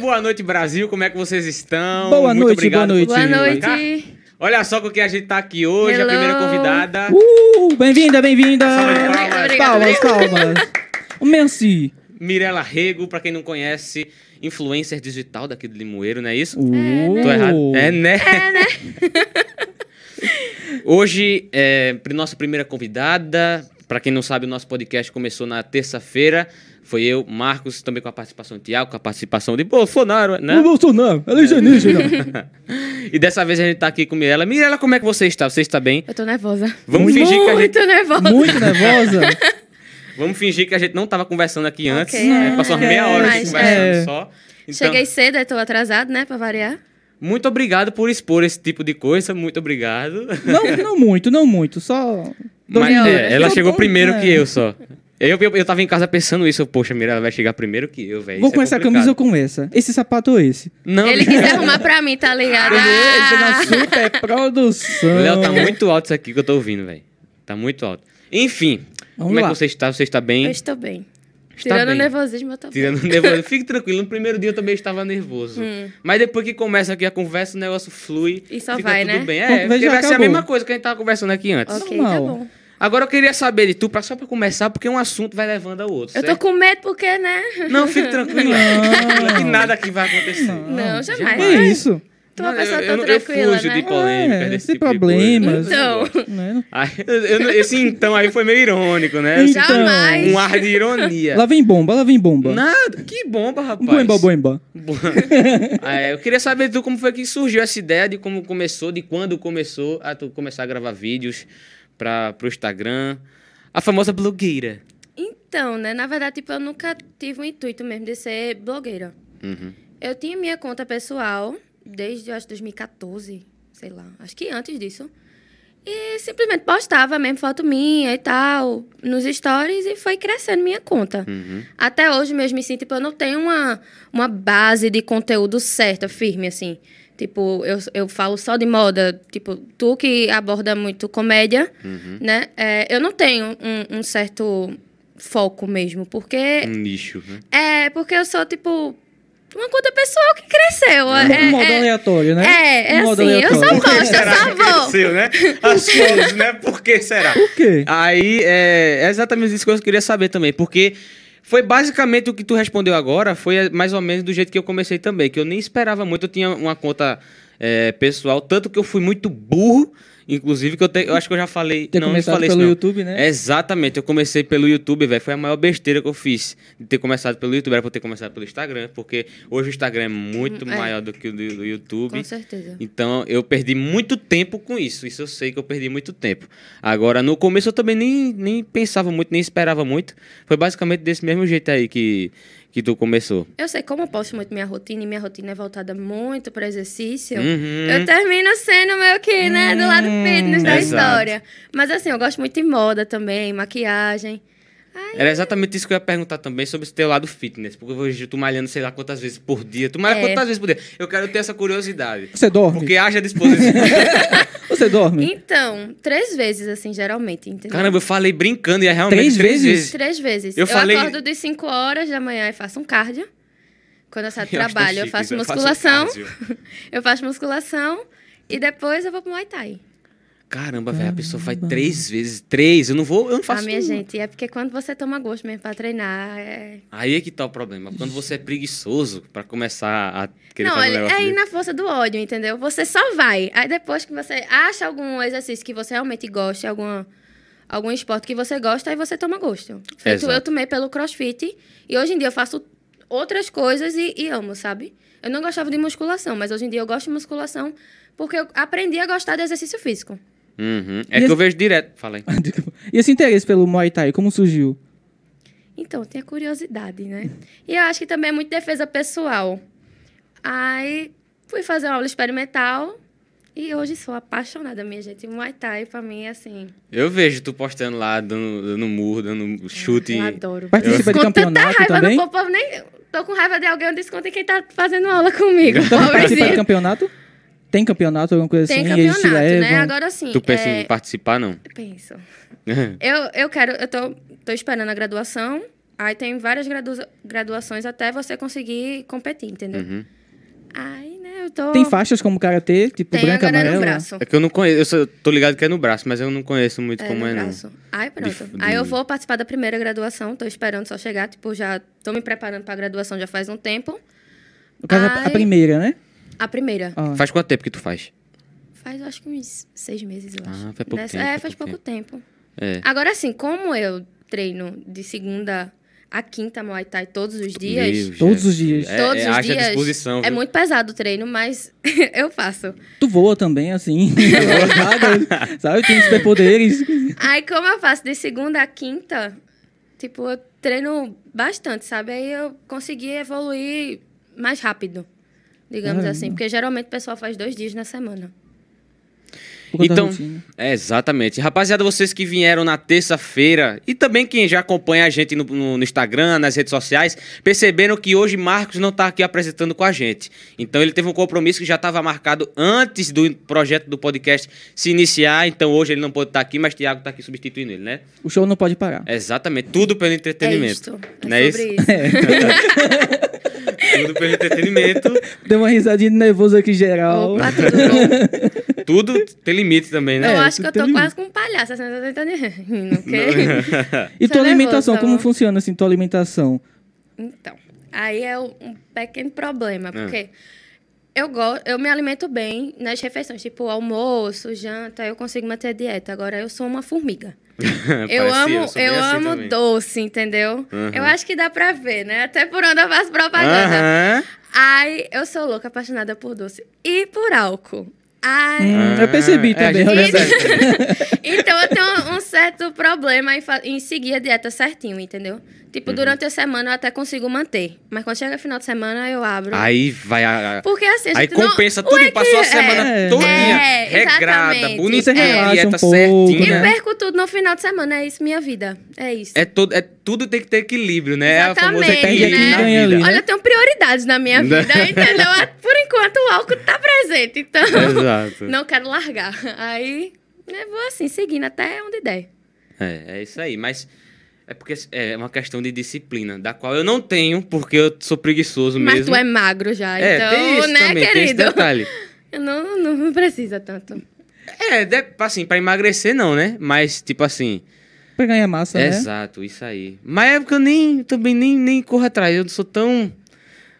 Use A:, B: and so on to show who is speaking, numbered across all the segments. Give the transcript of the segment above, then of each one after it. A: Boa noite, Brasil. Como é que vocês estão?
B: Boa noite,
A: obrigado
B: boa
A: por
B: noite.
A: vocês
C: Boa
A: virem
C: noite.
A: pra cá. Olha só com quem a gente tá aqui hoje, a
C: Hello.
A: primeira convidada.
B: Uh, bem-vinda, bem-vinda.
A: Salva de palmas.
C: Obrigada,
B: Palmas,
C: obrigada.
B: palmas. O Merci.
A: Mirela Rego, pra quem não conhece, influencer digital daqui do Limoeiro, não é isso?
B: Uh.
A: Tô errado. É, né? Hoje, é, pri- nossa primeira convidada, pra quem não sabe, o nosso podcast começou na terça-feira. Foi eu, Marcos, também com a participação do Tiago, com a participação de Bolsonaro, né?
B: O Bolsonaro, ela é alienígena.
A: e dessa vez a gente tá aqui com Mirela. Mirela, como é que você está? Você está bem?
C: Eu tô nervosa.
A: Vamos
C: Muito
A: fingir que a gente-
C: nervosa.
B: Muito nervosa.
A: Vamos fingir que a gente não tava conversando aqui antes.
C: Ok,
A: né?
C: é.
A: Passou umas meia hora aqui
C: Mas,
A: conversando
B: é.
A: só. Então,
C: Cheguei cedo, aí tô atrasado, né? Pra variar.
A: muito obrigado por expor esse tipo de coisa. Muito obrigado.
B: Não, não muito, não muito, só... dois
A: Mas,
B: minutos.
A: é, ela
B: Só
A: chegou
B: dois,
A: primeiro
B: né?
A: que eu só. Eu, eu, eu tava em casa pensando isso. eu, Poxa, Mira, ela vai chegar primeiro que eu, velho.
B: Vou
A: Isso é
B: com essa
A: complicado.
B: camisa ou com essa? Esse sapato ou esse?
A: Não,
C: Ele
A: bicho.
C: quiser arrumar pra mim, tá ligado?
B: Beleza, é, na
C: Ah,
A: assim.
B: super produção.
A: O Léo tá muito alto isso aqui que eu tô ouvindo, velho. Tá muito alto. Enfim,
B: Vamos
A: como é
B: lá.
A: que você está? Você está bem?
C: eu estou bem.
A: Está
C: Tirando
A: bem.
C: o nervosismo, eu tô bem.
A: Tirando nervoso. Fique tranquilo, no primeiro dia eu também estava nervoso. Mas depois que começa aqui a conversa, o negócio flui.
C: Hum. E só
A: fica
C: vai,
A: tudo
C: né?
A: bem.
B: Bom,
A: É, porque
B: veja,
A: vai ser a
B: acabou.
A: mesma coisa que a gente tava conversando aqui antes.
C: Ok,
B: Normal.
C: tá bom.
A: Agora eu queria saber de tu, pra, só pra começar, porque um assunto vai levando ao outro.
C: Eu tô
A: certo?
C: com medo porque, né?
A: Não, fique tranquilo.
B: Não.
A: que nada que vai acontecer.
B: Não.
C: Não, jamais.
B: Que isso?
C: Tu é uma
A: Não,
C: pessoa
A: eu-
C: tão
A: eu, eu
C: tranquila,
A: fujo de
C: né?
A: polêmica,
B: É,
A: desse
B: sem
A: tipo de
B: problemas.
A: coisa. Eu não gosto.
C: Então,
B: Né?
A: Aí, eu- eu não- esse então aí foi meio irônico, né?
B: Então,
C: Jamais.
A: Um ar de ironia.
B: Lá Um vem bomba, lá vem bomba.
A: Nada, que bomba, rapaz.
B: Bomba, bomba.
A: Boa. Ah, é, eu queria saber de tu como foi que surgiu essa ideia de como começou, de quando começou a tu começar a gravar vídeos para pro Instagram. A famosa blogueira.
C: então, né? Na verdade, tipo, eu nunca tive o intuito mesmo de ser blogueira.
A: Uhum,
C: Eu tinha minha conta pessoal desde, eu acho, 2014, sei lá, acho que antes disso. E simplesmente postava mesmo foto minha e tal, nos stories, e foi crescendo minha conta.
A: Hum. uhum.
C: Até hoje mesmo, assim, tipo, eu não tenho uma, uma base de conteúdo certa, firme, assim. Tipo, eu, eu falo só de moda, tipo, tu que aborda muito comédia, né? É, eu não tenho um, um certo foco mesmo, porque
A: Um nicho, né?
C: é, porque eu sou, tipo, uma conta pessoal que cresceu.
B: Um modo
C: É, é,
B: aleatório, né?
C: é, é
B: Um modo
C: assim, eu só
B: aleatório.
C: gosto, eu só vou.
A: Seu, né? As coisas, né? Por que será?
B: Por quê?
A: Aí, é, é exatamente isso que eu queria saber também, porque foi basicamente o que tu respondeu agora, foi mais ou menos do jeito que eu comecei também, que eu nem esperava muito, eu tinha uma conta é, pessoal, tanto que eu fui muito burro, inclusive, que eu, te- eu acho que eu já falei...
B: Ter
A: não, eu não
B: começado
A: falei
B: pelo
A: isso, não. É
B: YouTube, né?
A: Exatamente, eu comecei pelo YouTube, velho. Foi a maior besteira que eu fiz de ter começado pelo YouTube. Era pra eu ter começado pelo Instagram, porque hoje o Instagram é muito
C: É.
A: maior do que o do, do YouTube.
C: Com certeza.
A: Então eu perdi muito tempo com isso. Isso eu sei que eu perdi muito tempo. Agora, no começo eu também nem, nem pensava muito, nem esperava muito. Foi basicamente desse mesmo jeito aí que, que tu começou.
C: Eu sei como eu posto muito minha rotina, e minha rotina é voltada muito para exercício.
A: Uhum.
C: Eu termino sendo meio que, né, do lado fitness da
A: Exato.
C: história. Mas assim, eu gosto muito de moda também, maquiagem.
A: Era exatamente isso que eu ia perguntar também sobre o teu lado fitness. Porque hoje tu malhando sei lá quantas vezes por dia. Tu malha
C: É.
A: quantas vezes por dia? Eu quero ter essa curiosidade.
B: Você dorme?
A: Porque haja disposição.
B: Você dorme?
C: Então, três vezes, assim, geralmente, entendeu?
A: Caramba, eu falei brincando e é realmente
B: Três
A: três,
B: vezes?
A: vezes.
C: Três vezes.
A: Eu
C: Eu,
A: falei-
C: acordo de 5 horas da manhã e faço um cardio. Quando eu saio do
A: Eu acho tão
C: trabalho, eu
A: chique né?
C: faço
A: isso,
C: musculação.
A: cardio.
C: Eu faço musculação e depois eu vou pro Muay Thai. Ah,
A: Caramba, velho, a pessoa vai três vezes. Três, eu não vou, eu não faço
C: ah, minha
A: uma.
C: gente, é porque quando você toma gosto mesmo pra treinar, é...
A: Aí é que tá o problema. Quando você é preguiçoso pra começar a querer
C: Não,
A: fazer um
C: olha, é
A: negócio
C: aí
A: desse.
C: na força do ódio, entendeu? Você só vai. Aí depois que você acha algum exercício que você realmente gosta, alguma... algum esporte que você gosta, aí você toma gosto. Feito
A: Exato.
C: eu tomei pelo crossfit e hoje em dia eu faço outras coisas e, e amo, sabe? Eu não gostava de musculação, mas hoje em dia eu gosto de musculação porque eu aprendi a gostar de exercício físico.
A: Uhum. É que eu vejo direto. Fala aí.
B: Desculpa. E esse interesse pelo Muay Thai, como surgiu?
C: Então, tem a curiosidade, né? E eu acho que também é muito defesa pessoal. Aí fui fazer uma aula experimental e hoje sou apaixonada, minha gente. Muay Thai pra mim é assim.
A: Eu vejo tu postando lá, dando, dando murro, dando chute.
C: Eu adoro.
B: Participa de
C: Com tanta
B: campeonato
C: raiva,
B: também?
C: não povo nem. Tô com raiva de alguém, eu desconto em quem tá fazendo aula comigo.
B: Também participa de
C: Pobrezinho.
B: campeonato? Tem campeonato, alguma coisa
C: Tem
B: assim? e eles
C: campeonato,
B: te levam?
C: né? Agora sim.
A: Tu pensa
C: é,
A: em participar, não?
C: Penso. Eu, eu quero, eu tô, tô esperando a graduação. Aí tem várias gradua- graduações até você conseguir competir, entendeu?
A: Uhum.
C: Aí, né, eu tô.
B: Tem faixas como karatê, tipo
C: Tem
B: branca,
C: agora
B: amarela.
C: no braço.
A: É que eu não conheço, eu só- tô ligado que é no braço, mas eu não conheço muito como
C: no
A: é, não.
C: braço. Aí pronto.
A: De-
C: Aí eu
A: de-
C: vou participar da primeira graduação, tô esperando só chegar, tipo, já tô me preparando pra graduação já faz um tempo.
B: No caso, a- a
C: Ai.
B: primeira, né?
C: A primeira.
B: Ó.
A: Faz quanto tempo que tu faz?
C: Faz acho que uns seis meses, eu
A: Ah,
C: acho.
A: faz pouco
C: Dessa-
A: tempo,
C: É,
A: faz
C: faz
A: pouco
C: pouco tempo.
A: É.
C: Agora sim, como eu treino de segunda a quinta Muay Thai todos os dias,
A: Meu,
B: Todos
A: já-
B: os dias.
A: É,
C: todos
A: é,
C: os
A: acha
C: dias,
A: disposição.
C: é
A: viu?
C: muito pesado o treino, mas eu faço.
B: Tu voa também, assim. Nada, sabe? Tem superpoderes.
C: Aí, como eu faço de segunda a quinta, tipo, eu treino bastante, sabe? Aí eu consegui evoluir mais rápido, digamos
B: Caramba.
C: assim. Porque geralmente o pessoal faz dois dias na semana.
B: Por conta da
A: Então-
B: rotina.
A: É, exatamente. Rapaziada, vocês que vieram na terça-feira e também quem já acompanha a gente no, no- no Instagram, nas redes sociais, perceberam que hoje Marcos não tá aqui apresentando com a gente. Então ele teve um compromisso que já estava marcado antes do projeto do podcast se iniciar. Então hoje ele não pode estar aqui, mas Thiago tá aqui substituindo ele, né?
B: O show não pode parar.
A: Exatamente. Tudo pelo
C: É
A: entretenimento.
C: isto.
A: Não
C: É
A: é
C: sobre isso.
A: Tudo pelo entretenimento.
B: Deu uma risadinha de nervoso aqui geral.
C: Opa, tudo bom?
A: Tudo tem limite também, né?
C: Eu
B: É,
C: acho que eu tô
B: tudo
C: quase com um palhaço, assim, eu tô tentando rindo, ok?
A: Não-
B: E
C: Só
B: tua
C: nervoso,
B: alimentação,
C: tá
B: como
C: bom.
B: funciona assim tua alimentação?
C: Então, aí é um um pequeno
A: É.
C: problema, porque eu, go- eu me alimento bem nas refeições, tipo almoço, janta, eu consigo manter a dieta. Agora, eu sou uma formiga. eu
A: Parecia,
C: amo,
A: sou bem
C: eu
A: assim
C: amo
A: também.
C: doce, entendeu?
A: Aham.
C: Eu acho que dá pra ver, né? Até por onde eu faço propaganda.
A: Aham.
C: Ai, eu sou louca, apaixonada por doce e por álcool. Ai,
B: Hum, eu percebi
A: Ah, é, a
B: também, né?
A: gente
B: olha
A: percebe.
B: só.
C: Então eu tenho um certo problema em, fa- em seguir a dieta certinho, entendeu?
A: Uhum.
C: Tipo, durante a semana eu até consigo manter. Mas quando chega final de semana, eu abro.
A: Aí vai a... a-
C: Porque assim, a
A: Aí
C: gente não-
A: compensa
C: o
A: tudo e
C: equi-
A: passou a
C: é.
A: semana
B: É.
A: todinha.
C: É,
A: regrada, tá
C: exatamente. É.
A: bonita,
B: Você relaxa
A: dieta
B: um pouco,
C: E
A: certinha.
B: né?
C: perco tudo no final de semana, é isso, minha vida. É isso.
A: É, todo, é tudo tem que ter equilíbrio, né? É a famosa
C: Exatamente,
A: equilíbrio
C: né?
A: na
B: Ganha
A: vida.
B: ali.
C: Olha, eu tenho prioridades na minha
A: Né?
C: vida, entendeu? Por enquanto o álcool tá presente, então.
B: né?
A: Exato.
C: Não quero largar. Aí, né, vou assim, seguindo até onde der.
A: É, é isso aí, mas é porque é uma questão de disciplina, da qual eu não tenho, porque eu sou preguiçoso
C: Mas
A: mesmo.
C: tu é magro já,
A: É,
C: então,
A: tem isso
C: né,
A: também, tem esse
C: querido?
A: detalhe.
C: Eu não, não, não precisa tanto.
A: É, de- assim, pra emagrecer não, né? Mas, tipo assim,
B: Pra ganhar massa, né?
A: Exato, isso aí. Mas é porque eu nem, também nem, nem corro atrás. Eu não sou tão.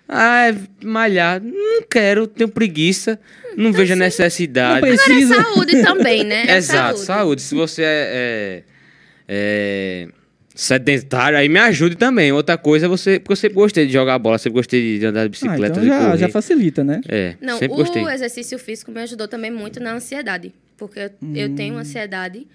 A: Ah, é malhar. Não quero, tenho preguiça. Não vejo a
B: Não
A: necessidade.
C: Agora é
B: precisa.
C: saúde também, né? É
A: Exato, saúde. Se você é, é- é sedentário, aí me ajude também. Outra coisa é você. Porque eu sempre gostei de jogar bola, sempre gostei de andar de
B: Ah,
A: bicicleta.
B: então
A: de
B: já,
A: correr.
B: já facilita, né?
A: É,
C: Não,
A: sempre
C: o
A: gostei.
C: exercício físico me ajudou também muito na ansiedade. Porque eu, eu tenho
B: Hum.
C: ansiedade.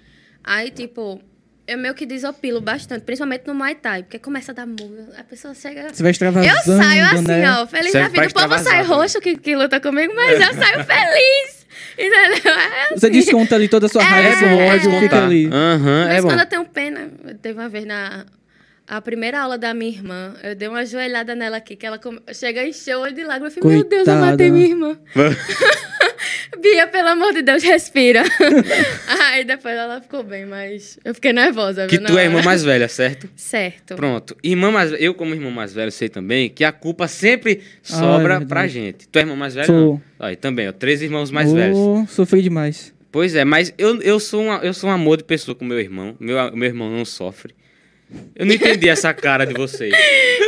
C: Aí, tipo, eu meio que desopilo bastante, principalmente no Muay Thai, porque começa a dar murro, a pessoa chega.
B: Você vai extravasando,
C: Eu saio assim,
B: né?
C: ó, feliz
A: Serve
C: da vida.
A: pra
C: O povo
A: extravasar né?
C: sai
A: também.
C: roxo que, que luta comigo, mas eu saio feliz. Entendeu? É
B: Você um
C: assim.
B: desconta ali toda a sua raiva,
A: É,
B: seu
A: bom,
B: ódio,
A: é
B: fica
A: bom.
B: ali.
A: Aham,
C: Mas
A: é bom.
C: quando eu tenho pena, teve uma vez na a primeira aula da minha irmã, eu dei uma joelhada nela aqui, que ela come- chega e encheu o olho de lágrimas. Eu falei, meu Deus, eu
B: Coitada.
C: matei minha irmã. Bia, pelo amor de Deus, respira. Aí depois ela ficou bem, mas eu fiquei nervosa.
A: Que
C: viu, na
A: tu é a irmã
C: hora.
A: mais velha, certo?
C: Certo.
A: Pronto. Irmã mais velha, eu como irmão mais velho sei também que a culpa sempre sobra
B: verdade.
A: pra gente. Tu é irmão mais velho?
B: Sou.
A: Não? Aí também, ó, três irmãos mais velhos.
B: Ô, Sofri demais.
A: Pois é, mas eu, eu, sou uma, eu sou um amor de pessoa com meu irmão. Meu, meu irmão não sofre. Eu não entendi essa cara de vocês.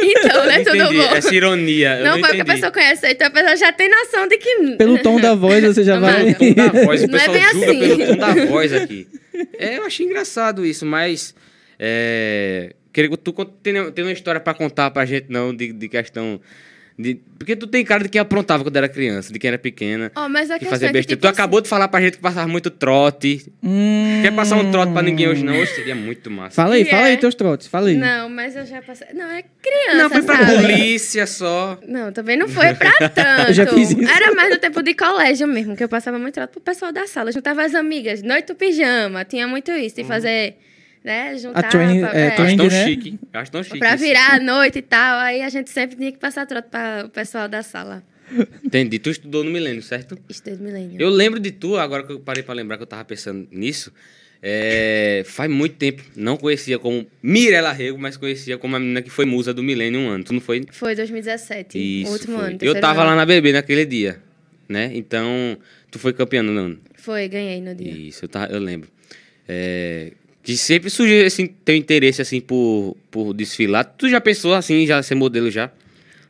C: Então, né, tudo
A: entendi
C: bom.
A: essa ironia. eu
C: não
A: não
C: foi porque a
A: entendi.
C: pessoa conhece, então a pessoa já tem noção de que...
B: Pelo tom da voz, você já
C: Não,
B: vai...
A: Pelo tom da voz, o
C: Não é
A: pessoal
C: bem
A: julga
C: assim.
A: pelo tom da voz aqui. É, eu achei engraçado isso, mas. É, queria que tu cont- tem, nenhum- tem uma história pra contar pra gente, não, de, de questão. De, porque tu tem cara de quem aprontava quando era criança, de quem era pequena.
C: Ó, mas a
A: Que
C: questão
A: fazia
C: é que,
A: besteira.
C: tipo,
A: tu acabou de falar pra gente que passava muito trote.
B: Hum.
A: Quer passar um trote pra ninguém hoje, não? Hoje seria muito massa.
B: Fala aí, fala aí
C: Yeah.
B: teus trotes, fala aí.
C: é? assim, Não, mas eu já passei... Não, é criança,
A: Não, foi pra
C: sabe?
A: polícia só.
C: Não, também não foi pra tanto.
B: Eu já fiz isso.
C: Era mais no tempo de colégio mesmo, que eu passava muito rato pro pessoal da sala. Juntava as amigas, noite do pijama, tinha muito isso, de fazer, né, juntar
B: Hum. train-
C: pra,
B: é,
C: é,
A: Acho
B: train-
A: tão
B: né?
A: chique. Acho tão chique.
C: pra
A: isso.
C: virar a noite e tal. Aí a gente sempre tinha que passar troto pra o pessoal da sala.
A: Entendi. Tu estudou no milênio, certo?
C: Isso desde milênio.
A: Eu lembro de tu, agora que eu parei pra lembrar que eu tava pensando nisso. É, faz muito tempo. Não conhecia como Mirella Rego, mas conhecia como a menina que foi musa do milênio um ano. Tu não foi?
C: Foi 2017.
A: Isso.
C: último
A: foi.
C: ano.
A: Eu
C: terceiro
A: tava
C: ano.
A: lá na BB naquele dia, né? Então, tu foi campeã no ano.
C: Foi, ganhei no dia.
A: Isso, eu, tava- eu lembro. É, que sempre surgiu esse teu interesse, assim, por, por desfilar. Tu já pensou, assim, já ser modelo já?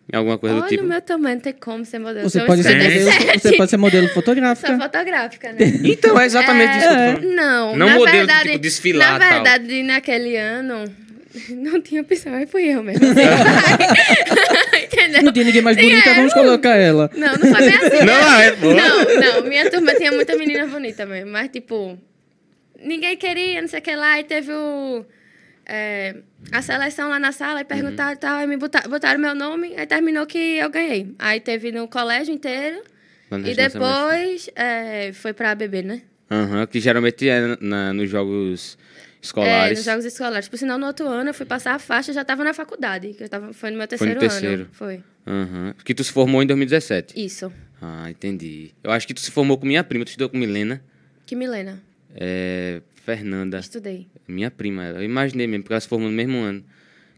A: Em alguma coisa
C: Olha
A: do tipo?
C: o meu tamanho, não tem como ser modelo.
B: Você
C: Sou
B: pode, ser modelo,
C: 57.
B: você pode ser modelo
C: Sou
B: fotográfica.
C: fotográfica, né?
A: Então, é exatamente isso que eu tô falando.
C: Não,
A: Não
C: na
A: modelo,
C: verdade,
A: tipo, desfilar,
C: Na
A: tal.
C: verdade, naquele ano, não tinha opção, aí fui eu mesmo. assim. Entendeu?
B: Não tinha ninguém mais bonita,
C: É,
B: vamos
C: não-
B: colocar ela.
C: Não, não foi bem assim.
A: Não,
C: né?
A: é boa.
C: Não, não, minha turma tinha muita menina bonita mesmo, mas tipo, ninguém queria, não sei o que lá, e teve o... é, a seleção lá na sala e
A: Uhum.
C: perguntaram e tal, e me botaram, botaram meu nome, aí terminou que eu ganhei. Aí teve no colégio inteiro,
A: Lá na
C: e
A: região também.
C: depois é, foi pra beber, né?
A: Aham, que geralmente é na- nos jogos
C: É,
A: escolares.
C: nos jogos escolares. Por sinal, no outro ano eu fui passar a faixa, já tava na faculdade. Que eu tava, foi no meu
A: Foi no
C: terceiro,
A: terceiro.
C: ano. Foi.
A: Aham. Que tu se formou em 2017.
C: Isso.
A: Ah, entendi. Eu acho que tu se formou com minha prima, tu estudou com Milena.
C: Que Milena.
A: É, Fernanda,
C: Estudei.
A: minha prima. ela. Eu imaginei mesmo, porque ela se formou no mesmo ano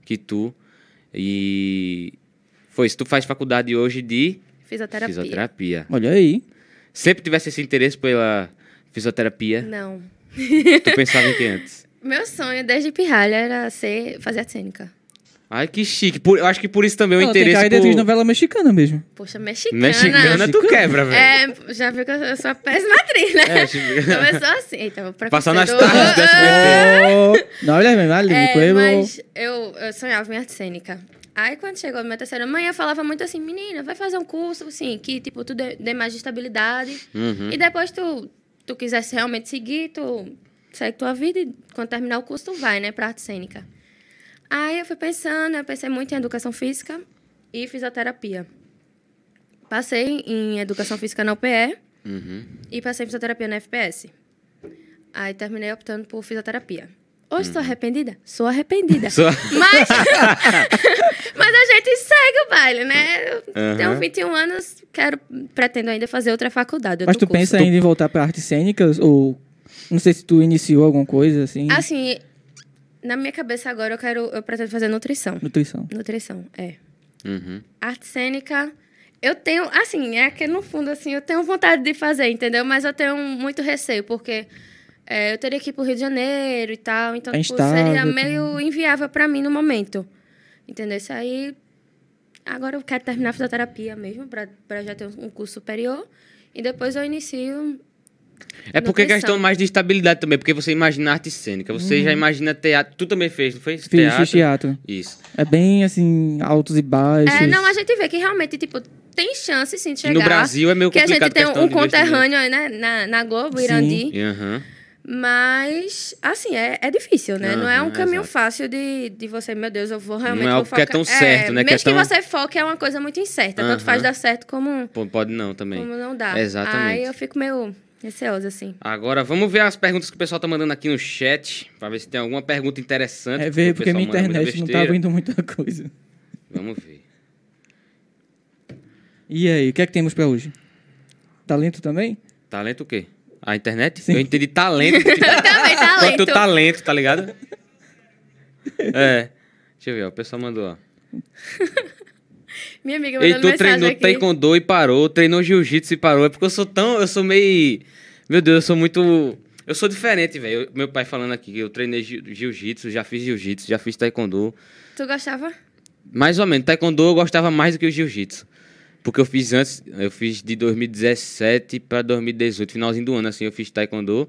A: que tu. E foi isso. Tu faz faculdade hoje de
C: Fisioterapia.
A: fisioterapia.
B: Olha aí.
A: Sempre tivesse esse interesse pela fisioterapia.
C: Não.
A: tu pensava em que antes?
C: Meu sonho desde pirralha era ser, fazer a cênica.
A: Ai, que chique. Por- eu acho que por isso também o
B: ela tem
A: interesse
B: cara de atriz de
A: por...
B: novela mexicana mesmo.
C: Poxa, mexicana.
A: Mexicana, tu quebra, velho.
C: É, já viu que eu sou a péssima atriz, né?
A: É, tipo-
C: Começou assim. Eita, vou
A: Passar nas
C: professor.
A: tardes né, do
D: É.
B: Oh, Não, olha mesmo, ali,
C: É,
B: Playboy.
C: mas eu, eu sonhava em arte cênica. Aí, quando chegou minha terceira mãe, eu falava muito assim, menina, vai fazer um curso, assim, que, tipo, tu dê, dê mais estabilidade.
A: Uhum.
C: E depois tu, tu quisesse realmente seguir, tu segue tua vida e quando terminar o curso, tu vai, né, pra arte cênica. Aí eu fui pensando, eu pensei muito em educação física e fisioterapia. Passei em educação física na UPE
A: Uhum.
C: e passei em fisioterapia na FPS. Aí terminei optando por fisioterapia. Hoje
A: Uhum.
C: sou arrependida? Sou arrependida.
A: Só-
C: Mas, mas a gente segue o baile, né? Eu tenho
A: Aham.
C: 21 anos, quero, pretendo ainda fazer outra faculdade.
B: Mas
C: outro
B: tu
C: curso.
B: pensa ainda em voltar pra artes cênicas? Ou não sei se tu iniciou alguma coisa assim?
C: Assim, na minha cabeça agora eu quero, eu pretendo fazer nutrição.
B: Nutrição.
C: Nutrição, é.
A: Uhum.
C: Arte cênica, eu tenho, assim, é que no fundo, assim, eu tenho vontade de fazer, entendeu? Mas eu tenho muito receio, porque é, eu teria que ir pro Rio de Janeiro e tal, então
B: É
C: tipo, seria
B: instável
C: meio inviável para mim no momento, entendeu? Isso aí, agora eu quero terminar a fisioterapia mesmo, para já ter um curso superior, e depois eu inicio
A: É porque é
C: Nutrição.
A: questão mais de estabilidade também, porque você imagina arte cênica, você
C: Uhum.
A: já imagina teatro. Tu também fez, não foi?
B: Fiz
A: teatro.
B: fiz teatro.
A: Isso.
B: É bem assim, altos e baixos.
C: É, não, a gente vê que realmente, tipo, tem chance sim de
A: E
C: chegar.
A: no Brasil é meio
C: que a
A: complicado
C: gente tem
A: questão
C: um
A: de investimento. Uhum.
C: conterrâneo aí, né, na, na Globo,
B: Sim.
C: Irandi.
A: E, aham.
C: Mas, assim, é, é difícil, né? Não é um
A: Aham,
C: caminho
A: exato.
C: fácil de, de você, meu Deus, eu vou realmente.
A: Não é
C: vou
A: algo que é
C: focar-
A: tão certo, né, que é
C: Mesmo que,
A: tão-
C: você foque, é uma coisa muito incerta. Tanto
A: Aham.
C: faz dar certo como,
A: Pô, Pode não também.
C: como não dá.
A: Exatamente.
C: Aí eu fico meio receosa, assim.
A: Agora vamos ver as perguntas que o pessoal tá mandando aqui no chat, pra ver se tem alguma pergunta interessante.
B: É ver
A: o
B: porque
A: pessoal
B: minha
A: manda muita
B: internet não tá
A: besteira.
B: abrindo muita coisa.
A: Vamos ver.
B: E aí, o que é que temos pra hoje? Talento também?
A: Talento o quê? A internet?
B: Sim.
A: Eu entendi talento.
C: Eu também,
A: Quanto
C: talento.
A: teu talento, tá ligado? É. Deixa eu ver, ó, o pessoal mandou, ó.
C: Minha amiga mandando
A: Heitor
C: mensagem
A: treinou
C: aqui.
A: taekwondo e parou, treinou jiu-jitsu e parou. É porque eu sou tão. Eu sou meio. Meu Deus, eu sou muito. Eu sou diferente, velho. Eu- Meu pai falando aqui, eu treinei jiu- jiu-jitsu, já fiz jiu-jitsu, já fiz taekwondo.
C: Tu gostava?
A: Mais ou menos, taekwondo eu gostava mais do que o jiu-jitsu. Porque eu fiz antes, eu fiz de 2017 pra 2018, finalzinho do ano, assim, eu fiz taekwondo.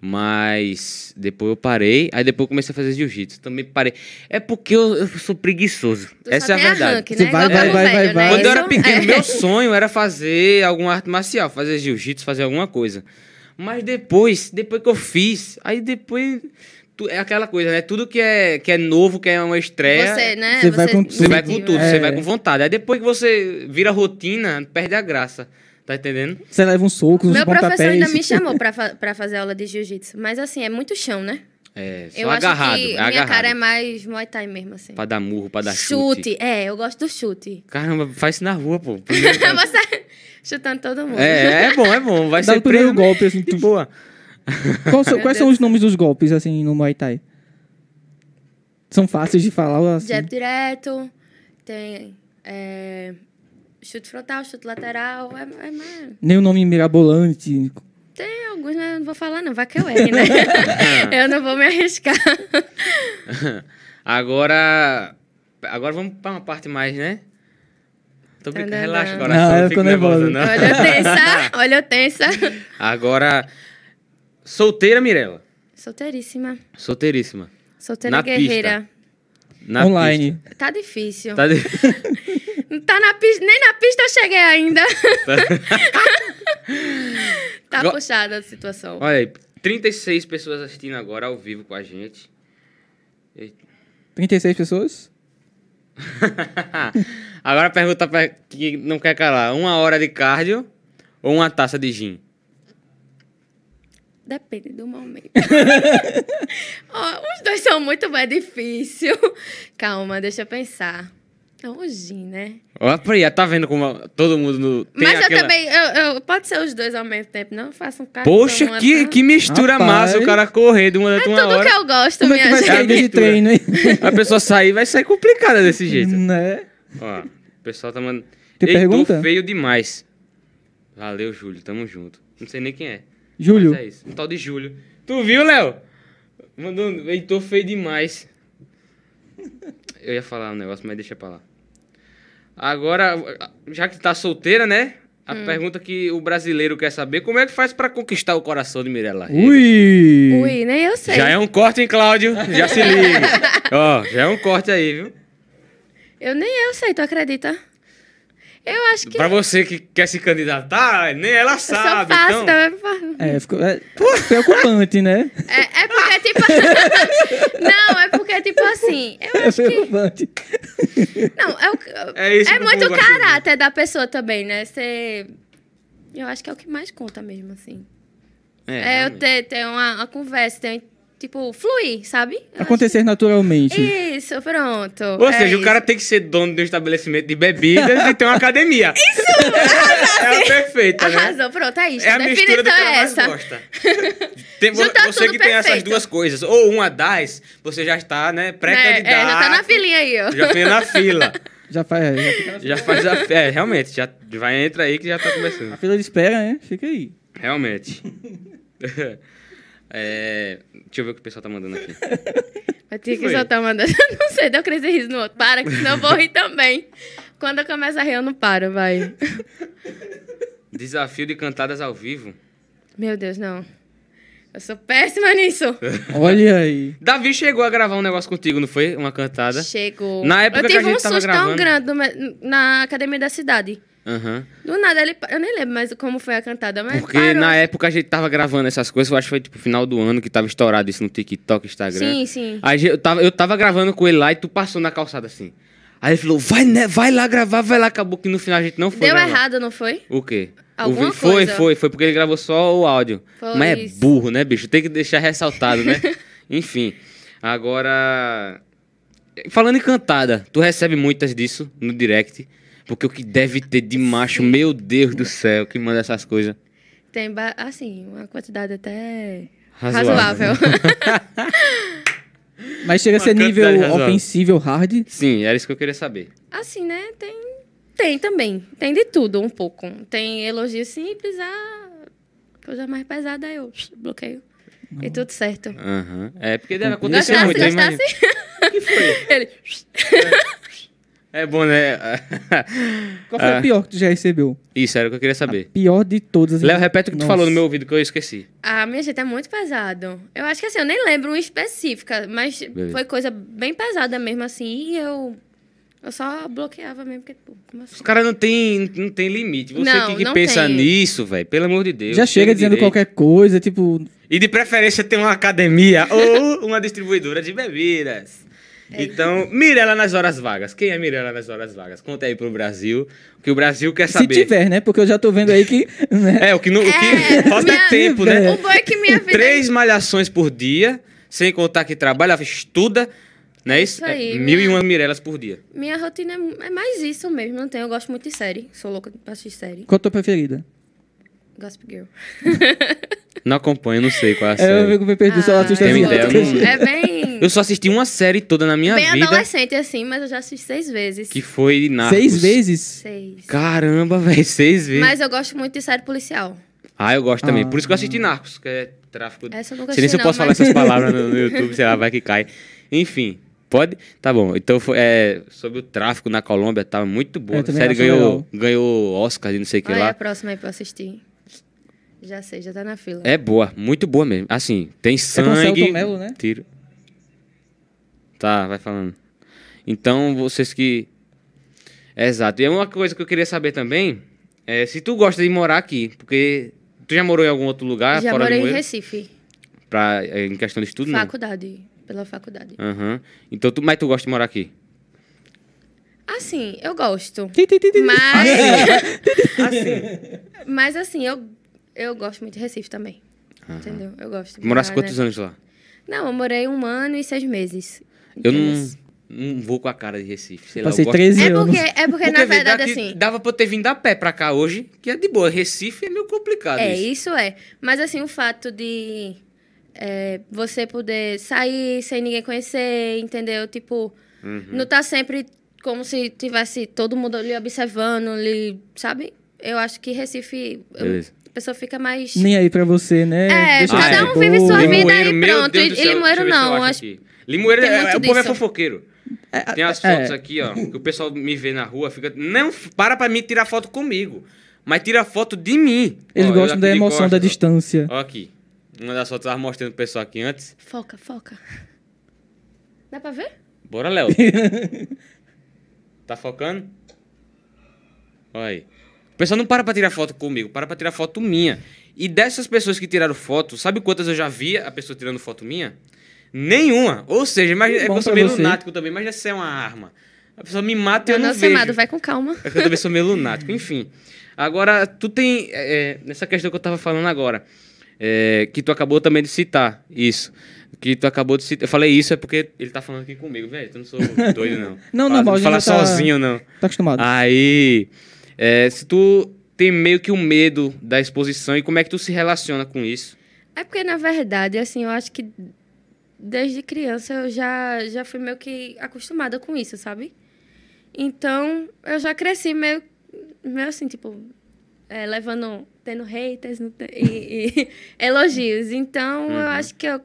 A: Mas depois eu parei, aí depois eu comecei a fazer jiu-jitsu. Também parei. É porque eu, eu sou preguiçoso.
C: Tu
A: Essa
C: só
A: é a
C: tem
A: verdade.
C: Arranque,
B: Você
C: né?
B: vai,
C: Igual
A: vai,
C: Paulo
B: vai,
C: Velho,
B: vai,
C: né?
B: vai.
A: Quando eu era
C: Isso-
A: pequeno,
C: é.
A: meu sonho era fazer alguma arte marcial, fazer jiu-jitsu, fazer alguma coisa. Mas depois, depois que eu fiz, aí depois tu- é aquela coisa, né? Tudo que é, que é novo, que é uma estreia,
C: Você, né?
B: Você vai com tudo.
A: você vai com
C: Positivo,
A: tudo,
C: né?
A: você
B: É.
A: vai com vontade. Aí depois que você vira rotina, perde a graça. Tá entendendo?
B: Você leva um tipo soco, uns
A: É.
C: Meu
B: pontapés.
C: professor ainda me chamou pra, fa- pra fazer aula de jiu-jitsu. Mas, assim, é muito chão, né?
A: É, só
C: Eu
A: agarrado,
C: acho que
A: é
C: minha
A: agarrado.
C: cara é mais Muay Thai mesmo, assim.
A: Pra dar murro, pra dar chute.
C: chute. É, eu gosto do chute.
A: Caramba, faz isso na rua, pô.
C: Você chutando todo mundo.
A: é, é bom, é bom. Vai
B: Dá
A: ser
B: o primeiro
A: treino.
B: golpe, assim.
A: De
B: tu-
A: boa.
B: Qual são-
C: Meu Deus.
B: quais são os nomes dos golpes, assim, no Muay Thai? São fáceis de falar, assim.
C: Jab direto, tem é, chute frontal, chute lateral. É, é, mais-
B: Nem o nome mirabolante.
C: tem alguns, mas eu não vou falar, não. Vai que eu erre, né? eu não vou me arriscar.
A: Agora. Agora vamos pra uma parte mais, né? Tô brincando,
C: Tadadá.
A: relaxa,
C: Não,
A: coração.
B: eu
A: Não,
B: fico
A: fico nervosa, não.
B: nervosa.
C: Olha eu tensa, olha eu tensa.
A: Agora. Solteira, Mirella.
C: Solteiríssima.
A: Solteiríssima.
C: Solteira
A: Na
C: guerreira.
A: Na
B: online.
A: pista.
C: Tá difícil.
A: Tá de-
C: Não tá na pista, nem na pista eu cheguei ainda. tá
A: Go-
C: puxada a situação.
A: Olha aí, 36 pessoas assistindo agora ao vivo com a gente.
B: 36 pessoas?
A: agora pergunta pra que não quer calar: uma hora de cardio ou uma taça de gin?
C: Depende do momento. Ó, os dois são muito mais difícil. Calma, deixa eu pensar. É um gin, né?
A: Olha pra aí, tá vendo como todo mundo no- tem
C: Mas
A: aquela-
C: eu também. Eu, eu- pode ser os dois ao mesmo tempo, não? Faça um cara.
A: Poxa, que, que mistura
B: Rapaz.
A: massa o cara correr de uma,
C: É
A: de uma
C: tudo
A: hora.
C: que eu gosto,
B: Como é que
C: minha
B: vai
A: É a
B: sair
C: gente.
B: de
A: mistura.
B: treino, hein?
A: A pessoa sair vai sair complicada desse jeito.
B: né?
A: Ó, o pessoal tá mandando.
B: Tem
A: Ei, tô
B: pergunta?
A: feio demais. Valeu, Júlio. Tamo junto. Não sei nem quem é.
B: Júlio.
A: Mas é isso. Um tal de Júlio. Tu viu, Léo? Mandou. um- Ei, tô feio demais. Eu ia falar um negócio, mas deixa pra lá. Agora, já que tá solteira, né? A pergunta que o brasileiro quer saber: como é que faz pra conquistar o coração de Mirella? Reis?
B: Ui!
C: Ui, nem eu sei.
A: Já é um corte, hein, Cláudio? Já se liga. Ó, já é um corte aí, viu?
C: Eu nem eu sei, tu acredita? Eu acho que.
A: Pra você que quer se candidatar, nem ela
C: eu
A: sabe.
C: só faço
A: então,
C: também pra-
B: É, ficou, é preocupante, né?
C: É, é porque, tipo. não, é porque, tipo assim. Eu
B: É
C: acho que.
B: preocupante.
C: Não, é, o-
A: É isso
C: é
A: que o
C: muito
A: povo gosta de ouvir.
C: caráter da pessoa também, né? Você. Eu acho que é o que mais conta mesmo, assim. É, eu
A: realmente.
C: ter, ter uma, uma conversa, ter, tipo, fluir, sabe? Eu
B: Acontecer naturalmente.
C: acho que- Isso, pronto.
A: Ou
C: é
A: seja, o
C: isso.
A: cara tem que ser dono de um estabelecimento de bebidas e ter uma academia. Isso! é a perfeita, né?
C: Arrasou, pronto, é isso.
A: É a mistura do
C: definição
A: que ela
C: é
A: mais
C: essa.
A: gosta. Tem, vo-
C: Juntar
A: você
C: tudo
A: que tem essas
C: perfeito.
A: duas coisas, ou uma das, você já está, né,
C: Né?
A: pré-candidato.
C: É, já tá na filinha aí, ó.
A: Já fez na fila.
B: Já faz. é, já fica na-
A: Já faz a... É, realmente, já vai, entra aí que já tá começando.
B: A fila de espera, né? Fica aí.
A: Realmente. É, deixa eu ver o que o pessoal tá mandando aqui.
C: Mas tinha
A: Que
C: que
A: foi?
C: soltar uma dessa. Não sei, deu crise e riso no outro. Para, que senão eu vou rir também. Quando eu começo a rir, eu não paro, vai.
A: Desafio de cantadas ao vivo.
C: Meu Deus, não. Eu sou péssima nisso.
B: Olha aí.
A: Davi chegou a gravar um negócio contigo, não foi? Uma cantada.
C: Chegou.
A: Né? Na época
C: eu
A: que a
C: tive
A: gente
C: um
A: tava
C: susto
A: gravando.
C: tão grande no- na academia da cidade.
A: Aham.
C: Do nada ele. pa- Eu nem lembro mais como foi a cantada, mas.
A: Porque
C: parou.
A: na época a gente tava gravando essas coisas, eu acho que foi tipo final do ano que tava estourado isso no TikTok, Instagram.
C: Sim, sim.
A: Aí eu tava, eu tava gravando com ele lá e tu passou na calçada assim. Aí ele falou, vai, né, vai lá gravar, vai lá. Acabou que no final a gente não foi.
C: Deu
A: gravar.
C: errado, não foi?
A: O quê?
C: Alguma
A: o vi- foi,
C: coisa.
A: foi, foi porque ele gravou só o áudio.
C: Foi
A: Mas é
C: isso.
A: burro, né, bicho? Tem que deixar ressaltado, né? Enfim. Agora. Falando em cantada, tu recebe muitas disso no direct. Porque o que deve ter de macho, meu Deus do céu, que manda essas coisas.
C: Tem, ba- assim, uma quantidade até.
A: Razoável.
C: Razoável.
B: Mas chega a ser
A: Uma
B: nível
A: quantidade razoável.
B: ofensivo, hard.
A: Sim, era isso que eu queria saber.
C: assim, né? Tem. Tem também. Tem de tudo, um pouco. Tem elogio simples, a coisa mais pesada, aí eu psh, bloqueio. E tudo certo.
A: Aham. É, porque deve
B: Isso
A: acontecer
C: Gostasse,
A: muito, eu imagino.
C: gostasse?
A: O que foi?
C: Ele. psh,
A: É bom, né?
B: Qual foi
A: Ah.
B: a pior que tu já recebeu?
A: Isso, era o que eu queria saber.
B: Pior de todas. assim.
A: Léo, repete o que tu
B: Nossa.
A: falou no meu ouvido que eu esqueci.
C: Ah, minha gente, é muito pesado. Eu acho que assim, eu nem lembro uma específica, mas
A: Beleza.
C: foi coisa bem pesada mesmo, assim, e eu. Eu só bloqueava mesmo, porque, pô, como assim?
A: Os caras não tem, não tem limite. Você
C: Não,
A: que, que
C: não
A: pensa
C: tem.
A: nisso, velho, pelo amor de Deus.
B: Já chega
A: tem
B: dizendo
A: direito.
B: qualquer coisa, tipo.
A: E de preferência tem uma academia ou uma distribuidora de bebidas.
C: É.
A: Então, Mirella nas horas vagas. Quem é Mirella nas horas vagas? Conta aí pro Brasil, o que o Brasil quer saber.
B: Se tiver, né? Porque eu já tô vendo aí que. né?
A: É, o que, não, o
C: É,
A: que falta é
C: minha-
A: tempo, né?
C: O bom é que minha vida.
A: Três malhações por dia, sem contar que trabalha, estuda, não é isso?
C: Isso aí, né?
A: É mil e
C: minha-
A: uma Mirellas por dia.
C: Minha rotina é é mais isso mesmo, não tem. Eu gosto muito de série. Sou louca pra assistir série.
B: Qual a tua preferida?
C: Gossip Girl.
A: Não acompanho, não sei qual é a
B: É, eu
A: série.
B: fico meio perdido, só
C: Ah,
B: assisto
A: Tem um
B: assim.
A: ideia,
C: eu-
A: não-
C: É bem.
A: Eu só assisti uma série toda na minha
C: bem
A: vida,
C: adolescente, assim, mas eu já assisti seis vezes.
A: que foi Narcos.
B: Seis vezes?
C: Seis.
A: Caramba, velho, seis vezes.
C: Mas eu gosto muito de série policial.
A: Ah, eu gosto também. Por isso que eu assisti
B: Ah.
A: Narcos, que é tráfico.
C: Essa eu nunca
A: sei nem
C: assisti,
A: se eu
C: não,
A: posso falar
C: mas-
A: essas palavras no, no YouTube, sei lá, vai que cai. Enfim, pode? Tá bom. Então, foi, é, sobre o tráfico na Colômbia, tá muito boa.
B: Eu
A: A
B: também
A: série
B: acho
A: ganhou,
B: legal.
A: ganhou Oscar e não sei o que
C: Olha
A: lá.
C: a próxima aí pra eu assistir. Já sei, já tá na fila.
A: É boa, muito boa mesmo. Assim, tem
B: É com o
A: sangue.
B: Celton Mello, né?
A: Tiro. Tá, vai falando. Então, vocês que. Exato. E é uma coisa que eu queria saber também é se tu gosta de morar aqui, porque tu já morou em algum outro lugar
C: já
A: ah, fora
C: morei
A: de
C: em
A: Moeiro?
C: Recife.
A: Pra, é, em questão de estudo, não?
C: faculdade. Pela faculdade.
A: Aham. Então, tu, mas tu gosta de morar aqui?
C: Assim, eu gosto.
B: Ti, ti, ti, ti.
C: Mas.
A: Assim.
C: mas assim, eu, eu gosto muito de Recife também. Entendeu? Eu gosto. de
A: Morasse
C: morar,
A: quantos
C: né?
A: anos lá?
C: Não, eu morei um ano e seis meses.
A: Eu não,
C: Entendeu?
A: não vou com a cara de Recife. Sei lá,
B: Passei
A: eu gosto-
B: 13
C: É
B: anos.
C: porque, é porque, na
A: vê,
C: verdade,
A: daqui-
C: assim.
A: Dava pra eu ter vindo a pé pra cá hoje, que é de boa. Recife é meio complicado.
C: É,
A: isso.
C: isso é. Mas assim, o fato de é, você poder sair sem ninguém conhecer, entendeu? Tipo, não tá sempre como se tivesse todo mundo lhe observando, lhe, sabe? Eu acho que Recife, eu-
A: Beleza.
C: a pessoa fica mais...
B: Nem aí pra você, né?
C: É,
B: Deixa
A: cada
B: você
A: um
B: de
C: vive
B: boa.
C: sua
A: Limoeiro,
C: vida aí,
A: meu
C: pronto.
A: Deus
C: E-
A: do
C: e
A: céu, deixa
C: Limoeiro
A: eu ver se
C: não,
A: eu acho
C: acho-
A: aqui. Limoeiro,
C: tem
A: é-
C: muito
A: é- o povo é
C: disso.
A: fofoqueiro. Tem as
B: é.
A: fotos aqui, ó, que o pessoal me vê na rua, fica... Não, f- para pra mim tirar foto comigo, mas tira foto de mim.
B: Eles
A: Ó, eu
B: gostam
A: aqui
B: da
A: de
B: emoção da
A: costas, ó.
B: distância.
A: Ó aqui, uma das fotos eu tava mostrando pro pessoal aqui antes.
C: Foca, foca. Dá pra ver?
A: Bora, Léo. tá focando? Olha aí. O pessoal não para pra tirar foto comigo, para pra tirar foto minha. E dessas pessoas que tiraram foto, sabe quantas eu já vi a pessoa tirando foto minha? Nenhuma. Ou seja, imagina,
B: Bom
A: é que eu sou
B: pra
A: meio
B: você.
A: lunático também. Imagina se é uma arma. A pessoa me mata e eu
C: Não,
A: não,
C: não,
A: vejo.
C: chamado, Tá vai com calma.
A: É que eu também sou meio lunático, enfim. Agora, tu tem. é, é, nessa questão que eu tava falando agora, é, que tu acabou também de citar isso. Que tu acabou de citar. Eu falei isso é porque ele tá falando aqui comigo, velho. Tu não sou doido, não.
B: Não,
A: Fala-
B: normal, a gente
A: Falar
B: já tá-
A: sozinho, não.
B: Tá acostumado.
A: Ah, Aí. é, se tu tem meio que o medo da exposição e como é que tu se relaciona com isso?
C: É porque, na verdade, assim, eu acho que desde criança eu já, já fui meio que acostumada com isso, sabe? Então, eu já cresci meio, meio assim, tipo, é, levando, tendo haters não te- e, e elogios. Então, eu acho que eu.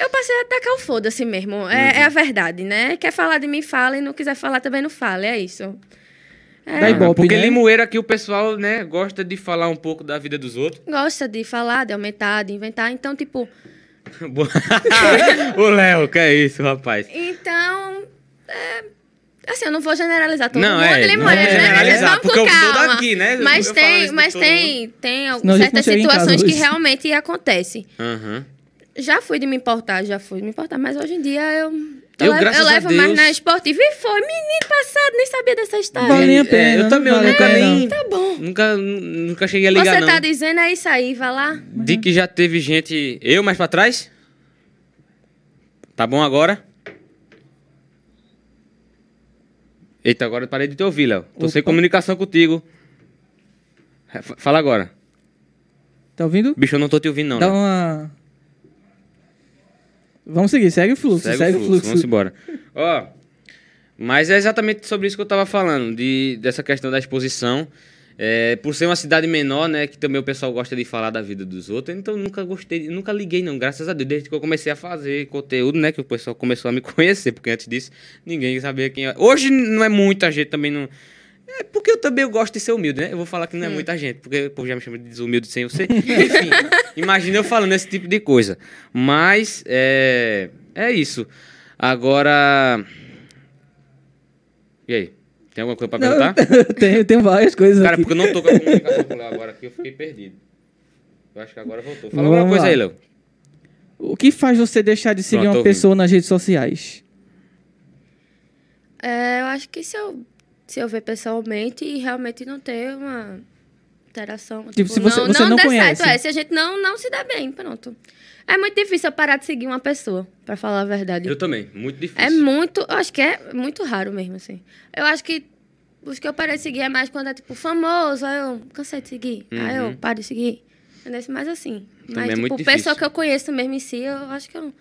C: Eu passei a tacar o foda-se mesmo. É, é a verdade, né? Quer falar de mim, fala. E não quiser falar, também não fala. É isso. É.
B: Dá ibope,
A: porque
B: né?
A: Limoeiro aqui o pessoal, né, gosta de falar um pouco da vida dos outros.
C: Gosta de falar, de aumentar, de inventar. Então, tipo,
A: Boa. Ô, Léo, que é isso, rapaz?
C: Então, é, assim, eu não vou generalizar todo
A: Não,
C: mundo.
A: é,
C: ele
A: não
C: mora,
A: vou
C: né?
A: generalizar,
C: Vamos
A: porque
C: com
A: eu vou
C: calma.
A: daqui, né?
C: Mas
A: Eu falo isso
C: tem,
A: de
C: mas
A: todo
C: tem, tem
B: Senão a gente
C: certas
B: não chega em casa
C: situações que
B: hoje.
C: realmente acontecem.
A: Aham.
C: Já fui de me importar, já fui de me importar, mas hoje em dia eu. tô
A: Eu,
C: le-
A: graças a
C: levo mais
A: Deus-
C: na esportiva. E foi, menino passado, nem sabia dessa história.
B: Vale a pena.
A: é,
B: né?
A: eu também, eu
B: vale a
A: nunca
B: pena.
A: nem.
C: Ah. Tá bom.
A: Nunca, nu- nunca cheguei a ligar,
C: Você
A: não.
C: tá dizendo é isso aí, vai lá.
A: De que já teve gente. Eu mais pra trás? Tá bom agora? Eita, agora eu parei de te ouvir, Léo. Tô sem
B: Opa.
A: comunicação contigo. É, fa- Fala agora.
B: Tá ouvindo?
A: Bicho, eu não tô te ouvindo, não. né?
B: Dá um
A: Léo.
B: uma. Vamos seguir, segue o fluxo, segue, o fluxo.
A: Vamos embora. Ó, mas é exatamente sobre isso que eu tava falando, de, dessa questão da exposição. É, por ser uma cidade menor, né, que também o pessoal gosta de falar da vida dos outros, então eu nunca gostei, nunca liguei não, graças a Deus, desde que eu comecei a fazer conteúdo, né, que o pessoal começou a me conhecer, porque antes disso ninguém sabia quem eu era. Hoje não é muita gente também não... É porque eu também eu gosto de ser humilde, né? Eu vou falar que não é muita gente, porque o povo já me chama de desumilde sem você. Enfim, imagina eu falando esse tipo de coisa. Mas é, é isso. Agora. E aí? Tem alguma coisa pra perguntar?
B: Não, tem, tem várias coisas.
A: tá? Cara,
B: aqui.
A: porque eu não tô com a comunicação com o Léo agora aqui, eu fiquei perdido. Eu acho que agora voltou. Fala alguma
B: Vamos
A: coisa
B: lá.
A: aí, Léo.
B: O que faz você deixar de seguir
A: Pronto,
B: uma
A: ouvindo.
B: pessoa nas redes sociais?
C: É, eu acho que se eu, se eu ver pessoalmente e realmente não ter uma interação. Tipo,
B: se você-
C: não,
B: você não
C: dá
B: conhece.
C: certo, é. Se a gente não, não se dá bem, pronto. É muito difícil eu parar de seguir uma pessoa, pra falar a verdade.
A: Eu também, muito difícil.
C: É muito. Eu acho que é muito raro mesmo, assim. Eu acho que os que eu parei de seguir é mais quando é, tipo, famoso, aí eu cansei de seguir. Aí eu paro de seguir. entendeu? Mas assim,
A: Uhum. Também
C: mas,
A: é muito
C: tipo, o
A: difícil.
C: pessoal que eu conheço mesmo em si, eu acho que eu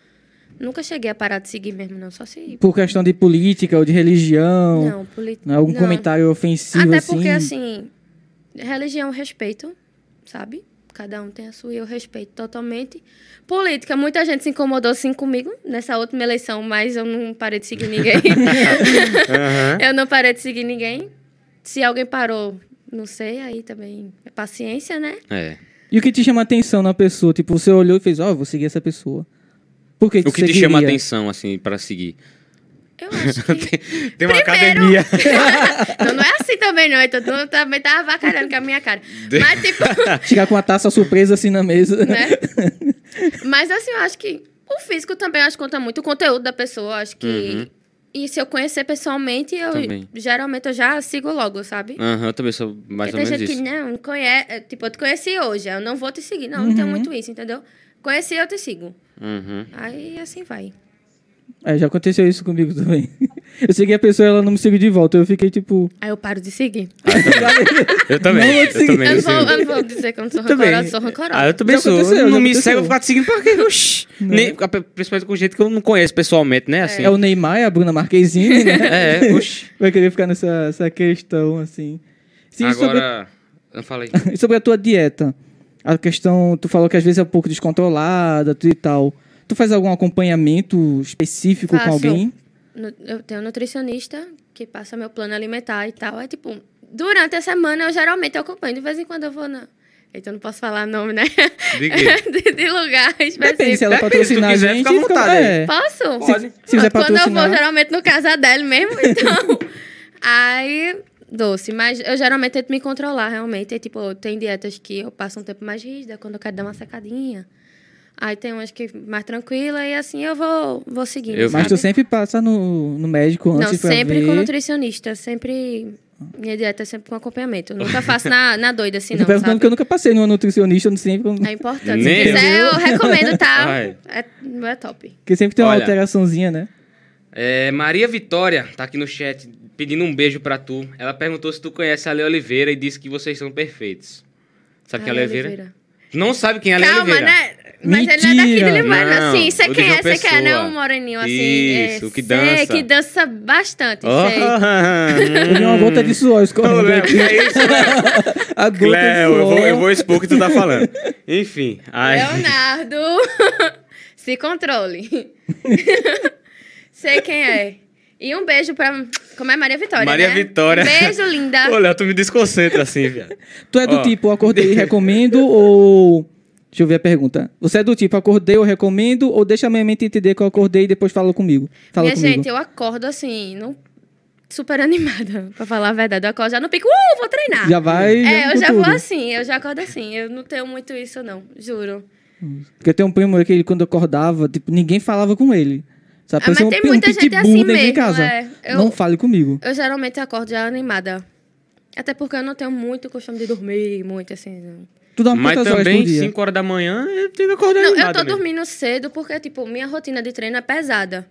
C: nunca cheguei a parar de seguir mesmo, não. Só se.
D: Por questão de política ou de religião,
C: Não, política.
D: é algum
C: não.
D: comentário ofensivo
C: Até
D: assim.
C: porque, assim, religião eu respeito, sabe? Cada um tem a sua e eu respeito totalmente. Política, muita gente se incomodou sim comigo nessa última eleição, mas eu não parei de seguir ninguém.
A: É,
C: É
A: Aham.
C: eu não parei de seguir ninguém. Se alguém parou, não sei, aí também é paciência, né?
A: É.
D: E o que te chama a atenção na pessoa? Tipo, você olhou e fez, ó, eu vou seguir essa pessoa. Por que
A: O que
D: você
A: te chama a
D: queria?
A: atenção, assim, pra seguir?
C: Eu acho que.
A: Tem uma
C: Primeiro-
A: academia.
C: não, não é assim também, não. Então, tu também tava avacalhando com a minha cara. Mas, tipo.
D: Chegar com uma taça surpresa assim na mesa.
C: né? Mas assim, eu acho que o físico também eu acho que conta muito, o conteúdo da pessoa, eu acho que.
A: Uhum.
C: E se eu conhecer pessoalmente, eu
A: Também.
C: geralmente eu já sigo logo, sabe?
A: Aham, eu também sou mais
C: Porque
A: ou
C: tem
A: menos
C: gente
A: isso.
C: que não, não conhece. Tipo, eu te conheci hoje, eu não vou te seguir. Não, não tem muito isso, entendeu? Conheci, eu te sigo.
A: Uhum.
C: Aí assim vai.
D: É, já aconteceu isso comigo também. Eu segui a pessoa e ela não me seguiu de volta. Eu fiquei tipo.
C: Aí eu paro de seguir.
A: Ah, Eu também.
D: Não é vou te
A: eu
D: seguir.
A: também.
C: eu, não
A: eu
C: vou,
A: sigo.
C: eu não vou dizer que eu não sou
D: Também.
C: rancorosa, eu sou rancorosa.
A: Ah, eu também
D: Já
A: sou.
D: aconteceu,
A: não
D: já
A: me
D: aconteceu. Né?
A: segue, eu vou ficar te seguindo pra quê? Oxi. Nem, principalmente com o jeito que eu não conheço pessoalmente, né? Assim.
D: É o Neymar, é a Bruna Marquezine, né?
A: É, é, oxi.
D: Vai querer ficar nessa essa questão, assim. Sim,
A: Agora. Eu falei.
D: sobre, e sobre a tua dieta. A questão, tu falou que às vezes é um pouco descontrolada tu e tal. Tu faz algum acompanhamento específico
C: Faço.
D: com alguém?
C: Nu- Eu tenho um nutricionista que passa meu plano alimentar e tal. É tipo, durante a semana eu geralmente acompanho. De vez em quando eu vou na. Eita, eu não posso falar nome, né?
A: De quê?
C: de, de lugar específico.
D: Depende se ela
A: Depende, se tu
D: patrocinar a
A: quiser,
D: gente.
A: fica à vontade aí.
D: é.
C: Posso?
A: Pode. Se-
D: se quiser
C: Quando eu vou,
D: patrocinar.
C: geralmente no casa dela mesmo, então. Aí, doce. Mas eu geralmente tento me controlar, realmente. É, tipo, tem dietas que eu passo um tempo mais rígida, quando eu quero dar uma secadinha. Aí tem umas que mais tranquila e assim eu vou, vou seguindo.
A: Eu-
D: Mas
C: sabe?
D: tu sempre passa no, no médico antes
C: Não,
D: pra
C: sempre
D: ver.
C: com nutricionista, sempre. Minha dieta é sempre com acompanhamento. Eu nunca faço na, na doida assim,
D: Eu tô
C: não.
D: perguntando
C: Sabe?
D: porque eu nunca passei numa nutricionista, eu não sempre,
C: É
A: Nem
C: importante. Se quiser,
D: eu.
C: eu recomendo, tá?
A: Ai.
C: É, é top.
D: porque sempre tem uma
A: Olha.
D: alteraçãozinha, né?
A: É, Maria Vitória tá aqui no chat pedindo um beijo pra tu. Ela perguntou se tu conhece a Ale Oliveira e disse que vocês são perfeitos. Sabe quem é a Ale Oliveira? Não sabe quem é a Ale
C: Calma,
A: Oliveira.
C: né? Mas ele é daqui
D: Mentira.
C: de Limana,
A: Não,
C: assim.
A: o
C: Você
A: de
C: quem
A: João
C: é? Você quer, né?
A: Pessoa.
C: Um moreninho, assim.
A: Isso,
C: é,
A: que
C: sei,
A: dança.
C: que dança bastante,
A: Oh.
C: sei.
D: Eu dei uma gota de
A: Hum.
D: suor
A: Ô,
D: escorrendo.
A: Léo,
D: aqui.
A: que é isso,
D: A gota
A: Cléo,
D: de
A: eu
D: suor.
A: vou, eu vou expor o que tu tá falando. Enfim. Ai.
C: Leonardo, se controle. Sei quem é. E um beijo pra... Como é? Maria Vitória,
A: Maria
C: né?
A: Vitória.
C: Beijo, linda.
A: Ô, Léo, tu me desconcentra assim, viado.
D: Tu é do
A: Ó.
D: tipo, acordei e recomendo ou... Deixa eu ver a pergunta. Você é do tipo, acordei ou recomendo ou deixa a minha mente entender que eu acordei e depois fala comigo? Fala
C: Minha
D: comigo.
C: gente, eu acordo assim, não... super animada, pra falar a verdade. Eu acordo já no pico, uh, vou treinar.
D: Já vai...
C: é, eu
D: com
C: já
D: tudo.
C: vou assim, eu já acordo assim. Eu não tenho muito isso, não, juro.
D: Porque tem um primo que ele, quando acordava, tipo, ninguém falava com ele. Sabe?
C: Ah, mas
D: Parecia um,
C: tem
D: pi- um
C: muita gente
D: pitbull
C: assim
D: dentro de
C: mesmo,
D: casa.
C: é. Eu-
D: Não fale comigo.
C: Eu geralmente acordo já animada. Até porque eu não tenho muito costume de dormir, muito assim. Não,
D: Tu dá uma
A: Mas
D: quantas horas por
A: também,
D: dia?
A: 5 horas da manhã, eu tenho que
D: é
A: acordar
C: Não, eu
A: animado
C: tô
A: mesmo.
C: dormindo cedo porque, tipo, minha rotina de treino é pesada.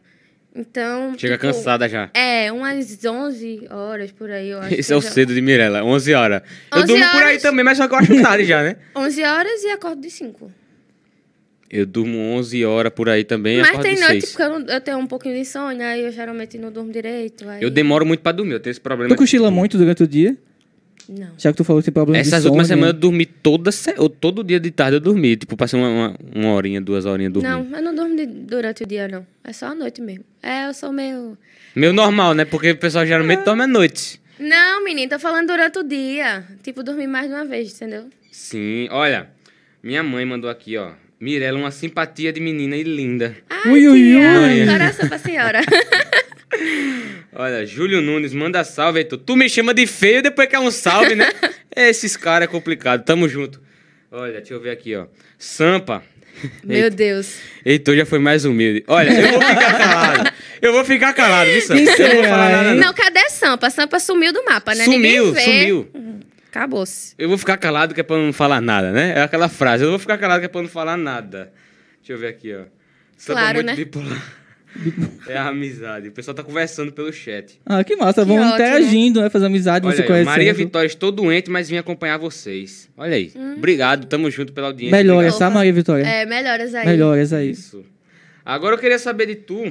C: Então.
A: Chega
C: tipo,
A: cansada já.
C: É, umas 11 horas por aí, eu acho.
A: Esse
C: que
A: é
C: eu
A: o
C: já-
A: cedo de Mirella, 11 horas. eu
C: 11
A: durmo por aí
C: horas.
A: também, mas só que eu acho tarde já, né?
C: 11 horas e acordo de 5.
A: Eu durmo 11 horas por aí também,
C: Mas
A: acordo
C: tem
A: de
C: noite,
A: seis.
C: porque eu, não- eu tenho um pouquinho de sono, aí eu geralmente não durmo direito. Aí...
A: Eu demoro muito pra dormir, eu tenho esse problema.
D: Tu cochila muito durante o dia?
C: Não.
D: Já que tu falou que tem problema de
A: Essas
D: sono. né?
A: últimas semanas eu dormi toda se... eu, todo dia de tarde eu dormi. Tipo, passei uma, uma, uma horinha, duas horinhas dormindo.
C: Não, eu não durmo de- durante o dia, não. É só à noite mesmo. É, eu sou meio.
A: Meu normal, né? Porque o pessoal geralmente dorme à noite.
C: Não, menino, tô falando durante o dia. Tipo, dormir mais de uma vez, entendeu?
A: Sim, olha. Minha mãe mandou aqui, ó. Mirella, uma simpatia de menina e linda.
C: Ai,
D: Ui, ui,
C: tia,
A: ui.
C: um coração pra senhora.
A: Olha, Júlio Nunes, manda salve, Heitor. Tu me chama de feio depois que é um salve, né? Esses caras é complicado. Tamo junto. Olha, deixa eu ver aqui, ó. Sampa.
C: Meu Deus.
A: Heitor já foi mais humilde. Olha, eu vou ficar calado. Eu vou ficar calado, viu, Sampa?
D: Quem
A: Eu não vou
D: será,
A: falar nada,
D: hein?
A: não.
C: Não, cadê Sampa? Sampa sumiu do mapa, né?
A: Sumiu,
C: Ninguém vê.
A: sumiu.
C: Acabou-se.
A: Eu vou ficar calado que é pra não falar nada, né? É aquela frase. Eu vou ficar calado que é pra não falar nada. Deixa eu ver aqui, ó. Sampa
C: Claro,
A: muito
C: né?
A: bipolar. É a amizade. O pessoal tá conversando pelo chat.
B: Ah, que massa.
C: Que
B: Vamos
C: ótimo.
B: interagindo, né? Fazer amizade,
A: Olha
B: você
A: aí, ó,
B: conhece.
A: Maria Vitória, estou doente, mas vim acompanhar vocês. Olha aí.
C: Hum.
A: Obrigado, tamo junto pela audiência.
B: Melhoras,
C: Opa.
B: tá, Maria Vitória?
C: É, melhoras aí.
B: Melhoras aí.
A: Isso. Agora eu queria saber de tu.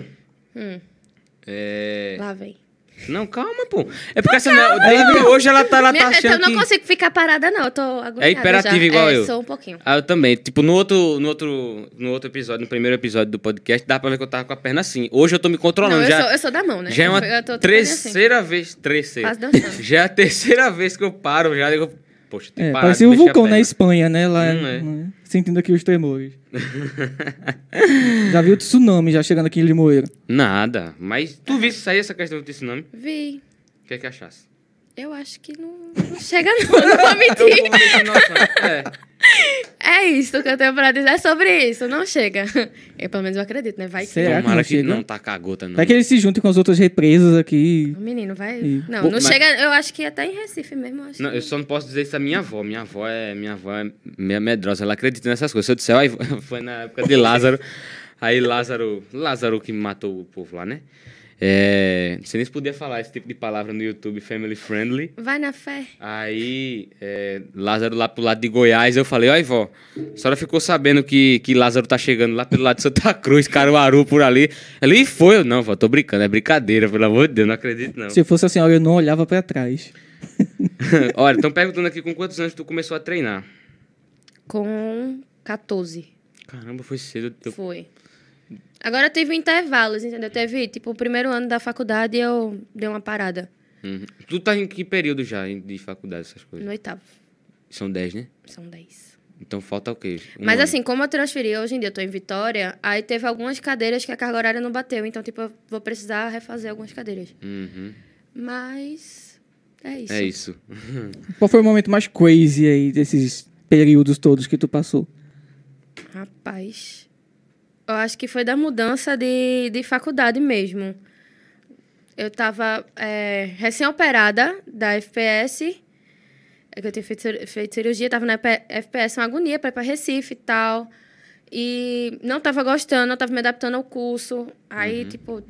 C: Hum,
A: É...
C: Lá vem.
A: Não, calma, pô. É porque assim, né, desde hoje ela tá, ela tá
C: Minha gente, eu
A: achando
C: não
A: que...
C: consigo ficar parada, não. Eu tô agoniada
A: imperativa
C: já.
A: igual
C: é,
A: eu.
C: sou um pouquinho.
A: Ah, eu também. Tipo, no outro, no, outro, no outro episódio, no primeiro episódio do podcast, dá pra ver que eu tava com a perna assim. Hoje eu tô me controlando.
C: não, eu,
A: já,
C: sou, eu sou da mão, né?
A: já é
C: Eu
A: uma
C: fui- eu tô tentando assim.
A: terceira vez. Terceira.
C: Quase dançando.
A: Já é a terceira vez que eu paro. Já digo, poxa, tem que
B: É,
A: parar.
B: parecia
A: de
B: um
A: mexer a
B: vulcão na
A: perna.
B: Espanha, né? Lá,
A: Hum, é.
B: né? Sentindo aqui os tremores. já viu o tsunami já chegando aqui em Limoeiro.
A: Nada. Mas tu viste sair essa questão do tsunami?
C: Vi.
A: O que é que achasse?
C: Eu acho que não, não chega, não. Não vou
A: Eu
C: mentir.
A: vou deixar noção. É.
C: É isso que eu tenho pra dizer é sobre isso. Não chega. Eu, pelo menos, eu acredito, né? Vai que.
B: Será? que
A: É, Tomara
B: é, não
A: que
B: chega?
A: não tá com a gota, não.
B: Até que eles se juntem com as outras represas aqui.
C: O menino vai.
B: Ih.
C: Não,
A: Pô,
C: não
A: mas-
C: chega. Eu acho que até em Recife mesmo. eu Acho
A: Não,
C: que-
A: eu só não posso dizer isso da minha avó. Minha avó é, minha avó é meio medrosa, ela acredita nessas coisas. Se eu disser, "Ai, foi na época de Lázaro. Aí Lázaro, Lázaro que matou o povo lá, né? É, não sei nem se podia falar esse tipo de palavra no YouTube, family friendly.
C: Vai na fé.
A: Aí, é, Lázaro lá pro lado de Goiás, eu falei, ó, vó, a senhora ficou sabendo que, que Lázaro tá chegando lá pelo lado de Santa Cruz, Caruaru, por ali. Ela, e foi? Eu, não, vó, tô brincando, é brincadeira, pelo amor de Deus, não acredito não.
B: Se eu fosse a senhora, eu não olhava pra trás.
A: Olha, estão perguntando aqui com quantos anos tu começou a treinar.
C: Com 14.
A: Caramba, foi cedo. Eu...
C: Foi. Agora teve intervalos, entendeu? Teve, tipo, o primeiro ano da faculdade eu dei uma parada
A: Uhum. Tu tá em que período já em- de faculdade, essas coisas?
C: no oitavo.
A: São 10, né?
C: São 10.
A: Então falta o quê? Um
C: Mas
A: ano.
C: assim, como eu transferi, hoje em dia eu tô em Vitória, aí teve algumas cadeiras que a carga horária não bateu, então, tipo, eu vou precisar refazer algumas cadeiras.
A: Uhum.
C: Mas. É isso.
A: É isso.
B: Qual foi o momento mais crazy aí desses períodos todos que tu passou?
C: Rapaz. Eu acho que foi da mudança de, de faculdade mesmo. Eu tava é, recém-operada da FPS. É que eu tinha feito, cir- feito cirurgia, tava na EP FPS, uma agonia pra ir pra Recife e tal. E não tava gostando, não tava me adaptando ao curso. Aí,
B: Uhum.
C: tipo,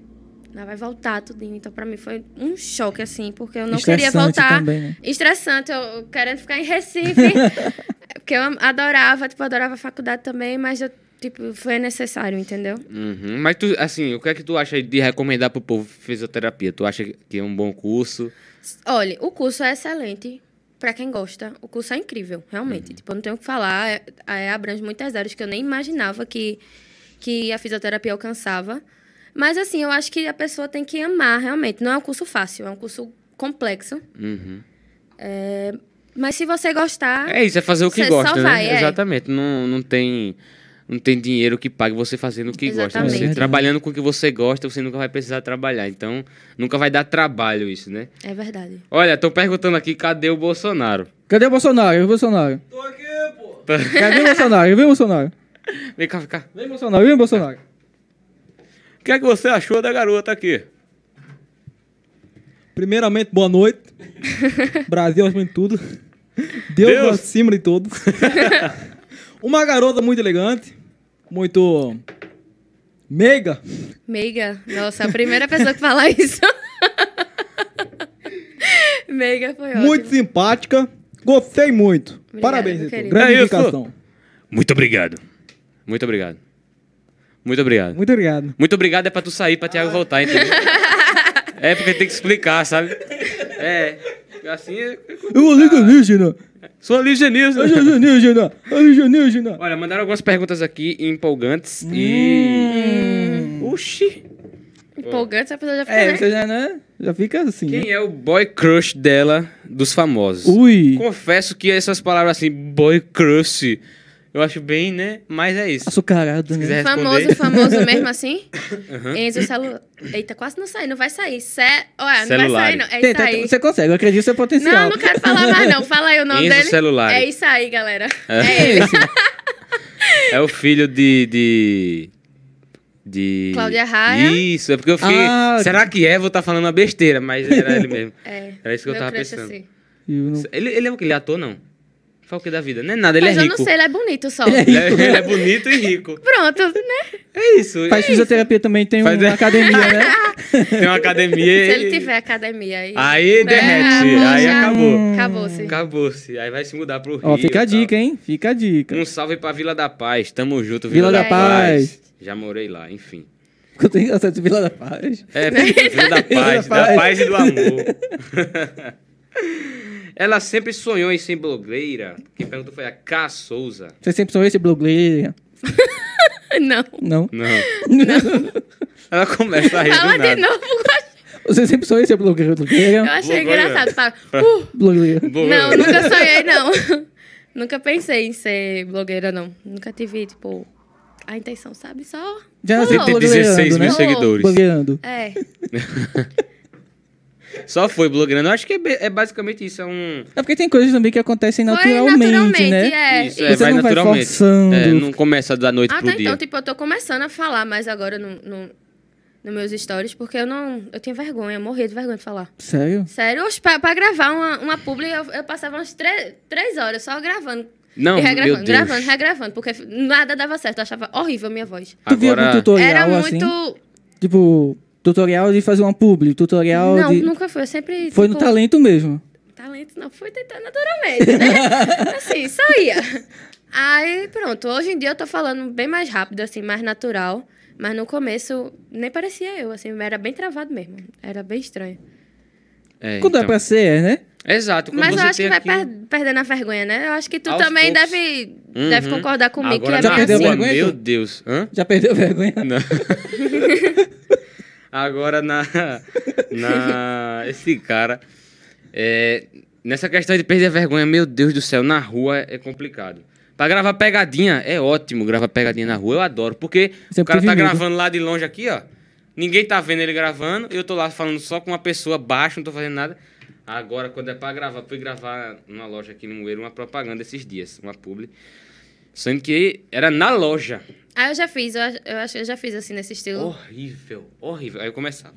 C: lá vai voltar tudinho. Então, pra mim foi um choque, assim, porque eu não queria
B: Estressante
C: voltar
B: também, né?
C: estressante, eu eu querendo ficar em Recife. porque eu am- adorava, tipo, adorava a faculdade também, mas eu, tipo, foi necessário, entendeu?
A: Uhum. Mas tu, assim, o que é que tu acha de recomendar pro povo fisioterapia? Tu acha que é um bom curso?
C: Olha, o curso é excelente pra quem gosta. O curso é incrível, realmente. Tipo, eu não tenho o que falar, é, é, abrange muitas áreas que eu nem imaginava que, que a fisioterapia alcançava. Mas, assim, eu acho que a pessoa tem que amar, realmente. Não é um curso fácil, é um curso complexo. É,
A: Uhum.
C: Mas se você gostar,
A: É isso, é fazer o que
C: Ah, Cê só
A: gosta,
C: vai,
A: né?
C: é.
A: Exatamente. Não, não tem... Não tem dinheiro que pague você fazendo o que gosta. né?
C: Exatamente.
A: Você trabalhando com o que você gosta, você nunca vai precisar trabalhar. Então, nunca vai dar trabalho isso, né?
C: é verdade.
A: Olha, estão perguntando aqui, cadê o Bolsonaro?
B: Cadê o Bolsonaro? Cadê o Bolsonaro?
D: Tô aqui, pô.
B: Cadê o Bolsonaro? Vem o Bolsonaro.
A: Vem cá, vem cá.
B: Vem o Bolsonaro, vem o Bolsonaro.
A: O que é que você achou da garota aqui?
D: Primeiramente, boa noite. Brasil acima de tudo. Deus,
A: Deus.
D: acima de tudo. Uma garota muito elegante, muito meiga.
C: É Meiga. Nossa, a primeira pessoa que falar isso. Meiga foi ótimo.
D: Muito simpática. Gostei muito. Parabéns, Heitor.
C: querido.
D: Grande
A: É isso.
D: indicação.
A: Muito obrigado. Muito obrigado. Muito obrigado.
D: Muito obrigado.
A: Muito obrigado é pra tu sair, pra Thiago voltar, entendeu? é, porque tem que explicar, sabe? É. Assim é...
D: Eu alienígena.
A: Sou aligenista.
D: Eu alienígena. Alienígena.
A: Olha, mandaram algumas perguntas aqui empolgantes e... Oxi.
C: Empolgante, a pessoa já fica,
B: É,
C: né?
B: você já, né? Já fica assim.
A: Quem é o boy crush dela dos famosos?
B: Ui.
A: Confesso que essas palavras assim, boy crush, eu acho bem, né? Mas é isso.
B: Açucarado, né?
A: quiser-
C: Famoso,
A: responder.
C: famoso mesmo assim.
A: Uhum.
C: Enzo Celu... Eita, quase não sai, não vai sair. Cé... Olha, não vai
A: Celular.
C: sair, não. É isso
B: Tenta,
C: aí.
B: você consegue, eu acredito no seu
C: Não,
B: potencial.
C: não quero falar mais, não. Fala aí o nome
A: Enzo
C: dele.
A: Celular.
C: É isso aí, galera. É, ele.
A: É o filho de. de... De.
C: Cláudia Raia.
A: Isso, é porque eu fiquei.
B: Ah.
A: Será que é? Vou estar falando uma besteira, mas era ele mesmo.
C: É.
A: Era isso que eu
C: Meu
A: tava
C: crush,
A: pensando.
C: assim.
B: Eu não-
A: Ele, ele é o que? Ele é ator, não? Faz o que da vida? Não é nada, ele
C: Mas
A: é
C: eu
A: rico.
C: não sei, ele é bonito só.
A: Ele é, ele é bonito e rico.
C: Pronto, né?
A: É isso.
B: Faz fisioterapia também, tem
A: Faz-
B: uma academia, né?
A: Tem uma academia.
C: Se ele
A: e-
C: tiver academia aí.
A: Aí derrete, aí acabou.
C: Acabou-se.
A: Acabou-se. Aí vai se mudar pro Rio.
B: Ó, fica a
A: e tal.
B: dica, hein? Fica a dica.
A: Um salve pra Vila da Paz. Tamo junto,
B: Vila da Paz.
A: Já morei lá, enfim.
B: Eu tenho acesso Vila da Paz.
A: É, Vila da Paz,
B: Vila da
A: da
B: Paz.
A: paz e do amor. Ela sempre sonhou em ser blogueira. Quem perguntou foi a K. Souza.
B: Você sempre são esse blogueira?
A: Hum.
C: Não.
B: Não.
A: Não. Ela começa a rir
C: Fala
A: Tá do nada.
C: de novo.
B: Você sempre sou esse blogueira?
C: Eu
B: Blogueira?
C: achei
A: Blogueira.
C: engraçado. Fala, uh,
B: Blogueira.
C: não, nunca sonhei, não. nunca pensei em ser blogueira, não. Nunca tive, tipo, a intenção, sabe? Só.
B: Já
C: rolou.
B: sei
A: Tem
B: blogueirando,
A: 16 mil
B: né?
A: seguidores.
B: Blogueirando.
C: É.
A: Só foi blogueirando. Eu acho que é, be- é basicamente isso. É um...
B: É porque tem coisas também que acontecem
C: Foi
B: naturalmente,
C: naturalmente,
B: né?
C: é.
A: Isso,
C: E-
A: é,
B: Você
A: vai
B: não vai
A: naturalmente.
B: forçando.
A: É, não começa da noite pro
C: Até
A: dia.
C: então, tipo, eu tô começando a falar mais agora no, no, no meus stories, porque eu não. Eu tinha vergonha, eu morria de vergonha de falar.
B: Sério?
C: Sério, oxe, pra, pra gravar uma, uma publi, eu, eu passava umas três, três horas só gravando.
A: Não,
C: e
A: meu
C: regravando,
A: Deus.
C: gravando, regravando, porque nada dava certo, eu achava horrível a minha voz.
B: Tu via algum
A: Agora-
B: tutorial
C: Era
B: assim?
C: muito.
B: Tipo, tutorial de fazer uma publi, tutorial
C: não,
B: de...
C: nunca foi. Eu sempre.
B: Foi no
C: tipo,
B: talento mesmo.
C: Talento não, fui tentar naturalmente, né? assim, só ia. Aí, pronto, hoje em dia eu tô falando bem mais rápido, assim, mais natural. Mas no começo nem parecia eu, assim, era bem travado mesmo. Era bem estranho.
A: É,
B: Quando é
A: então.
B: pra ser, é, né?
A: Exato. quando
C: mas eu
A: você
C: acho que
A: tem
C: vai
A: aqui-
C: per- perdendo a vergonha, né? Eu acho que tu
A: Aos
C: também
A: poucos.
C: deve,
A: Uhum.
C: deve concordar comigo
A: Agora
C: que
A: na
C: é
B: Já
C: bem
B: perdeu a
A: rua,
C: assim.
B: vergonha,
A: Meu
B: tu?
A: Deus. Hã?
B: Já perdeu a vergonha?
A: Não. Agora na, na. Esse cara. é, nessa questão de perder a vergonha, meu Deus do céu, na rua é complicado. Pra gravar pegadinha, é ótimo gravar pegadinha na rua, eu adoro. Porque
B: Sempre
A: o cara
B: tive
A: tá
B: medo.
A: gravando lá de longe aqui, ó. Ninguém tá vendo ele gravando, eu tô lá falando só com uma pessoa baixo, não tô fazendo nada. Agora, quando é pra gravar, fui gravar numa loja aqui no Moeiro uma propaganda esses dias, uma publi. Sendo que era na loja.
C: Ah, eu já fiz, eu, ach- eu acho que eu já fiz assim nesse
A: Oh,
C: estilo.
A: Horrível, horrível. Aí eu começava.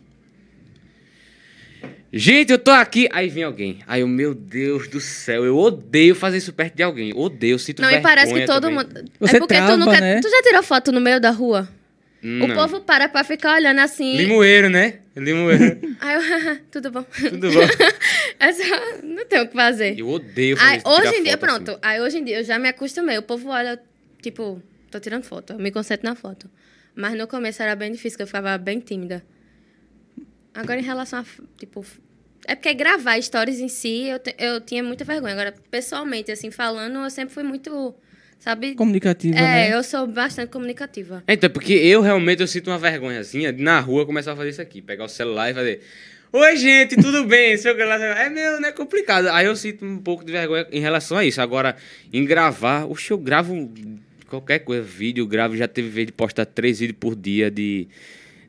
A: Gente, eu tô aqui. Aí vem alguém. Aí eu, meu Deus do céu, eu odeio fazer isso perto de alguém. Odeio, sinto
C: não,
A: vergonha
C: e parece que todo
A: também.
C: mundo.
B: Você
C: é porque
B: trava,
C: tu nunca.
B: né?
C: Tu já tirou foto no meio da rua?
A: Não.
C: O povo para pra ficar olhando assim.
A: Limoeiro, né? Limoeiro.
C: Aí eu, tudo bom.
A: Tudo bom.
C: É só- não tem o que fazer.
A: Eu odeio fazer
C: Aí,
A: isso. tirar
C: hoje em dia,
A: foto
C: pronto.
A: assim.
C: Aí hoje em dia eu já me acostumei. O povo olha, tipo, tô tirando foto. Eu me concentro na foto. Mas no começo era bem difícil, que eu ficava bem tímida. Agora, em relação a, f- tipo... f- É porque gravar stories em si, eu, te- eu tinha muita vergonha. Agora, pessoalmente, assim, falando, eu sempre fui muito, sabe?
B: Comunicativa,
C: é,
B: né?
C: eu sou bastante comunicativa.
A: Então, porque eu realmente eu sinto uma vergonhazinha de na rua começar a fazer isso aqui. Pegar o celular e fazer. Oi, gente, tudo bem? Seu celular é meu, não é complicado. Aí eu sinto um pouco de vergonha em relação a isso. Agora, em gravar, oxe, eu gravo qualquer coisa, vídeo, gravo, já teve vez de postar três vídeos por dia de.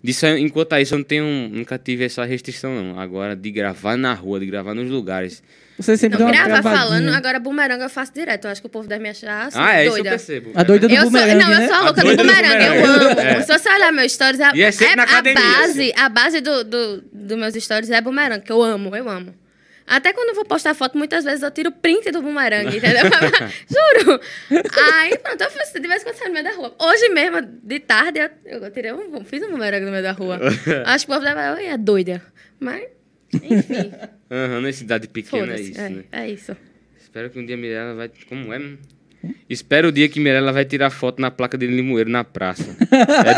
A: Disso, enquanto isso, eu não tenho, nunca tive essa restrição, não. Agora, de gravar na rua, de gravar nos lugares.
B: Você sempre
C: Não,
B: dá uma
C: grava
B: gravadinha.
C: falando, agora bumerangue eu faço direto. Eu acho que o povo deve me achar assim,
A: ah, é, isso eu
C: doida.
A: percebo. É
B: A doida do
C: Eu sou, não,
B: bumerangue, né?
C: eu sou a
A: A
C: louca do
A: doida do
C: bumerangue, eu amo.
A: bumerangue. É.
C: Se você olhar meus stories, a,
A: E é sempre na academia,
C: a base,
A: assim.
C: a base do, do, do meus stories é bumerangue, que eu amo, eu amo. Até quando eu vou postar foto, muitas vezes eu tiro print do bumerangue, entendeu? Juro. Aí, pronto, eu faço de vez em quando saio no meio da rua. Hoje mesmo, de tarde, eu, eu tirei um, fiz um bumerangue no meio da rua. Acho que o povo deve, "Oi, é doida. Mas, enfim,
A: Aham, na cidade pequena é
C: foda-se.
A: isso,
C: É,
A: né?
C: é isso.
A: Espero que um dia Mirella vai. Como é? mesmo? Espero o dia que Mirella vai tirar foto na placa de limoeiro na praça.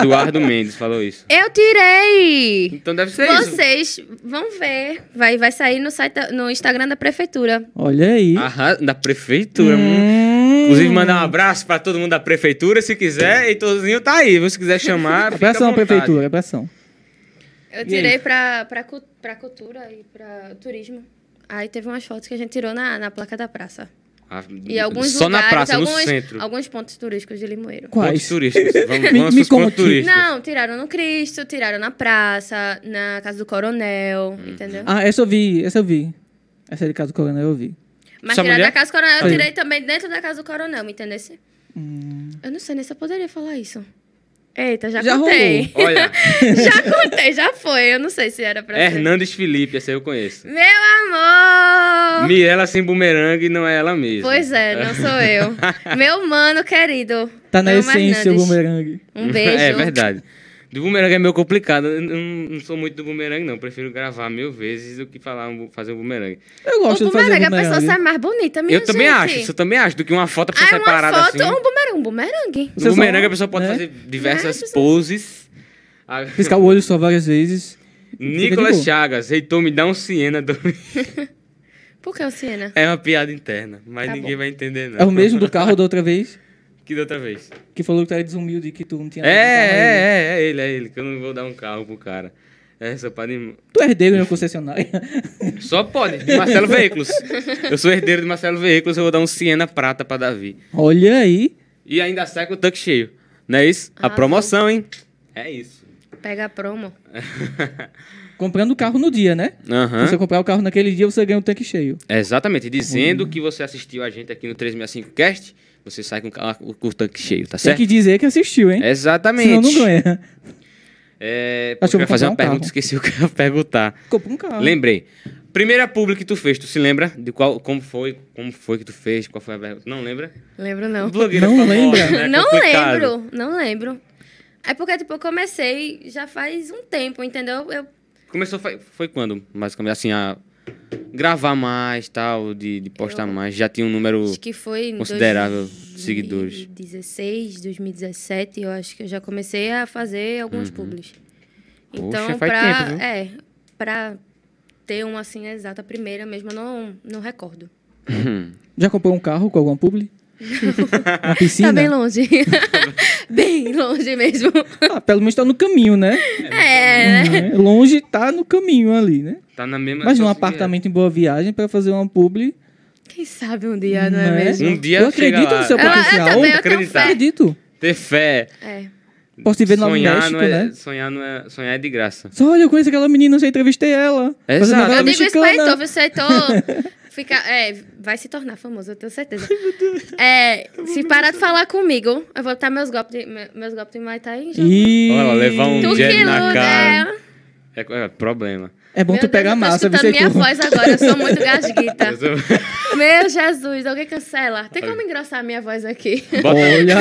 A: Eduardo Mendes falou isso.
C: Eu tirei!
A: Então deve ser isso.
C: Vocês vão ver. Vai, vai sair no, site da- no Instagram da prefeitura.
B: Olha aí.
A: Arra- da prefeitura. hum.
B: Hum.
A: Inclusive, mandar um abraço pra todo mundo da prefeitura, se quiser. Heitorzinho tá aí. viu? Se quiser
D: é
A: chamar, fica à
B: Abração,
A: vontade.
B: prefeitura, abração.
C: Eu tirei pra, pra, cu- pra cultura e pra turismo. Aí teve umas fotos que a gente tirou na, na placa da praça.
A: Ah,
C: E alguns
A: Só
C: lugares,
A: na praça,
C: alguns,
A: no centro.
C: alguns pontos turísticos de Limoeiro.
A: Pontos
B: Quais?
A: turísticos. Vamos,
B: Me-
A: vamos
B: me
A: pros pontos
B: conte.
A: turísticos.
C: Não, tiraram no Cristo, tiraram na praça, na casa do coronel, entendeu?
B: Ah, essa eu vi, essa eu vi. Essa é de casa do coronel, eu vi.
C: Mas
A: Sua
C: tiraram
A: mulher?
C: da casa do coronel, eu
B: Sim.
C: tirei também dentro da casa do coronel, me entendeu?
A: Hum.
C: Eu não sei nem se eu poderia falar isso. Eita, já,
B: Já
C: contei.
A: Olha,
C: já
A: É
C: contei, já foi. Eu não sei se era pra ser.
A: Hernandes Felipe, essa aí eu conheço.
C: Meu amor! sou.
A: Mirella sem bumerangue não é ela mesma.
C: Pois é, não sou eu. Meu mano querido.
D: Tá na
C: Elma
D: essência o
C: Hernandes.
D: bumerangue.
C: Um beijo.
A: É verdade. Do bumerangue é meio complicado. Eu não, não sou muito do bumerangue, não. Prefiro gravar mil vezes do que falar, um- fazer um bumerangue.
D: Eu
C: O
D: gosto de fazer
C: bumerangue, a pessoa
D: bumerangue.
C: sai mais bonita, minha
A: eu também
C: gente.
A: acho, isso eu também acho. Do que uma foto, a pessoa
C: Ah,
A: sai
C: uma
A: parada
C: foto,
A: assim.
C: um bumerangue, um bumerangue.
A: No
D: Você
A: bumerangue
D: só-
A: a pessoa pode
D: né?
A: fazer diversas
C: Né, pessoal?
A: poses. Ah,
D: Piscar o olho só várias vezes.
A: Nicolas
D: boa.
A: Chagas, reitor, me dá um Siena. do-
C: Por que o Siena?
A: É uma piada interna, mas
C: Tá
A: ninguém vai entender, não.
D: É o mesmo do carro da outra vez,
A: Que da outra vez.
D: que falou que tu era desumilde e que tu não tinha...
A: É,
D: dado o carro né? a ele.
A: é, é, é ele, é ele, que eu não vou dar um carro pro cara. É, só pode.
D: Tu é herdeiro na concessionária.
A: Só pode, de Marcelo Veículos. Eu sou herdeiro de Marcelo Veículos, eu vou dar um Siena prata pra Davi.
D: Olha aí.
A: E ainda sai com o tanque cheio. Não é isso? A
C: Arrasou.
A: promoção, hein? É isso.
C: Pega a promo.
D: Comprando o carro no dia, né?
A: Aham. É
D: Se você comprar o carro naquele dia, você ganha um tanque cheio.
A: Exatamente. Dizendo que você assistiu a gente aqui no 365 Cast, você sai com o ca- com o tanque cheio, tá
D: Tem
A: certo?
D: que dizer que assistiu, hein?
A: Exatamente.
D: Senão não ganha.
A: É,
D: Acho que
A: eu
D: eu
A: ia
D: vou
A: fazer
D: comprar
A: uma pergunta,
D: um carro.
A: esqueci o que eu ia perguntar.
D: Compra um carro.
A: Lembrei. Primeira publi que tu fez, tu se lembra de qual, como foi, como foi que tu fez, qual foi a pergunta? Não lembra?
C: Lembro não.
A: Blogueira
D: Não
A: famosa,
D: lembra?
A: né?
C: não
A: Complicado.
C: lembro, não lembro. É porque, tipo, eu comecei já faz um tempo, entendeu? Eu
A: Começou foi, foi quando? Mas como assim a gravar mais, tal, de, de postar mais, já tinha um número
C: acho que foi em
A: considerável de seguidores.
C: 2016, 2017, eu acho que eu já comecei a fazer alguns publis.
A: Uhum. Poxa,
C: Então,
A: faz
C: pra,
A: tempo, viu?
C: é, pra ter uma assim exata primeira mesmo, eu não, não recordo.
D: Já comprou um carro com alguma publi? Uma piscina?
C: Tá bem
A: né?
C: longe. bem longe mesmo.
D: Ah, pelo menos tá no caminho, né?
C: É, né?
D: Uhum. Longe tá no caminho ali, né?
A: Tá na mesma
D: Mas um
A: só se-
D: apartamento em Boa Viagem pra fazer uma publi.
C: Quem sabe um dia, não é
D: Né?
C: mesmo?
A: Um dia
D: Eu
A: chega
D: acredito
A: lá.
D: no seu
A: Ela-
D: potencial.
C: eu também, eu tenho
A: Acreditar.
C: fé.
D: Acredito.
A: Ter fé.
C: É.
D: Posso te ver no
A: sonhar,
D: México,
A: não é,
D: né?
A: sonhar não é, sonhar é de graça.
D: Só olha, eu conheço aquela menina, já entrevistei ela.
A: Exato.
D: Fazendo novela
C: Eu digo isso pra
D: mexicana.
C: Heitor, viu? Se o Heitor fica, é, vai se tornar famoso, eu tenho certeza. É, se parar de falar comigo, eu vou botar meus golpes de, me- meus golpes de Muay Thai em jogo.
D: E...
A: Olha, levar um
C: Tu
A: jab
C: que
A: na
C: luda,
A: cara.
C: é.
A: É, co- é problema.
D: É bom
C: Meu
D: tu
C: Deus,
D: pegar
C: eu tô
D: massa, viu,
C: escutando minha
D: Heitor?
C: voz agora, eu sou muito gasguita.
A: Eu sou-
C: Meu Jesus, alguém cancela. Tem como engrossar minha voz aqui?
D: Olha,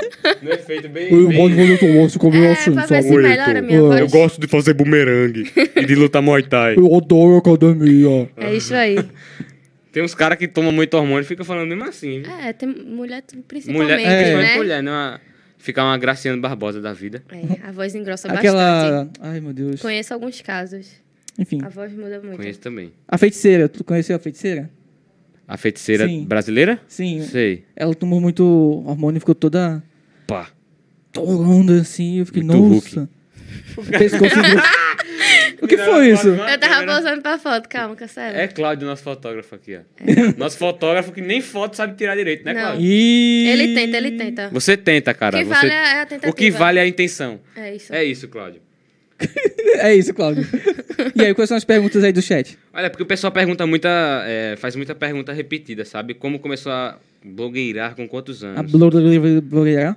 A: No efeito bem.
E: Eu
A: bem-
E: gosto de fazer osso como
C: É,
E: eu
C: pra
E: assunto,
C: ver se
E: sabe?
C: melhora a minha
E: Eu
C: voz.
A: gosto de fazer bumerangue e de lutar muay thai.
E: Eu adoro academia.
C: É isso aí.
A: Tem uns caras que tomam muito hormônio e ficam falando mesmo assim. viu?
C: É, tem mulher tu- principalmente,
A: Mulher, principalmente
C: né?
A: mulher, né? Uma- Ficar uma Graciana Barbosa da vida.
C: É, a voz engrossa bastante.
D: aquela... Ai, meu Deus.
C: Conheço alguns casos.
D: Enfim.
C: A voz muda muito.
A: Conheço também.
D: A feiticeira, tu conheceu a feiticeira?
A: A feiticeira
D: Sim.
A: brasileira?
D: Sim.
A: Sei.
D: Ela tomou muito hormônio e ficou toda
A: Pá.
D: torando assim. Eu fiquei,
A: Muito
D: nossa. Pescoço do... O que foi isso?
C: Eu tava posando pra foto, calma, cancela.
A: É Cláudio, nosso fotógrafo aqui, ó. Nosso fotógrafo que nem foto sabe tirar direito, né,
C: É. Não.
A: Cláudio?
D: E...
C: Ele tenta, ele tenta.
A: Você tenta, cara.
C: O que
A: você-
C: vale é a tentativa.
A: O que vale é a intenção.
C: É isso.
A: É isso, Cláudio.
D: É isso, Cláudio. e aí, quais são as perguntas aí do chat?
A: Olha, porque o pessoal pergunta muita. é, faz muita pergunta repetida, sabe? Como começou a blogueirar com quantos
D: A
A: anos?
D: blá, blá, blá, blá, blá.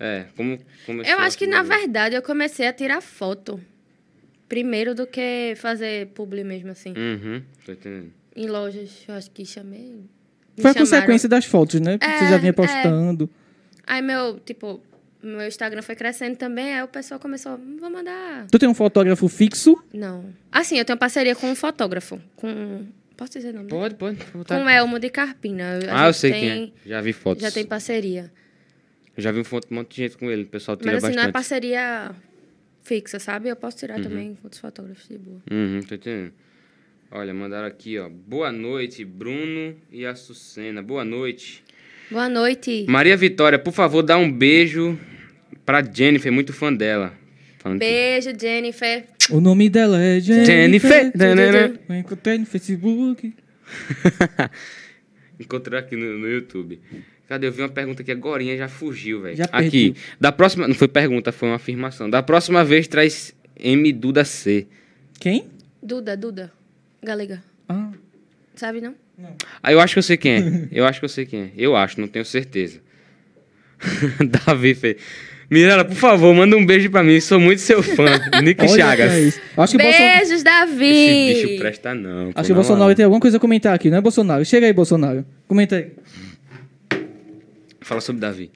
A: É, como começou.
C: Eu acho que, na
A: blogueirar?
C: verdade, eu comecei a tirar foto. Primeiro do que fazer publi mesmo, assim.
A: Uhum, tô entendendo.
C: Em lojas, eu acho que chamei. me
D: Foi a
C: chamaram.
D: consequência das fotos, né? Porque você
C: É,
D: já vinha
C: é.
D: postando.
C: Aí meu, tipo, meu Instagram foi crescendo também, aí o pessoal começou, "Hum, vou mandar.
D: Tu tem um fotógrafo fixo?
C: Não. Assim, eu tenho parceria com um fotógrafo, com. um, Posso dizer o nome? dele?
A: Pode, pode. fica à vontade.
C: Com o Elmo de Carpina. A
A: Ah, eu
C: gente
A: sei
C: tem-
A: quem é. Já vi fotos.
C: Já tem parceria.
A: Já vi um fo- um monte de gente com ele. O pessoal tira
C: Mas assim, não é
A: bastante.
C: parceria fixa, sabe? Eu posso tirar também com outros fotógrafos de boa.
A: Uhum, tô entendendo. Olha, mandaram aqui, ó. Boa noite, Bruno e a Sucena. Boa noite.
C: Boa noite.
A: Maria Vitória, por favor, dá um beijo pra Jennifer, muito fã dela. Falando que-
C: Beijo, Jennifer.
D: O nome dela é
A: Jennifer.
D: Jennifer.
A: Jennifer.
D: Eu encontrei no Facebook.
A: Encontrei aqui no, no YouTube. Cadê? Eu vi uma pergunta aqui agora e já fugiu, velho.
D: Já
A: Aqui.
D: perdi.
A: Da próxima. Não foi pergunta, foi uma afirmação. Da próxima vez traz M Duda C.
D: Quem?
C: Duda, Duda. Galega.
D: Ah,
C: Sabe, não?
A: Ah, eu acho que eu sei quem é. Eu acho que eu sei quem é. Eu acho, não tenho certeza. Davi fez. Mirella, por favor, manda um beijo pra mim. Sou muito seu fã. Nick
B: Olha
D: é
B: é
A: Chagas.
B: isso. Acho que o Bolsonaro.
C: Beijos,
A: Esse bicho
C: Davi!
A: presta não. pô,
B: Acho que o
A: na
B: Bolsonaro
A: moral.
B: tem alguma coisa a comentar aqui, não é Bolsonaro? Chega aí, Bolsonaro. Comenta aí.
A: Fala sobre Davi.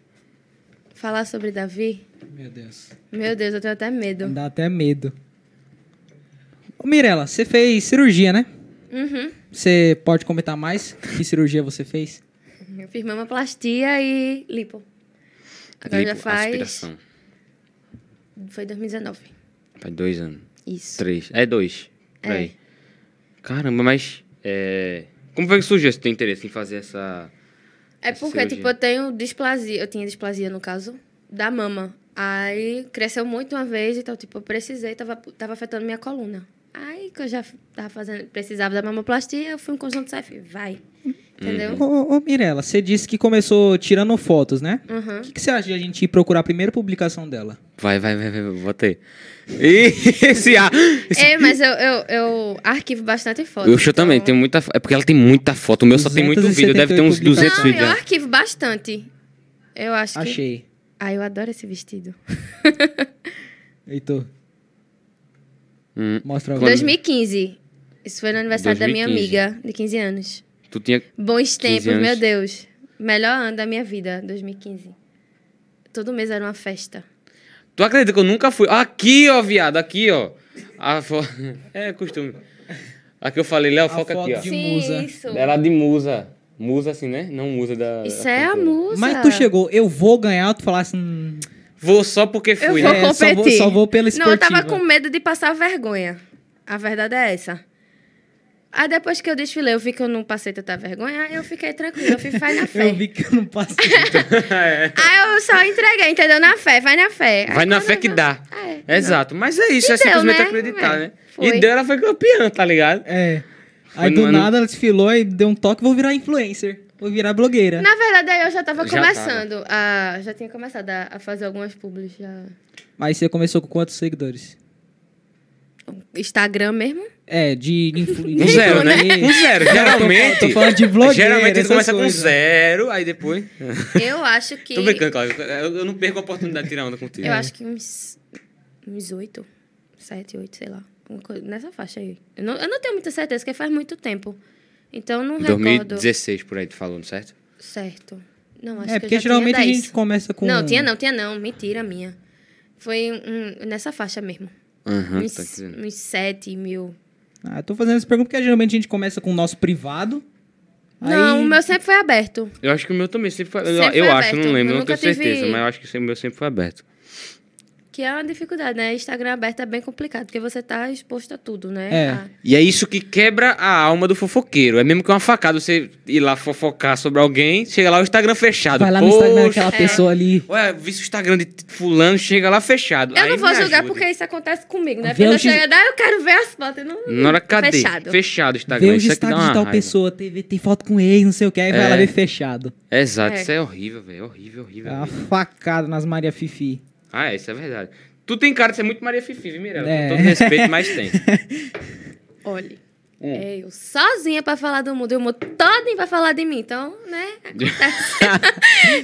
C: Falar sobre Davi?
D: Meu Deus.
C: Meu Deus, eu tenho até medo.
D: Dá até medo. Ô, Mirella, você fez cirurgia, né?
C: Uhum.
D: Você pode comentar mais que cirurgia você fez?
C: Eu fiz mamoplastia e lipo. Agora já faz.
A: Aspiração.
C: Foi 2019.
A: Faz dois anos.
C: Isso.
A: Três. É dois.
C: É.
A: Peraí. Caramba, mas. é, Como foi que surgiu esse teu interesse em fazer essa.
C: É
A: Essa
C: porque,
A: cirurgia.
C: tipo, eu tenho displasia, eu tinha displasia no caso, da mama. Aí cresceu muito uma vez, então, tipo, eu precisei, tava, tava afetando minha coluna. Aí que eu já f- tava fazendo, precisava da mamoplastia, eu fui um conjunto sai, fui, vai. Entendeu?
D: Ô, ô, ô Mirella, você disse que começou tirando fotos, né?
C: Uhum.
D: O que, que você acha de a gente ir procurar a primeira publicação dela?
A: Vai, vai, vai, vai, bota aí. Ih, esse ar. Esse...
C: É, mas eu, eu, eu arquivo bastante foto.
A: o show também,
C: então-
A: tem muita. fo- É porque ela tem muita foto. O meu só tem muito vídeo. Deve ter uns
D: 278
A: 200
C: Não,
A: vídeos.
C: eu
A: né?
C: arquivo bastante. Eu acho que...
D: Achei.
C: Ah, eu adoro esse vestido.
D: Heitor.
A: Hum.
D: Mostra agora.
C: 2015. Isso foi no aniversário da minha
A: 2015.
C: amiga, de 15 anos.
A: Tu tinha.
C: Bons
A: 15
C: tempos,
A: anos.
C: meu Deus. Melhor ano da minha vida, 2015. Todo mês era uma festa.
A: Tu acredita que eu nunca fui? Aqui, ó, viado, aqui, ó. A fo... É costume. Aqui eu falei, Léo,
D: A
A: foca
D: foto
A: aqui, ó.
D: De musa.
C: isso.
A: Ela é de musa. Musa assim, né? Não musa da.
C: Isso
A: da
C: é a
A: cantora.
C: musa.
D: Mas tu chegou, eu vou ganhar, tu falasse. Hum,
A: Vou só porque
C: Eu
A: fui,
C: vou
A: né?
D: É, só vou-
C: competir.
D: só vou pela
C: Não, eu tava
D: esportiva.
C: com medo de passar vergonha. A verdade é essa. Aí depois que eu desfilei, eu vi que eu não passei tanta vergonha, aí eu fiquei tranquila, eu fui vai na fé.
D: eu vi que eu não passei.
C: Aí eu só entreguei, entendeu? Na fé, vai na fé. Aí
A: É. Vai na
C: quando
A: fé
C: eu
A: que
C: vi-
A: dá.
C: É.
A: Exato. Mas é isso,
C: E
A: é
C: deu,
A: simplesmente
C: né?
A: acreditar,
C: É,
A: né?
C: foi.
A: E deu, ela foi campeã, tá ligado?
D: É.
A: Foi
D: Aí
A: no
D: do
A: ano-
D: nada ela desfilou e deu um toque, vou virar influencer. Vou virar blogueira.
C: Na verdade, aí eu já tava
A: Já
C: começando. A, já tinha começado a, a fazer algumas publis. Já...
D: Mas você começou com quantos seguidores?
C: Instagram mesmo.
D: É, de
A: Com
D: influencer. É,
A: zero, né? Com zero. Geralmente.
D: Tô falando de blogueira,
A: Geralmente ele
D: essas
A: começa com
D: coisas.
A: zero, aí depois.
C: Eu acho que.
A: Tô brincando, Cláudio. Eu, eu não perco a oportunidade de tirar onda
D: É.
A: contigo.
C: Eu acho que uns. Uns oito. Sete, oito, sei lá. Uma coisa, nessa faixa aí. Eu não, eu não tenho muita certeza, porque faz muito tempo. Então eu não recordo.
A: 2016 por aí, tu falando, certo?
C: Certo. Não, acho
D: É,
C: que eu
D: porque
C: já
D: geralmente
C: tinha
D: a
C: 10.
D: gente começa com. um.
C: Não, tinha não, tinha não. Mentira minha. Foi um- um- nessa faixa mesmo.
A: Aham,
C: uns,
A: tá dizendo.
C: uns sete mil.
D: Ah, eu tô fazendo essa pergunta porque geralmente a gente começa com o nosso privado.
C: Não,
D: aí-
C: o meu sempre foi aberto.
A: Eu acho que o meu também sempre foi. eu-
C: Sempre
A: eu
C: foi
A: acho,
C: aberto.
A: não lembro,
C: Eu
A: não
C: nunca
A: tenho certeza,
C: tive-
A: mas eu acho que o meu sempre foi aberto.
C: Que é uma dificuldade, né? Instagram aberto é bem complicado, porque você tá exposto a tudo, né?
D: É.
C: A-
A: E é isso que quebra a alma do fofoqueiro. É mesmo que uma facada você ir lá fofocar sobre alguém, chega lá o Instagram fechado.
B: Vai lá no Instagram daquela
C: É.
B: pessoa ali.
A: Ué, vi o Instagram de fulano, chega lá fechado.
C: Eu
A: Aí
C: não vou
A: me
C: julgar
A: ajuda.
C: porque isso acontece comigo, né?
B: Vê
C: Quando eu
B: os dis-
C: chego, ah, eu quero ver as fotos. Não,
A: Na hora, cadê? Fechado.
C: Fechado.
A: Fechado o Instagram.
D: Vê os
A: Tá, isso aqui dá
D: destaques
A: uma
D: de tal
A: raiva.
D: pessoa, teve, tem foto com ex, não sei o que, aí vai
A: É.
D: lá ver fechado.
A: Exato,
C: É.
A: isso é horrível, velho. Horrível, horrível.
D: É uma
A: horrível.
D: facada nas Maria Fifi.
A: Ah, é, isso é verdade. Tu tem cara de ser muito Maria Fifi, viu, Mirella?
D: É.
A: Com todo respeito, mas tem.
C: Olha,
A: Hum.
C: é eu sozinha pra falar do mundo, e o mundo todinho pra falar de mim. Então, né?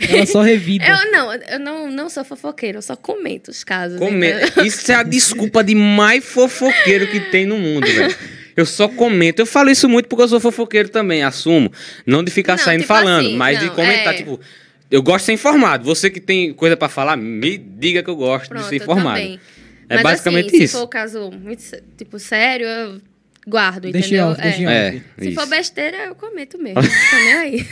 D: Ela só revida.
A: Hum.
C: Eu não, eu não, não sou fofoqueira, eu só comento os casos. entendeu?
A: Comenta. Isso é a desculpa de mais fofoqueiro que tem no mundo, velho. Eu só comento. Eu falo isso muito porque eu sou fofoqueiro também, assumo. Não de ficar
C: Não,
A: saindo
C: tipo
A: falando,
C: assim,
A: mas de
C: não,
A: comentar,
C: é.
A: tipo... Eu gosto de ser informado. Você que tem coisa pra falar, me diga que eu gosto
C: Pronto,
A: de ser
C: eu
A: informado.
C: também.
A: É
C: Mas,
A: basicamente
C: assim,
A: isso.
C: Se for um caso muito, sé- tipo, sério, eu guardo,
D: Deixa em
C: entendeu?
D: off, deixa em
C: É.
D: off.
A: É,
C: Se
A: isso.
C: for besteira, eu comento mesmo. Tô nem aí.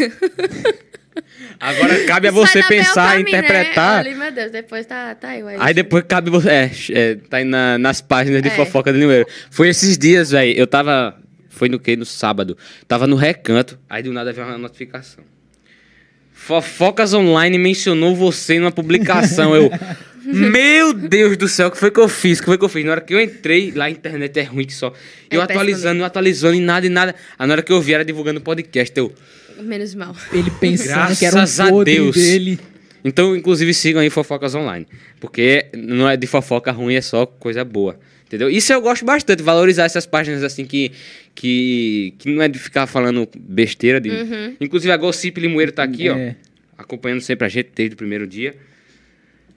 A: Agora cabe a é
C: Isso vai
A: você
C: dar bem
A: pensar,
C: pra mim, né?
A: interpretar.
C: Ali, meu Deus, depois tá, tá eu aí.
A: Aí depois cabe você. É, é, tá aí na- nas páginas de
C: É.
A: fofoca do Limoeiro. Foi esses dias, velho. Eu tava. Foi no quê? No sábado. Tava no recanto. Aí do nada veio uma notificação. Fofocas Online mencionou você numa publicação. Eu. Meu Deus do céu, o que foi que eu fiz? O que foi que eu fiz? Na hora que eu entrei, lá a internet é ruim que só. Eu
C: É péssimo
A: atualizando, eu atualizando e nada, e nada. Aí na hora que eu vi, era divulgando o podcast. Eu.
C: Menos mal.
D: Ele pensando
A: Graças
D: que era um
A: a
D: podre
A: Deus.
D: dele.
A: Então, inclusive, sigam aí Fofocas Online. Porque não é de fofoca ruim, é só coisa boa. Entendeu? Isso eu gosto bastante, valorizar essas páginas assim que. que, que não é de ficar falando besteira. De...
C: Uhum.
A: Inclusive, a Gossip Limoeiro tá aqui, ó.
D: É.
A: Acompanhando sempre a gente desde o primeiro dia.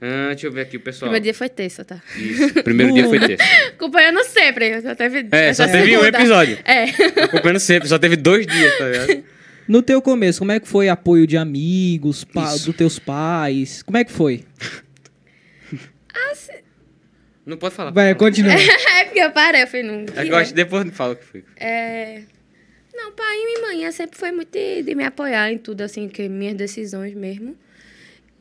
A: Ah, deixa eu ver aqui o pessoal.
C: Primeiro dia foi terça, tá?
A: Isso. Primeiro dia foi terça.
C: Acompanhando sempre. Só teve,
A: É,
C: essa
A: só teve um
C: segunda.
A: episódio.
C: É.
A: Acompanhando sempre, só teve dois dias, tá ligado?
D: No teu começo, como é que foi apoio de amigos, pa, dos teus pais? Como é que foi?
A: Não pode falar.
B: Vai, continua.
C: é porque eu parei, eu falei, não.
A: É que eu acho que depois não fala o que foi.
C: É... Não, pai e mãe sempre foi muito de, de me apoiar em tudo, assim, que minhas decisões mesmo.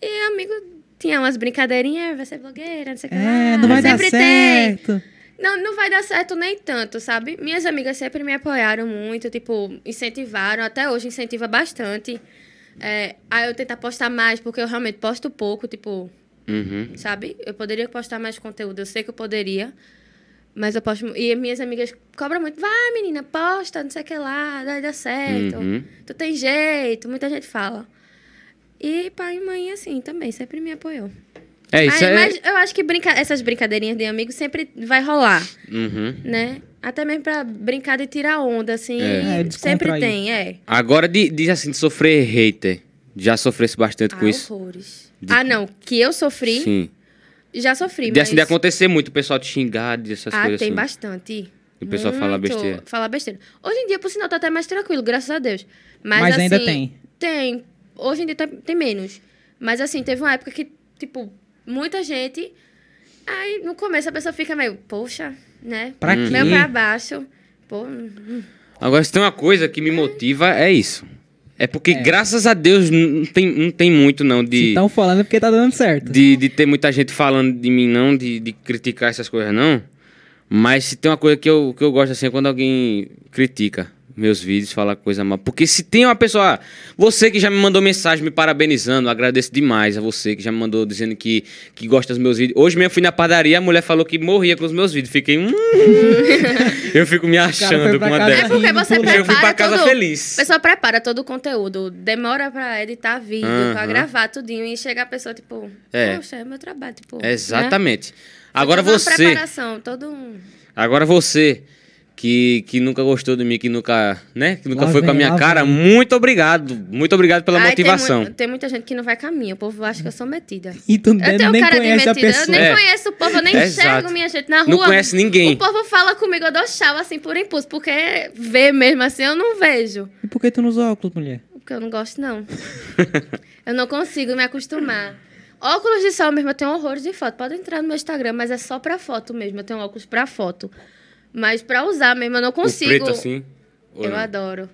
C: E amigo tinha umas brincadeirinhas, "Ah, vai ser blogueira, não sei o que
D: É,
C: lá."
D: não vai dar
C: sempre tem.
D: certo.
C: Não, não vai dar certo nem tanto, sabe? Minhas amigas sempre me apoiaram muito, tipo, incentivaram, até hoje incentiva bastante. É, aí eu tentar postar mais, porque eu realmente posto pouco, tipo,
A: Uhum.
C: sabe? Eu poderia postar mais conteúdo, eu sei que eu poderia. Mas eu posto. mu- E minhas amigas cobram muito. Vai, menina, posta, não sei o que lá, vai dar certo.
A: Uhum.
C: Tu tem jeito, muita gente fala. E pai e mãe, assim, também, sempre me apoiou.
A: É isso
C: Aí,
A: aí.
C: Mas eu acho que brinca... essas brincadeirinhas de amigo sempre vai rolar,
A: Uhum.
C: né? Até mesmo pra brincar de tirar onda, assim.
D: É. É,
C: sempre
D: descontrair.
C: tem, é.
A: Agora de- diz assim, de sofrer hater. Já sofresse bastante com
C: Ah,
A: isso?
C: horrores. Ah, não. Que eu sofri,
A: Sim.
C: já sofri.
A: De, assim, de
C: mas...
A: acontecer muito, o pessoal te xingar, dessas
C: Ah,
A: coisas
C: tem
A: assim.
C: bastante.
A: E o pessoal fala besteira.
C: Fala besteira. Hoje em dia, por sinal, tá até mais tranquilo, graças a Deus. Mas,
D: Mas ainda
C: assim,
D: tem.
C: Tem. Hoje em dia tá- tem menos. Mas assim, teve uma época que, tipo, muita gente. Aí no começo a pessoa fica meio, poxa, né?
D: Pra quê?
C: Meio pra baixo. Pô, hum,
A: Agora, se tem uma coisa que me motiva, é isso. É porque, graças a Deus, não tem, não tem muito, não,
D: Se
A: de,
D: estão falando é porque tá dando certo.
A: de, de ter muita gente falando de mim, não, de, de criticar essas coisas, não. Mas se tem uma coisa que eu, que eu gosto, assim, é quando alguém critica meus vídeos, fala coisa mal. Porque se tem uma pessoa, ah, você que já me mandou mensagem me parabenizando, eu agradeço demais a você que já me mandou dizendo que, que gosta dos meus vídeos. Hoje mesmo eu fui na padaria, a mulher falou que morria com os meus vídeos. Fiquei, hum, eu fico me achando com uma
D: casa
A: dessa.
C: É porque você
D: Eu fui
C: prepara.
A: pra casa
C: todo...
A: feliz.
C: A pessoa prepara todo o conteúdo. Demora pra editar vídeo, pra
A: Aham.
C: gravar tudinho. E chega a pessoa, tipo,
A: Uhum. É.
C: poxa, é meu trabalho. Tipo, né?
A: Exatamente. Agora
C: Toda uma
A: você,
C: preparação, todo um.
A: agora você que, que nunca gostou de mim, que nunca, né, que nunca
D: Lá
A: foi com a
D: vem,
A: minha
D: lá
A: cara,
D: vem.
A: muito obrigado, muito obrigado pela
C: Ai, tem mu-
A: motivação.
C: Tem, muita gente que não vai caminho. O povo acha que eu sou metida.
D: E tu
C: Eu
D: nem,
C: tenho um
D: nem
C: cara de né?
D: conhece a
C: metida. Eu
D: pessoa.
C: nem
A: É.
C: conheço o povo, eu nem
A: É,
C: enxergo
A: exato.
C: minha gente na rua.
A: Não conhece ninguém.
C: O povo fala comigo, eu dou tchau, assim, por impulso. Porque ver mesmo assim, eu não vejo.
D: E por que tu não usa óculos, mulher?
C: Porque eu não gosto, não. eu não consigo me acostumar. Óculos de sol mesmo, eu tenho horrores de foto. Pode entrar no meu Instagram, mas é só pra foto mesmo. Eu tenho óculos pra foto. Mas pra usar mesmo, eu não consigo.
A: O preto assim. ou
C: Eu
A: não?
C: adoro.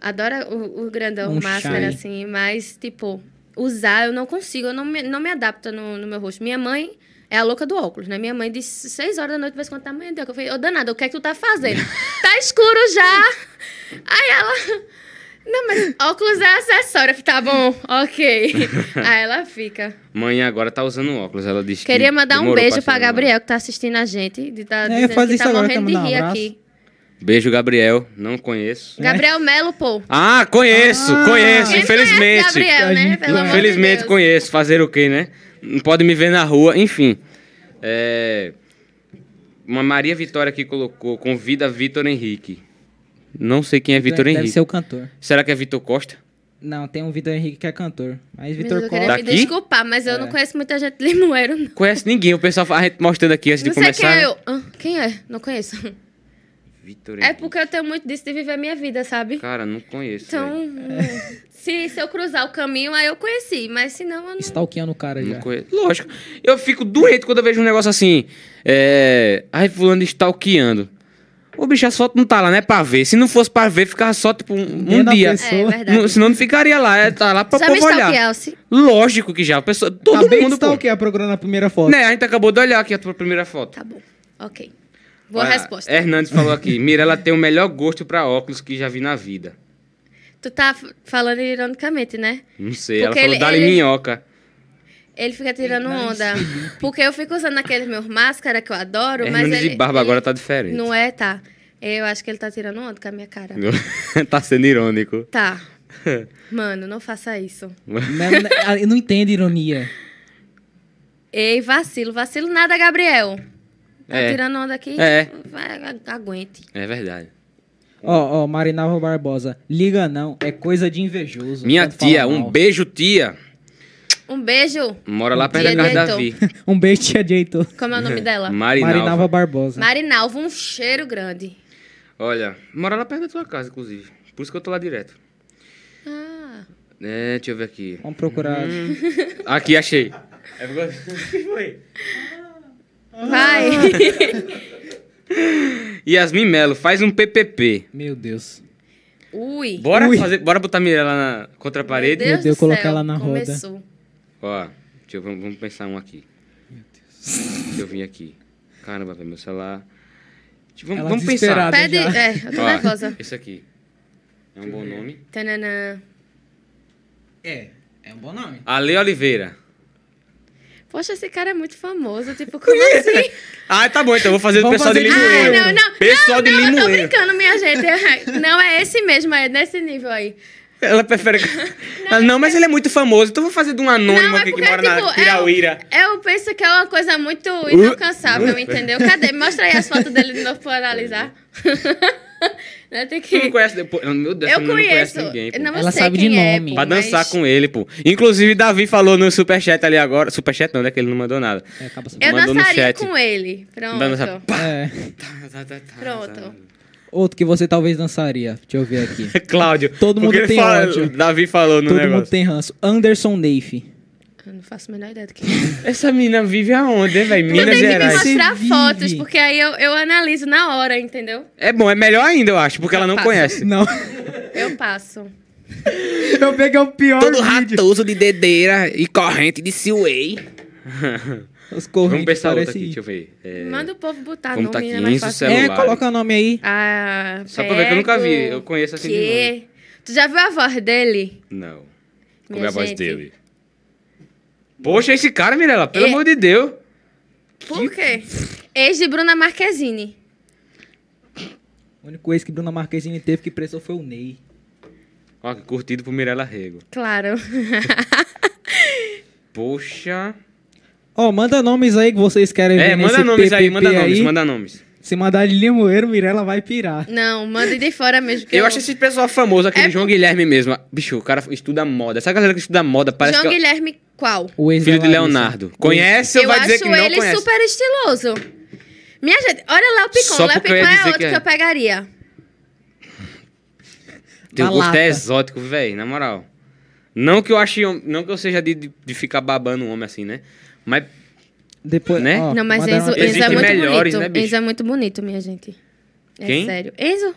C: Adoro o, o grandão,
D: Um
C: o máscara,
D: shine.
C: assim, mas, tipo, usar eu não consigo, eu não me, não me adapto no, no meu rosto. Minha mãe é a louca do óculos, né? Minha mãe disse seis horas da noite, vai contar amanhã deu. Eu falei, ô danada, o que é que tu tá fazendo? tá escuro já. Aí ela. Não, mas óculos é acessório. Eu falei, tá bom, ok. Aí ela fica.
A: Mãe agora tá usando óculos, ela disse. que
C: Queria mandar um
A: demorou
C: beijo
A: chegar,
C: pra
A: mano.
C: Gabriel, que tá assistindo a gente. De tá
D: É,
C: dizendo
D: faz
C: que
D: isso
C: tá
D: agora, quer
C: morrendo de
D: mandar um
C: rir
D: abraço? né?
C: aqui.
A: Beijo Gabriel, não conheço.
C: Gabriel Melo, pô.
A: Ah, conheço,
D: Ah!
A: conheço,
C: Quem
A: infelizmente.
C: Conhece Gabriel, né? Pelo amor de
A: Infelizmente
C: Deus.
A: conheço, fazer o quê, né? Não pode me ver na rua, enfim. É... Uma Maria Vitória que colocou, convida Vitor Henrique. Não sei quem é Vitor
D: Deve
A: Henrique.
D: ser o cantor.
A: Será que é Vitor Costa?
D: Não, tem um Vitor Henrique que é cantor. Mas
C: Mas
D: Vitor
C: eu é
D: Costa.
C: queria me
A: Daqui? É.
C: desculpar, mas eu não conheço muita gente de Limoeiro, não.
A: Conhece ninguém, o pessoal fa- a gente mostrando aqui antes
C: Não
A: de
C: sei quem
A: começar. né?
C: é eu. Hã? quem é? Não conheço.
A: Vitor
C: É
A: Henrique.
C: porque eu tenho muito disso de viver a minha vida, sabe?
A: Cara, não conheço.
C: Então,
A: velho.
C: se, se eu cruzar o caminho, aí eu conheci. Mas se não, eu não...
D: tá Stalkeando o cara
A: Não
D: já.
A: conheço. Lógico. Eu fico doente quando eu vejo um negócio assim. É. Ai, fulano stalkeando. O bicho, as fotos não tá lá, né? Pra ver. Se não fosse pra ver, ficava só, tipo, um, um
D: Vendo a
A: dia.
D: pessoa.
C: É verdade.
A: Não, senão não ficaria lá. É, tá lá pra
C: Sabe
A: povo olhar.
C: stalkear, se...
A: Lógico que já. A pessoa, todo
D: Acabei de
A: mundo. Pô.
D: stalkear tá procurando a primeira foto.
A: Né, a gente acabou de olhar aqui a tua primeira foto.
C: Tá bom. Ok. Boa
A: Ah,
C: resposta.
A: Hernandes falou aqui: Mira, ela tem o melhor gosto pra óculos que já vi na vida.
C: Tu tá f- falando ironicamente, né?
A: Não sei,
C: Porque
A: ela falou
C: ele-
A: dali
C: ele-
A: minhoca.
C: Ele fica tirando onda. Porque eu fico usando aqueles meus máscara que eu adoro, mas
A: Hernandes
C: ele...
A: É, de barba
C: ele-
A: agora tá diferente.
C: Não é, tá. Eu acho que ele tá tirando onda com a minha cara.
A: tá sendo irônico.
C: Tá. Mano, não faça isso.
D: Né, né, ah, Eu não entendo ironia.
C: Ei, vacilo, vacilo nada, Gabriel. Tá
A: É.
C: tirando onda aqui?
A: É.
C: Vai, a- aguente.
A: É verdade.
D: Ó, ó, Marinalva Barbosa. Liga não, é coisa de invejoso.
A: Minha
D: quando fala
A: tia, um
D: mal.
A: beijo, tia.
C: Um beijo.
A: Mora lá perto da
C: Tia
A: casa da Vi.
C: Jeitor.
D: Um beijo, tia Jeitor.
C: Como é o nome dela?
A: Marinalva.
D: Marinalva Barbosa.
C: Marinalva, um cheiro grande.
A: Olha, mora lá perto da tua casa, inclusive. Por isso que eu tô lá direto.
C: Ah,
A: É, deixa eu ver aqui.
D: Vamos procurar.
C: Hum.
A: Aqui, achei.
D: Ah.
C: vai.
A: Yasmin Melo, faz um PPP.
D: Meu Deus.
C: Ui.
A: Bora fazer, bora botar a Mirella na contra a parede.
D: Meu Deus,
C: do
D: colocar
C: céu,
D: ela na roda.
C: começou.
A: Ó, deixa eu, vamos vamos pensar um aqui. Meu Deus. Deixa eu vir aqui. Caramba, velho, meu celular. Deixa- Vamos,
D: Ela
A: vamos pensar.
D: desesperada.
C: Pede.
D: Tá já.
C: É, eu tô
A: Ó,
C: nervosa.
A: Esse aqui. É um bom nome.
C: Tananã.
F: É, é um bom nome.
A: Ale Oliveira.
C: Poxa, esse cara é muito famoso. Tipo, como assim?
A: Ah, tá bom, então eu vou fazer o
D: Vamos
A: pessoal de
D: fazer-
C: Ai,
A: Limoeiro.
C: Ah, não, não.
A: Pessoal de
C: Não, eu tô
A: Limoeiro.
C: brincando, minha gente. Não, é esse mesmo, é nesse nível aí.
A: Ela prefere. Não, não mas ele é muito famoso, então eu vou fazer de um anônimo
C: Não, é
A: aqui que
C: porque,
A: mora na Uh,
C: tipo,
A: Pirauíra.
C: Eu penso que é uma coisa muito inalcançável, entendeu? Cadê? Mostra aí as fotos dele de novo pra eu analisar. Não, tem
A: Tu não
C: que...
A: conhece depois. Ah, Meu Deus,
C: Eu
A: tu não conhece
C: conheço.
A: ninguém. Pô.
C: Eu não
D: Ela
C: sei
D: sabe de
C: quem é,
D: nome.
C: pô,
A: Pra dançar
C: mas-
A: com ele, pô. Inclusive, Davi falou no superchat ali agora. Superchat não, né? Que ele não mandou nada.
D: É, acaba sendo.
C: Eu
A: Mandou no
C: dançaria
A: chat. Tá,
C: com ele. Pronto.
A: Dança- Pá!
D: É.
C: Pronto.
D: Outro que você talvez dançaria. Deixa eu ver aqui.
A: tá. Cláudio.
D: Todo mundo
A: porque
D: tem
A: fala-
D: ódio.
A: Davi falou no
D: Todo mundo
A: negócio.
D: tem ranço. Anderson Neife.
C: Eu não faço a menor ideia do que é.
A: Essa mina vive aonde, hein, velho?
C: Tu
A: Minas
C: tem que me
A: Gerais.
D: Você
C: mostrar
D: vive.
C: fotos, porque aí eu, eu analiso na hora, entendeu?
A: É bom, é melhor ainda, eu acho, porque ela não conhece.
D: Não.
C: Eu passo.
D: Eu peguei o pior vídeo.
A: ratoso de dedeira e corrente de Seaway.
D: Os
A: Vamos
D: correntes
A: pensar outro aqui,
D: parecem...
A: deixa eu ver. É,
C: Manda o povo botar
A: Como
C: nome,
A: tá aqui,
C: né? Mais
A: Enzo
C: fácil.
A: Celo-
D: É,
A: Celular.
D: coloca o nome aí.
C: Ah,
A: Só pra ver que eu nunca vi.
C: pego
A: Eu conheço assim de
C: que... Tu já viu a voz dele?
A: Não.
C: Minha
A: Como é a voz
C: gente.
A: dele? Poxa, esse cara, Mirella, pelo
C: É.
A: amor de Deus.
C: Por quê? Ex de Bruna Marquezine.
D: O único ex que Bruna Marquezine teve que prestou foi o Ney.
A: Ó, curtido por Mirella Rego.
C: Claro.
A: Poxa.
D: Ó, manda nomes aí que vocês querem ver
A: É,
D: nesse
A: manda nomes aí,
D: PPP
A: manda nomes, manda nomes.
D: Se mandar de Limoeiro, Mirella vai pirar.
C: Não, manda de fora mesmo. que
A: Eu acho esse pessoal famoso, aquele
C: É
A: João Guilherme mesmo. Bicho, o cara estuda moda. Essa galera que estuda moda parece
C: João
A: que é
C: Guilherme qual?
D: O
A: o
D: ex
A: filho
D: da
A: de
D: Larissa.
A: Leonardo. Conhece ou
C: Eu
A: vai
C: acho
A: dizer que não
C: ele
A: conhece?
C: super estiloso. Minha gente, olha lá o Picon.
A: Só
C: Léo
A: porque eu
C: Picon
A: ia
C: é
A: dizer
C: outro
A: que
C: que,
A: é.
C: eu pegaria.
A: Teu
D: Na
A: gosto
D: lata.
A: é exótico, velho, na moral. Não que eu ache, hom- não que eu seja de, de- de ficar babando um homem assim, né? Mas
D: Depois,
A: Né?
D: ó,
C: não, mas
D: mandaram
C: Enzo,
D: uma
C: Enzo é
A: Existem
D: pergunta.
C: muito
A: melhores, né,
C: bonito.
A: bicho?
C: Enzo é muito bonito, minha gente. É
A: Quem?
C: sério. Enzo?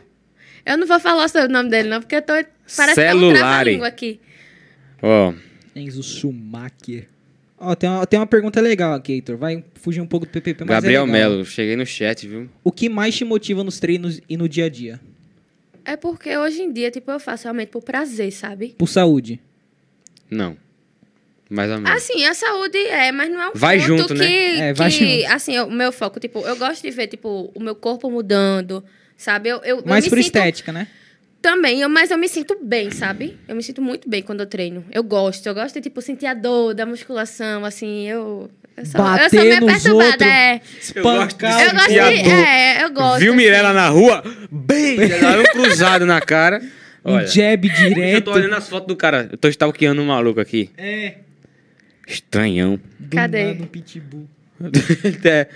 C: Eu não vou falar o nome dele, não, porque eu tô. Parece que
A: Celulari.
C: tá um língua aqui.
A: ó,
D: Enzo Schumacher. Ó, tem uma, tem uma pergunta legal aqui, Heitor. Vai fugir um pouco do PPP, mas é
A: Gabriel
D: legal.
A: Melo, cheguei no chat, viu?
D: O que mais te motiva nos treinos e no dia a dia?
C: É porque hoje em dia, tipo, eu faço realmente por prazer, sabe?
D: Por saúde.
A: Não. Mais ou menos.
C: Assim, a saúde é, mas não é um
A: Hum. Vai
C: ponto
A: junto,
C: que,
A: né?
D: É, vai
C: que
D: junto.
C: assim, o meu foco, tipo, eu gosto de ver, tipo, o meu corpo mudando, sabe? Eu, eu, eu
D: Mais
C: me
D: por
C: sinto
D: estética, né?
C: Também, eu- mas eu me sinto bem, sabe? Eu me sinto muito bem quando eu treino. Eu gosto, eu gosto de, tipo, sentir a dor da musculação, assim, eu... Eu sou, eu sou
D: Bater
C: meio
D: nos
C: perturbada,
D: outros.
C: é.
D: Espancar
C: Eu
D: o
C: gosto
D: dia
C: de...
D: todo.
C: É, eu gosto.
A: Viu
C: assim.
A: Mirella na rua? Bem! Ela um cruzado na cara.
D: Um
A: Olha,
D: jab
A: eu
D: direto.
A: tô olhando as fotos do cara. Eu tô stalkeando um maluco aqui.
D: É.
A: Estranhão.
D: Do
C: Cadê?
D: nada, um pitbull.
A: é.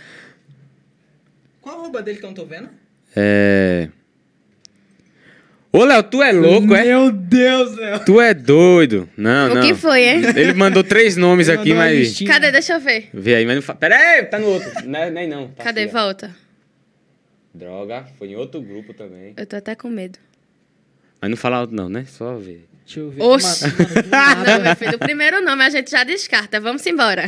D: Qual a roupa dele que eu não tô vendo?
A: é... Ô, Léo, tu é louco, é?
D: Meu Deus, Léo.
A: Tu é doido. Não,
C: O
A: não.
C: que foi, hein?
A: Ele mandou três nomes
D: Ele
A: aqui,
D: mandou uma
A: mas.
D: listinha.
C: Cadê? Deixa eu ver.
A: Vê aí, mas não. Fa... Pera aí, tá no outro. Não é- Nem não. Tá
C: Cadê?
A: aqui, ó.
C: Volta.
A: Droga, foi em outro grupo também.
C: Eu tô até com medo.
A: Mas não fala outro, não, né? Só ver.
D: Deixa eu ver.
C: Oxi.
D: Mano, mano, do nada.
C: Não, meu filho, o primeiro nome a gente já descarta. Vamos embora.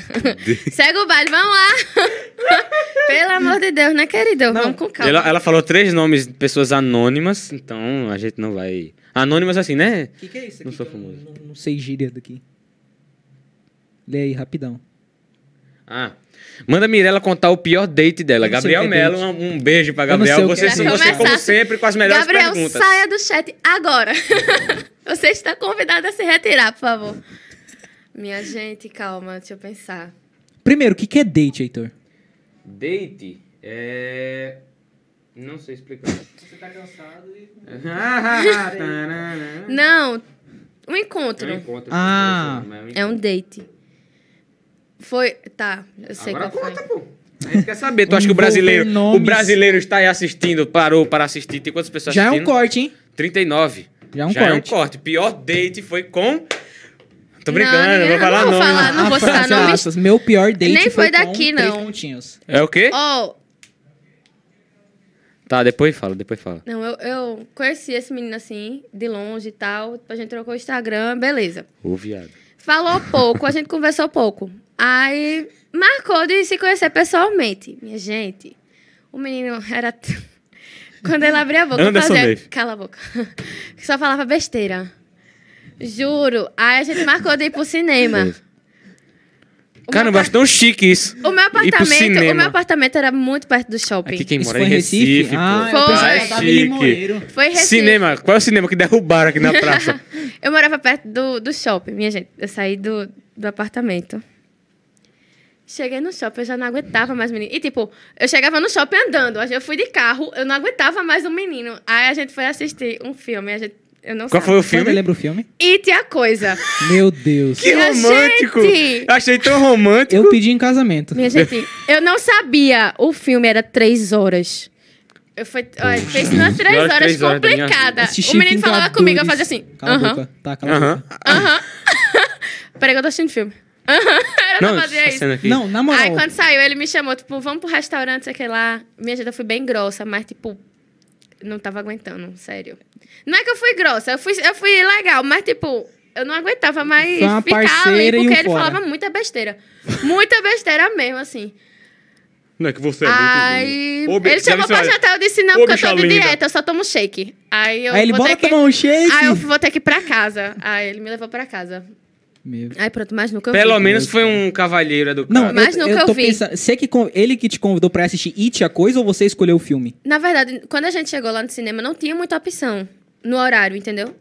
C: Segue o baile, vamos lá. Pelo amor de Deus, né, querido? Vamos com calma.
A: Ela, ela falou três nomes de pessoas anônimas, então a gente não vai. Anônimas assim, né?
D: O que, que é isso aqui?
A: Não sou
D: que eu
A: famoso.
D: Não, não sei gíria daqui. Lê aí, rapidão.
A: Ah. Manda a Mirella contar o pior date dela.
D: Eu não sei
A: Gabriel
D: o que é
A: Melo, um, um beijo pra
D: Eu não sei
A: Gabriel.
D: o que
A: Você,
D: é
A: assim, você,
D: date.
A: você, como
C: Começar-
A: sempre, com as melhores
C: Gabriel,
A: perguntas.
C: saia do chat agora. Você está convidado a se retirar, por favor. Minha gente, calma, deixa eu pensar.
D: Primeiro, o que, que é date, Heitor?
A: Date é. Não sei explicar. Você tá cansado e.
C: Não, um encontro.
A: encontro.
D: Ah.
A: mas é um
C: É um date. Foi. Tá, eu sei
A: Agora
C: qual foi.
A: conta, pô. A gente quer saber. Tu acha que o
D: Envolver
A: brasileiro, o
D: nomes.
A: brasileiro está aí assistindo, parou para assistir? Tem quantas pessoas
D: Já é um
A: Tá assistindo?
D: corte, hein?
A: 39.
D: Já é
A: é
D: um
A: um
D: corte.
A: corte. Pior date foi com. Tô
C: Não,
A: brincando, não,
C: ninguém-
A: vou falar
C: não
A: nome.
C: vou falar, Ah, não. vou citar
D: Abraço,
C: nomes.
D: Ah, aspas. Meu pior date
C: Nem foi
D: com um
C: daqui,
D: três
C: não.
D: pontinhos.
A: É o quê?
C: Ó,
A: Tá, depois fala, depois fala.
C: não, eu, eu conheci esse menino assim, de longe e tal. A gente trocou o Instagram, beleza.
A: Ô, viado.
C: Falou pouco, a gente conversou pouco. Aí marcou de se conhecer pessoalmente. Minha gente, o menino era. t- Quando ele abria a boca,
A: Anderson
C: fazia.
A: Neves.
C: Cala a boca. Só falava besteira. Juro. Aí a gente marcou de ir pro cinema. O
A: Caramba,
C: meu
A: acho tão chique isso.
C: O meu
A: Ir pro
C: apartamento, o
A: cinema.
C: meu apartamento era muito perto do shopping.
A: Aqui quem
D: Isso
A: mora
D: foi
A: é em
D: em Recife?
A: Recife, pô.
D: Ah,
C: eu pensava
A: Ah,
C: que
A: é
D: tava em
A: chique.
D: Limoeiro.
C: Foi Recife.
A: Cinema, qual é o cinema que derrubaram aqui na praça?
C: Eu morava perto do, do shopping, minha gente. Eu saí do, do apartamento. Cheguei no shopping, eu já não aguentava mais o menino. E tipo, eu chegava no shopping andando. Eu fui de carro, eu não aguentava mais o menino. Aí a gente foi assistir um filme. A gente, eu não
A: qual
C: sabe.
A: foi o
D: Quando eu
A: filme?
D: lembro o filme?
C: It e a coisa.
D: Meu Deus.
A: Que
C: Minha
A: romântico!
C: gente!
A: Achei tão romântico.
D: Eu pedi em casamento.
C: Minha gente, eu não sabia. O filme era três horas. Eu fui. Olha, fez umas três
A: Pior
C: horas,
A: três horas da minha
C: complicada.
D: Assisti
C: o menino falava
D: Vingadores.
C: comigo, eu fazia assim.
D: Cala
C: aham.
D: a boca. Tá, cala a
A: Aham.
D: boca.
C: Aham. Peraí, que eu tô assistindo filme. Aham. Era
A: Não,
C: pra fazer
A: essa
C: isso.
A: cena aqui.
D: Não, na moral.
C: Aí quando saiu, ele me chamou, tipo, vamos pro restaurante, sei que lá. Minha agenda foi bem grossa, mas, tipo, não tava aguentando, sério. Não é que eu fui grossa, eu fui, eu fui legal, mas, tipo, eu não aguentava mais
D: Foi uma
C: ficar ali,
D: parceira e
C: porque
D: um
C: ele
D: fora.
C: falava muita besteira. Muita besteira mesmo, assim.
A: Não é que você é
C: Aí.
A: muito... Ô,
C: ele
A: bicha,
C: chamou
A: olha,
C: pra jantar, eu disse, não,
A: Ô,
C: porque eu tô
A: bicha
C: de
A: linda.
C: dieta, eu só tomo shake. Aí eu
D: Aí ele
C: vou
D: bora
C: ter que...
D: tomar um shake.
C: Aí eu vou ter que ir pra casa. Aí ele me levou pra casa.
D: Meu
C: Aí pronto, mas nunca eu
A: Pelo
C: vi.
A: menos foi um cavalheiro educado.
D: Não,
C: Mas
D: eu,
C: nunca
D: eu tô
C: eu vi.
D: pensando. Você que con- ele que te convidou pra assistir It a coisa ou você escolheu o filme?
C: Na verdade, quando a gente chegou lá no cinema, não tinha muita opção no horário, entendeu?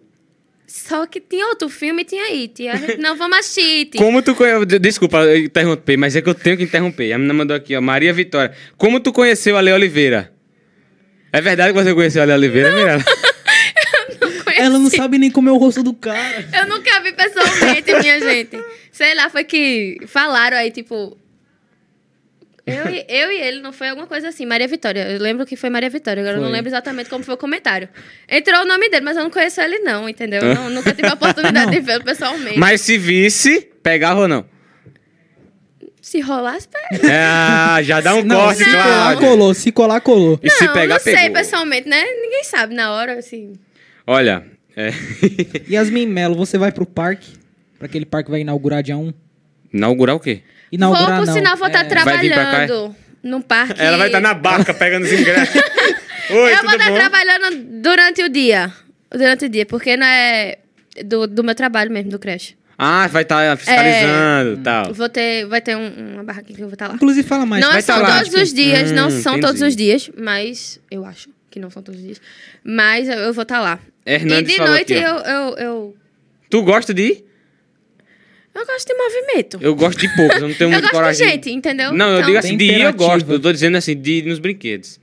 C: Só que tinha outro filme e tinha It. E a gente, não, vamos assistir It.
A: Como tu conheceu... Desculpa eu interromper, mas é que eu tenho que interromper. A menina mandou aqui, ó. Maria Vitória. Como tu conheceu a Lea Oliveira? É verdade que você conheceu a Lea Oliveira, é Mirella?
C: Conheci.
D: Ela não sabe nem como é o rosto do cara.
C: Eu nunca vi pessoalmente, minha gente. Sei lá, foi que falaram aí, tipo... Eu e, eu e ele, não foi alguma coisa assim. Maria Vitória. Eu lembro que foi Maria Vitória. Agora eu não
D: Foi.
C: lembro exatamente como foi o comentário. Entrou o nome dele, mas eu não conheço ele não, entendeu? Não- nunca tive a oportunidade de vê-lo pessoalmente.
A: Mas se visse, pegava ou não?
C: Se rolasse, pega.
A: Ah, já dá um
D: Não,
A: corte,
D: se colar,
A: claro.
D: colou. Se colar, colou.
A: E se pegar,
C: não sei
A: pegou.
C: pessoalmente, né? Ninguém sabe na hora, assim.
A: Olha, é,
D: Yasmin Melo, você vai pro parque? Pra aquele parque que vai inaugurar dia 1?
A: inaugurar o quê?
D: Inaugurar
C: vou, por
D: não.
C: sinal, vou tá- estar
D: É,
A: Vai vir pra cá, é?
C: trabalhando num parque.
A: Ela vai estar na barca pegando os ingressos. Oi,
C: Eu vou
A: tudo
C: estar
A: bom?
C: trabalhando durante o dia. Durante o dia, porque não é do, do meu trabalho mesmo, do creche.
A: Ah, vai estar fiscalizando
C: É.
A: e tal.
C: Vou ter, vai ter um- uma barraquinha que eu vou estar lá.
D: Inclusive, fala mais.
C: não
A: vai
C: são
A: tá lá,
C: todos
A: tipo,
C: os dias, não
A: hum,
C: são todos
A: entendi.
C: os dias, mas eu acho que não são todos os dias. Mas eu, eu vou estar lá.
A: Hernandes
C: e de
A: falou
C: noite
A: aqui, ó.
C: eu, eu, eu,
A: Tu gosta de ir?
C: eu gosto de movimento.
A: Eu gosto de poucos, eu não tenho
C: Eu
A: muita
C: gosto
A: coragem.
C: de gente, entendeu?
A: Não, eu
C: Então-
A: digo assim, de ir eu
D: Temperativa.
A: gosto. Eu tô dizendo assim, de ir nos brinquedos.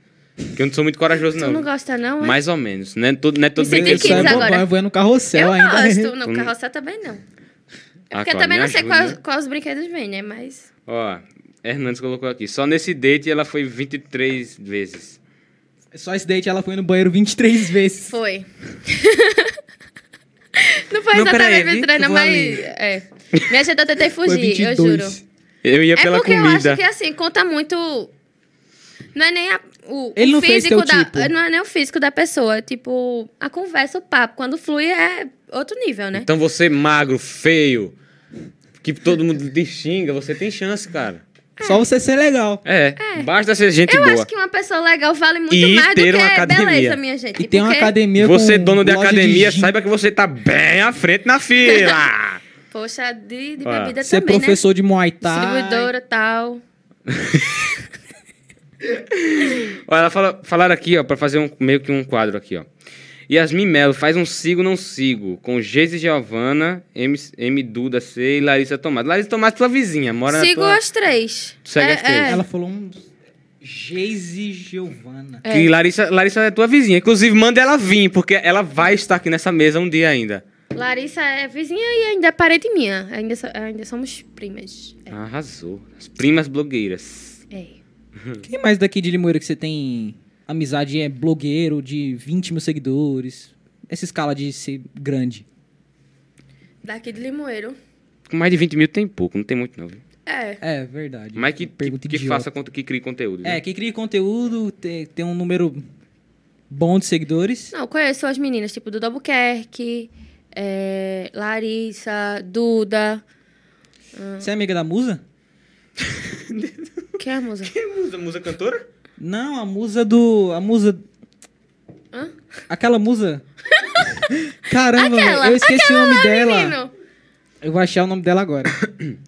A: Que eu não sou muito corajoso,
C: Tu
A: não.
C: não gosta, não? é?
A: Mais ou menos, né? Todo, não é todo
C: Me senti
A: brinquedo.
C: kids
A: que eu vou.
C: agora.
D: Eu vou no carrossel
C: Eu
D: Então, ainda.
C: gosto. No
A: Hum.
C: carrossel também não. É
A: Ah,
C: porque
A: claro,
C: eu também
A: me
C: não sei
A: ajuda,
C: quais,
A: né?
C: quais os brinquedos vêm, né? Mas.
A: Ó, Hernandes colocou aqui. Só nesse date ela foi 23 vezes.
D: Só esse date ela foi no banheiro 23 vezes.
C: Foi. não foi
A: Não, peraí,
C: exatamente
A: vi que
C: não,
A: eu vou
C: mas. É. Me ajudou, eu tentei
D: Foi
C: fugir, eu
D: 22.
C: juro.
A: Eu ia
C: É
A: pela
C: porque eu
A: comida.
C: acho que assim, conta muito. Não é nem a- o,
D: Ele
C: o
D: não fez
C: físico
D: teu
C: da.
D: tipo.
C: Não é nem o físico da pessoa. é Tipo, a conversa, o papo. Quando flui é outro nível, né?
A: Então você magro, feio, que todo mundo te xinga, você tem chance, cara.
D: Só você ser legal.
A: É, basta ser gente
C: eu
A: boa.
C: acho que uma pessoa legal vale muito
A: E
C: mais do
A: ter
C: que
A: uma academia.
C: beleza, minha gente.
D: E tem uma
C: porque-
D: academia
A: Você, é
D: com
A: dono de
D: loja
A: academia,
D: gin.
A: saiba que você tá bem à frente na fila.
C: Poxa, de, de
A: Ah.
C: bebida
D: Você é
C: também, né?
D: professor de Muay Thai.
C: Distribuidora e tal.
A: Ó, Ela fala, falaram aqui, ó, pra fazer um, meio que um quadro aqui, ó. Yasmin Melo faz um sigo, não sigo, com Geise Giovana, M, M Duda C e Larissa Tomás. Larissa Tomás, é tua vizinha, mora
C: Sigo
A: na tua...
C: as três.
A: Tu segue
C: É,
A: as três?
C: é.
D: Ela falou um. Geise Giovana.
C: É.
A: Que Larissa, Larissa é tua vizinha. Inclusive, manda ela vir, porque ela vai estar aqui nessa mesa um dia ainda.
C: Larissa é vizinha e ainda é parente minha. Ainda, so- ainda somos primas.
A: É. Arrasou. As primas blogueiras.
C: É. é.
D: Quem mais daqui de Limoeira que você tem amizade é blogueiro de 20 mil seguidores? Essa escala de ser grande.
C: Daqui de Limoeiro.
A: Com mais de 20 mil tem pouco, não tem muito não. viu?
C: É.
D: É, verdade.
A: Mas que, que,
D: Pergunta
A: que
D: idiota.
A: faça conta que crie conteúdo. né?
D: É, quem cria conteúdo tem, tem um número bom de seguidores.
C: Não, eu conheço as meninas, tipo Duda Albuquerque, é, Larissa, Duda. Hum.
D: Você é amiga da musa?
C: Quem é a musa?
A: Musa, musa cantora?
D: Não, a musa do. A musa.
C: Hã?
D: Aquela musa. Caramba,
C: Aquela,
D: velho, eu esqueci o nome dela.
C: Menino.
D: Eu vou achar o nome dela agora.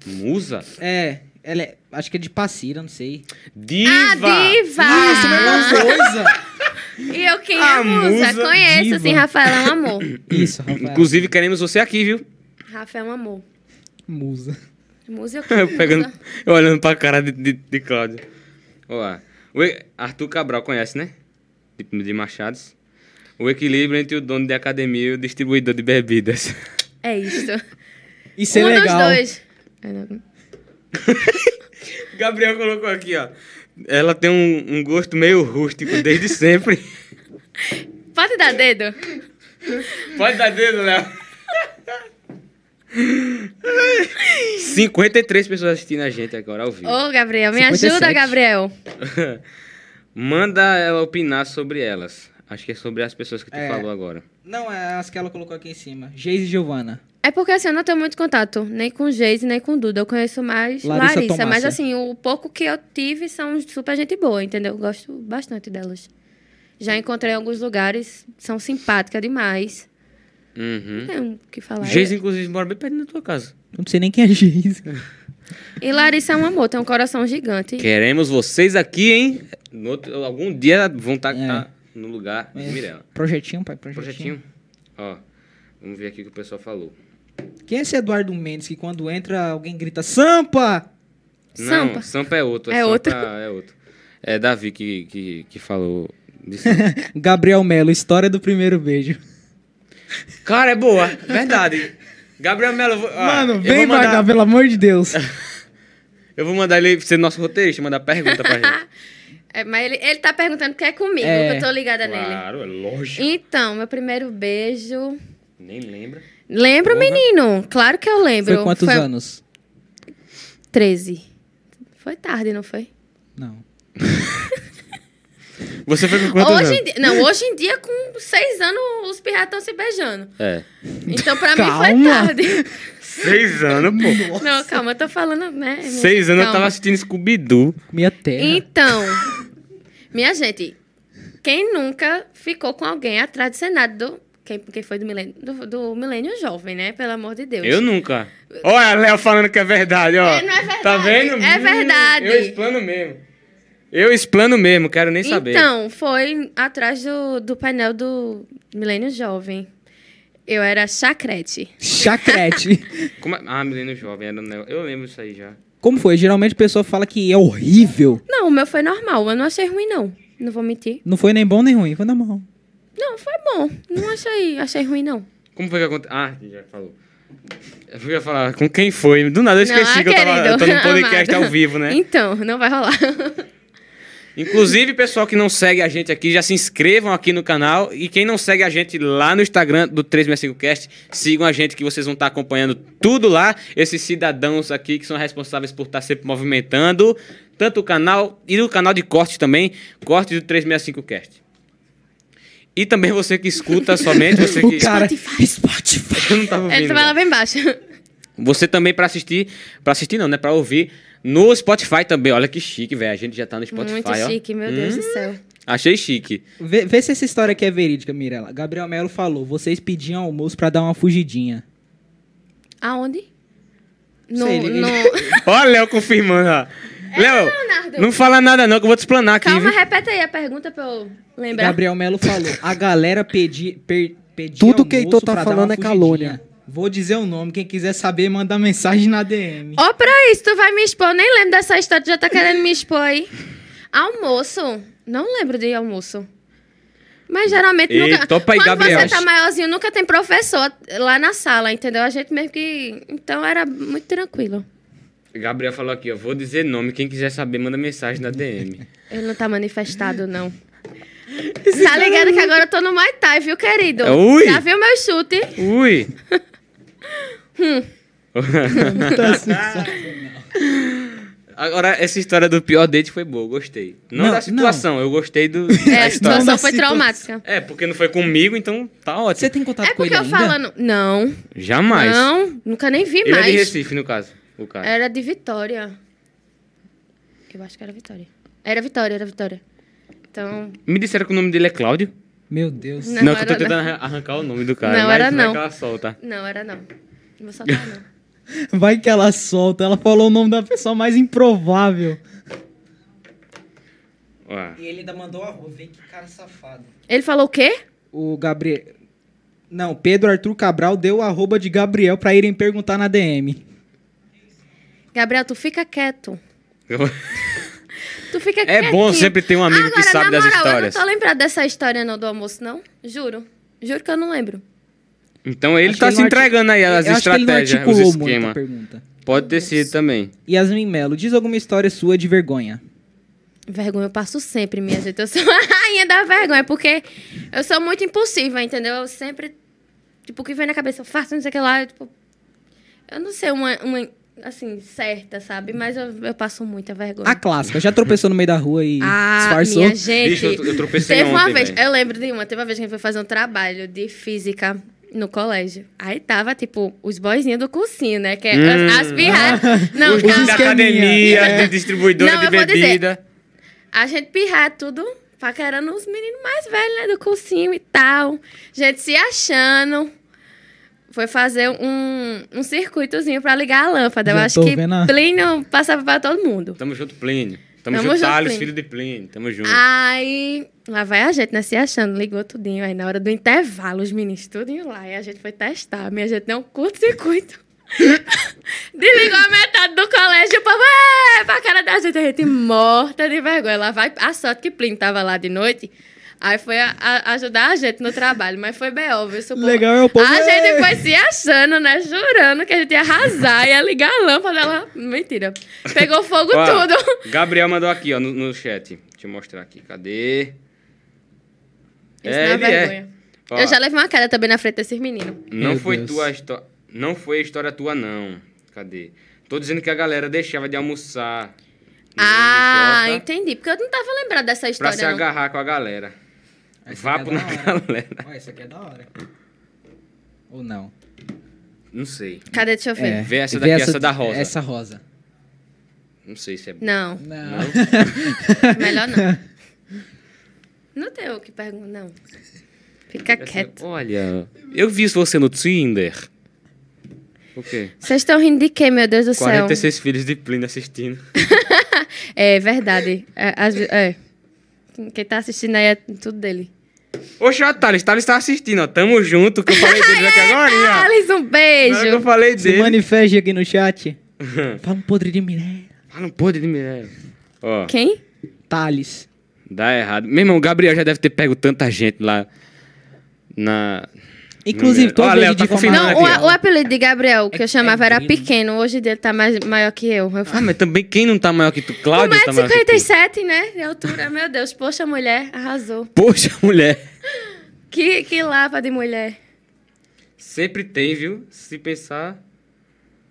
A: Musa?
D: é, ela é. Acho que é de Passira, não sei. Ah,
A: Diva!
C: A diva!
D: Isso, né? mesma coisa!
C: E eu quem é
A: A
C: a musa?
A: musa
C: Conheço,
D: diva.
C: assim, Rafael é um amor.
D: Isso, Rafael.
A: Inclusive, queremos você aqui, viu?
C: Rafael é um amor.
D: Musa.
C: Musa eu
A: Eu
C: quero.
A: pegando, eu olhando pra cara de, de, de Cláudio. Ó, o E- Arthur Cabral conhece, né? De, de Machados. O equilíbrio entre o dono de academia e o distribuidor de bebidas.
C: É isso.
D: Isso é
C: um
D: legal.
C: dos dois. É, não.
A: Gabriel colocou aqui, ó. Ela tem um, um gosto meio rústico desde sempre.
C: Pode dar dedo?
A: Pode dar dedo, Léo. 53 pessoas assistindo a gente agora ao vivo.
C: Ô, Gabriel, me
D: 57.
C: ajuda, Gabriel.
A: Manda ela opinar sobre elas. Acho que é sobre as pessoas que tu
D: É.
A: falou agora.
D: Não, é as que ela colocou aqui em cima. Geise e Giovana.
C: É porque assim, eu não tenho muito contato, nem com Geise, nem com Duda. Eu conheço mais
D: Larissa é.
C: Larissa,
D: Tomásia.
C: mas assim, o pouco que eu tive são super gente boa, entendeu? Eu gosto bastante delas. Já encontrei em alguns lugares, são simpáticas demais.
A: Uhum.
C: Tem o que falar.
A: Geis, inclusive, mora bem perto da tua casa.
D: Não sei nem quem é Geise.
C: E Larissa é um amor, tem um coração gigante.
A: Queremos vocês aqui, hein? No outro- algum dia vão estar
D: É.
A: no lugar de
D: É.
A: Mirella.
D: Projetinho, pai, projetinho.
A: Projetinho? Ó, vamos ver aqui o que o pessoal falou.
D: Quem é esse Eduardo Mendes que quando entra alguém grita Sampa?
A: Não,
C: Sampa.
A: Sampa é outro.
C: É
A: Sampa
C: outro.
A: É outro. É Davi que, que, que falou de Sampa.
D: Gabriel Melo, história do primeiro beijo.
A: Cara, é boa. Verdade. Gabriel Melo, eu vou- ó,
D: Mano,
A: Ah, eu
D: vem
A: vou mandar,
D: vagar, pelo amor de Deus.
A: Eu vou mandar ele ser nosso roteirista, mandar pergunta pra gente.
C: É, mas ele, ele tá perguntando porque é comigo,
D: É.
C: que eu tô ligada Tá nele.
A: claro, é lógico.
C: Então, meu primeiro beijo.
A: Nem lembra.
C: Lembro,
A: Porra.
C: menino? Claro que eu lembro.
D: Foi quantos anos?
C: 13. Foi tarde, não foi?
D: Não.
A: Você foi com quantos
C: hoje
A: anos?
C: em dia, não, hoje em dia, com seis anos, os piratas estão se beijando.
A: É.
C: Então, pra mim, foi
D: Calma.
C: tarde.
A: Seis anos, pô.
C: Não, calma, eu tô falando, né?
A: Seis anos eu
C: Calma.
A: tava assistindo Scooby-Doo.
D: Minha terra.
C: Então, minha gente, quem nunca ficou com alguém atrás do Senado do... Quem, quem foi do milênio, do, do milênio jovem, né? Pelo amor de Deus.
A: Eu nunca. Olha, Léo falando que é verdade, ó.
C: É, não é verdade.
A: Tá vendo?
C: É verdade.
A: Eu explano mesmo. Eu explano mesmo, quero nem saber.
C: Então, foi atrás do, do painel do milênio jovem. Eu era chacrete.
D: Chacrete.
A: Como é- Ah, menino jovem, era um negócio- eu lembro disso aí já.
D: Como foi? Geralmente o pessoal fala que é horrível.
C: Não, o meu foi normal. Eu não achei ruim, não. Não vou mentir.
D: Não foi nem bom nem ruim, foi na mão.
C: Não, foi bom. Não achei, achei ruim, não.
A: Como foi que aconteceu? Ah, já falou. Eu ia falar com quem foi. Do nada eu esqueci
C: não, ah,
A: que eu, tava, eu tô no
C: querido,
A: podcast
C: amado.
A: ao vivo, né?
C: Então, não vai rolar.
A: Inclusive, pessoal que não segue a gente aqui, já se inscrevam aqui no canal. E quem não segue a gente lá no Instagram do 365cast, sigam a gente que vocês vão estar acompanhando tudo lá. Esses cidadãos aqui que são responsáveis por estar sempre movimentando tanto o canal e o canal de corte também, corte do 365cast. E também você que escuta somente, você que
D: O cara. Spotify.
A: eu não tava ouvindo. né?
C: Ele É, vai lá
A: velho.
C: bem embaixo.
A: Você também pra assistir, pra assistir não, né, Pra ouvir no Spotify também. Olha que chique, velho. A gente já tá no Spotify,
C: Muito
A: ó. Hum.
C: chique, meu Deus do céu.
A: Achei chique.
D: Vê, vê se essa história aqui é verídica, Mirella. Gabriel Melo falou: vocês pediam almoço pra dar uma fugidinha.
C: Aonde? No,
D: Sei, ele-
C: no...
A: Ó, Léo confirmando, ó. Léo,
C: Leonardo.
A: não fala nada não, que eu vou te explanar aqui,
C: É, Calma,
A: viu?
C: repete aí a pergunta pra eu lembrar.
D: Gabriel Melo falou: a galera pedi, per, pedia
B: Tudo que
D: almoço
B: Heitor tá
D: pra dar
B: falando
D: uma
B: é calúnia.
D: fugidinha. Vou dizer o nome, quem quiser saber, manda mensagem na DM.
C: Ó, pra isso, tu vai me expor. Eu nem lembro dessa história, tu já tá querendo me expor aí. Almoço. Não lembro de almoço. Mas geralmente nunca.
A: Eita, opa aí,
C: Quando
A: Gabriel.
C: você tá maiorzinho, nunca tem professor lá na sala, entendeu? A gente mesmo que. Então era muito tranquilo.
A: Gabriel falou aqui, ó. Vou dizer nome. Quem quiser saber, manda mensagem na DM.
C: Ele não tá manifestado, não. tá ligado
D: é
C: que agora eu tô no Muay Thai, viu, querido?
A: Ui!
C: Já viu meu chute?
A: Ui!
C: Hum.
A: Agora, essa história do pior date foi boa, eu gostei. Não,
D: Não,
A: da situação, eu gostei do,
C: É,
A: da
C: a
A: história.
C: situação foi
D: situação.
C: traumática.
A: É, porque não foi comigo, então tá ótimo.
D: Você tem contato
C: É
D: com ele
C: porque eu
D: ainda?
C: falando. Não,
A: Jamais.
C: não, nunca nem vi
A: Ele é de
C: mais. É.
A: Recife, no caso. O cara.
C: Era de Vitória. Eu acho que era Vitória. Era Vitória, era Vitória. Então,
A: Me disseram que o nome dele é Cláudio.
D: Meu Deus.
C: Não,
A: Não, que eu tô
C: era
A: tentando arran- arrancar o nome do cara.
C: Não,
A: mas
C: era
A: vai
C: não.
A: que ela solta.
C: não, era não. Não vou soltar, não.
D: Vai que ela solta. Ela falou o nome da pessoa mais improvável.
A: Ué.
F: E ele ainda mandou a rua, vem que cara safado.
C: Ele falou o quê?
D: O Gabriel... Não, Pedro Arthur Cabral deu o arroba de Gabriel pra irem perguntar na DM.
C: Gabriel, tu fica quieto. Tu fica
A: É bom sempre ter um amigo que sabe
C: na
A: das
C: moral,
A: histórias.
C: Eu não tô lembrada dessa história não do almoço, não. Juro. Juro que eu não lembro.
A: Então ele
D: Acho
A: tá
D: que ele
A: se
D: não arti-
A: entregando aí as
D: Eu acho que ele não
A: estratégias, os
D: articulou muito a
A: esquemas.
D: pergunta.
A: Pode ter sido também.
D: Yasmin Melo, diz alguma história sua de vergonha.
C: Vergonha eu passo sempre, minha gente. Eu sou a rainha da vergonha, porque eu sou muito impulsiva, entendeu? Eu sempre, tipo, o que vem na cabeça, eu faço, não sei o que lá. Eu, tipo, eu não sei uma, uma, assim, certa, sabe? Mas eu, eu passo muita vergonha.
D: A clássica, já tropeçou no meio da rua e
C: Ah,
D: disfarçou?
C: minha gente.
A: Bicho, eu, eu tropecei
C: Teve uma
A: ontem,
C: vez,
A: velho.
C: eu lembro de uma, teve uma vez que a gente foi fazer um trabalho de física no colégio. Aí tava, tipo, os boyzinhos do cursinho, né? Que é as, as pirradas. Não,
A: Hum. Os
D: calma.
A: da
D: esqueminha. é.
A: academia, de distribuidora
C: Não,
A: de
C: eu vou dizer.
A: bebida.
C: a gente pirrar tudo, paquerando os meninos mais velhos, né? Do cursinho e tal. Gente se achando. Foi fazer um, um circuitozinho pra ligar a lâmpada.
D: Já
C: eu acho
D: tô
C: que
D: vendo a-
C: Plínio passava pra todo mundo.
A: Tamo junto, Plínio. Tamo,
C: Tamo
A: junto,
C: junto,
A: Thales,
C: Plínio. Ah,
A: filho de Plínio. Tamo junto.
C: Aí, lá vai a gente, né? Se achando, ligou tudinho. Aí, na hora do intervalo, os meninos tudinho lá. E a gente foi testar. Minha gente deu um curto-circuito. Desligou a metade do colégio. O povo, é, pra cara da gente. A gente morta de vergonha. Lá vai... A sorte que Plínio tava lá de noite. Aí foi a- a- ajudar a gente no trabalho. Mas foi B.O., viu? Supo-
D: Legal é o povo.
C: A
D: "Ê!"
C: gente foi se achando, né? Jurando que a gente ia arrasar. Ia ligar a lâmpada lá. Mentira. Pegou fogo
A: Ó, é
C: tudo.
A: Gabriel mandou aqui, ó, no, no chat. Deixa eu mostrar aqui. Cadê?
C: Isso não é vergonha.
A: Ó,
C: Eu já levei uma cara também na frente desses meninos.
A: Não
D: Meu
A: foi
D: Deus.
A: tua história. Não foi a história tua, não. Cadê? Tô dizendo que a galera deixava de almoçar. no
C: Ah,
A: RJ
C: entendi. Porque eu não tava lembrada dessa
A: Pra
C: história,
A: se
C: não.
A: agarrar com a galera.
F: Essa
A: Vapo
F: aqui
A: na
F: é da hora.
A: galera.
F: Olha, isso aqui é da hora.
D: Ou não.
A: Não sei.
C: Cadê? Deixa eu ver.
D: É.
A: Vê essa
D: Vê
A: daqui, essa da rosa.
D: Essa rosa.
A: Não sei se é.
C: Não,
D: Não.
C: melhor não. Não tem o que perguntar, não. Fica
A: Essa-
C: quieto.
A: é- Olha, eu vi você no Tinder. O quê?
C: Vocês estão rindo de quê, meu Deus do céu?
A: 46 filhos de Plínio assistindo.
C: É verdade. É, às ve- é. Quem tá assistindo aí é tudo dele.
A: Oxe, ó, Thales, Thales tá assistindo, ó. Tamo junto, que eu falei dele aqui agora, ó. Na
C: Alice, um
A: hora que eu
C: beijo.
A: falei
D: Se
A: dele.
D: manifeste aqui no chat. Fala um podre de Mirella.
A: Fala um podre de Mirella. Ó,
C: Quem?
D: Thales.
A: dá errado. Meu irmão, o Gabriel já deve ter pego tanta gente lá na...
D: Inclusive, todo
A: Ó,
D: vídeo
A: Léo, tá
D: de
A: confirmando Ah,
D: famoso-
C: Não,
A: aqui,
C: o,
A: ó.
C: a- o apelido de Gabriel,
A: É
C: que eu chamava, era
D: grilo.
C: pequeno. Hoje dele tá mais, maior que eu. Eu
A: Ah, mas também quem não tá maior que tu? Cláudio tá maior que tu.
C: 1,57m, né? De altura, meu Deus. Poxa, mulher, arrasou.
A: Poxa, mulher.
C: Que, que lava de mulher.
A: Sempre tem, viu? Se pensar...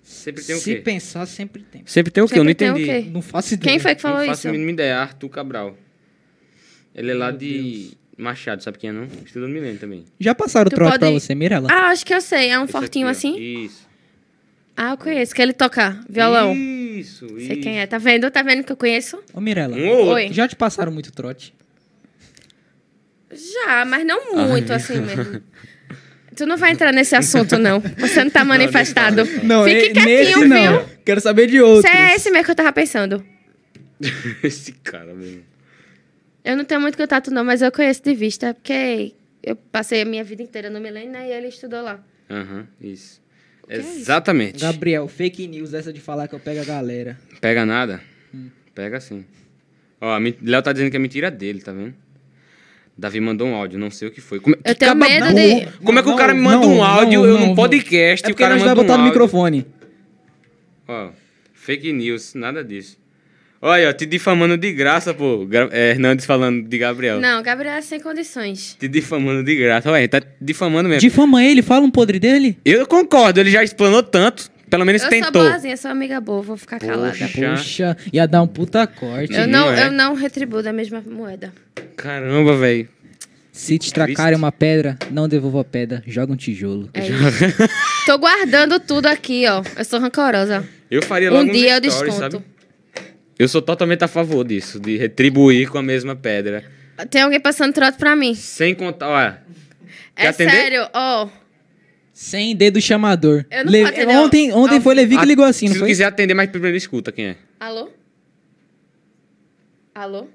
A: Sempre tem o
D: Se
A: quê?
D: pensar, sempre tem.
A: Sempre tem o quê? Eu não
C: Sempre tem é o
A: entendi.
C: quê?
D: Não faço ideia.
C: Quem foi que falou
A: não
C: isso?
A: faço a mínima ideia. Arthur Cabral. Ele é lá de Machado, sabe quem é, não? Estudando Milênio também.
D: Já passaram o
C: Tu
D: trote
C: pode-
D: pra você, Mirella?
C: Ah, acho que eu sei. É um
A: Esse
C: fortinho
A: aqui, ó.
C: assim?
A: Isso.
C: Ah, eu conheço. Que ele toca violão.
A: Isso, isso.
C: Sei quem é. Tá vendo? Tá vendo que eu conheço?
D: Ô, Mirella.
A: Um ou outro.
C: Oi.
D: Já te passaram muito trote?
C: Já, mas não muito assim mesmo. Tu não vai entrar nesse assunto, não. Você não tá manifestado. Fique quietinho, viu?
D: Quero saber de é outros.
C: Você é esse mesmo que eu tava pensando.
A: Esse cara, mesmo.
C: Eu não tenho muito contato, não, mas eu conheço de vista, porque eu passei a minha vida inteira no Milênio, né? E ele estudou lá.
A: Aham, isso.
C: é isso?
A: Exatamente.
D: Gabriel, fake news essa de falar que eu pego a galera.
A: Pega
D: Hum.
A: nada? Pega sim. Ó, a men- Léo tá dizendo que é mentira dele, tá vendo? Davi mandou um áudio, não sei o que foi. Como, que
C: tenho
A: caba
C: medo
A: burro.
C: de-
A: Como é que
D: Não,
A: o cara me manda
D: não,
A: um áudio,
D: não,
A: eu
D: não,
A: num
D: não.
A: podcast,
D: É
A: o
D: porque
A: cara
D: nós vai
A: manda
D: botar
A: um
D: no
A: áudio.
D: microfone.
A: Ó, fake news, nada disso. Olha, ó, te difamando de graça, pô. Gra- é, Hernandes falando de Gabriel.
C: Não, Gabriel é sem condições.
A: Te difamando de graça. Ué, tá te difamando mesmo.
D: Difama ele, fala um podre dele.
A: Eu concordo, ele já explanou tanto. Pelo menos
C: eu
A: tentou.
C: sou boazinha, sou amiga boa, vou ficar calada.
A: É, Já.
D: Poxa, ia dar um puta corte.
C: Eu
A: Não
C: não,
A: é.
C: eu não retribuo da mesma moeda.
A: Caramba, velho.
D: Se te tracarem uma pedra, não devolva a pedra, joga um tijolo.
C: É isso. Tô guardando tudo aqui, ó. Eu sou rancorosa.
A: Eu faria logo
C: Um dia eu
A: uns stories,
C: desconto.
A: sabe? Eu sou totalmente a favor disso, de retribuir com a mesma pedra.
C: Tem alguém passando trote pra mim.
A: Sem contar, olha.
C: É
A: Quer atender?
C: sério, ó.
D: Sem dedo chamador.
C: Eu não
D: Le-
C: vou atender,
D: Ontem,
C: não.
D: ontem foi Levi que
A: Ah,
D: ligou assim, não
A: Se tu
D: foi?
A: quiser atender, mas primeiro escuta quem é.
C: Alô? Alô?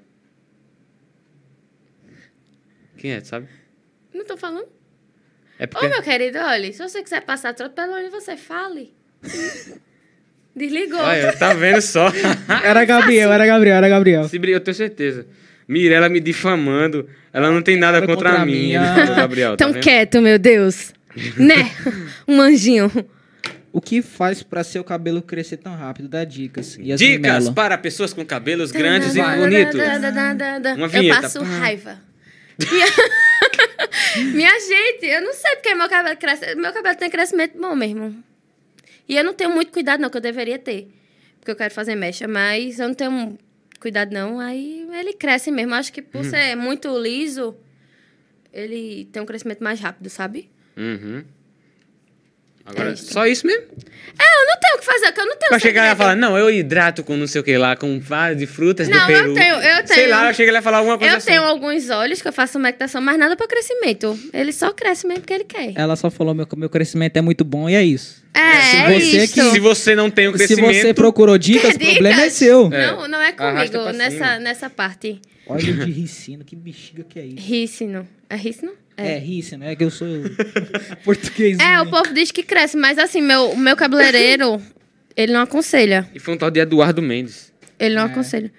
A: Quem é, tu sabe?
C: Não tô falando?
A: É
C: Ô,
A: porque.
C: meu querido, olha, se você quiser passar trote, pelo menos você fale. Desligou.
A: Olha, tá vendo só?
B: Era Gabriel, era Gabriel, era Gabriel.
A: Se brin- eu tenho certeza. Mirella me difamando. Ela não tem nada contra,
D: contra
A: mim,
D: mim,
A: ele
D: ah.
A: falou, Gabriel.
C: Tão
A: tá vendo?
C: quieto, meu Deus. né? Um anjinho.
D: O que faz pra seu cabelo crescer tão rápido? Dá dicas. Yasmin
A: Dicas
D: Mello.
A: para pessoas com cabelos grandes e
C: Vai.
A: bonitos. Uma
C: Eu
A: vinheta.
C: passo raiva. Minha... Minha gente, eu não sei porque meu cabelo cresce. Meu cabelo tem crescimento bom mesmo. E eu não tenho muito cuidado, não, que eu deveria ter. Porque eu quero fazer mecha, mas eu não tenho cuidado, não. Aí ele cresce mesmo. Acho que
A: Hum.
C: por ser muito liso, ele tem um crescimento mais rápido, sabe?
A: Uhum. Agora,
C: É isso.
A: só isso mesmo?
C: É, eu não tenho o que fazer, que eu não tenho
A: Pra chegar lá e
C: segredo.
A: falar, não, eu hidrato com não sei o que lá, com várias de frutas do
C: Não, eu
A: Peru.
C: tenho- eu
A: Sei
C: tenho.
A: lá, chega lá e falar alguma coisa
C: Eu
A: assim.
C: tenho alguns olhos que eu faço meditação, mas nada pra crescimento. Ele só cresce mesmo porque ele quer.
D: Ela só falou: meu, meu crescimento é muito bom e é isso.
C: É, é
D: você
C: isso.
D: que-
A: Se você não tem o
D: Se
A: crescimento...
D: você procurou dicas, o
C: Dicas?
D: problema é seu.
C: Não, não é
A: Arrasta
C: comigo
A: pra cima.
C: nessa, nessa parte.
D: Olha de ricino, que bexiga que é isso.
C: Rícino. É rícino?
D: É, ricino, é que eu sou português. né?
C: É, o povo diz que cresce, mas assim, meu, meu cabeleireiro, ele não aconselha.
A: E foi um tal de Eduardo Mendes.
C: Ele
D: É.
C: não aconselha.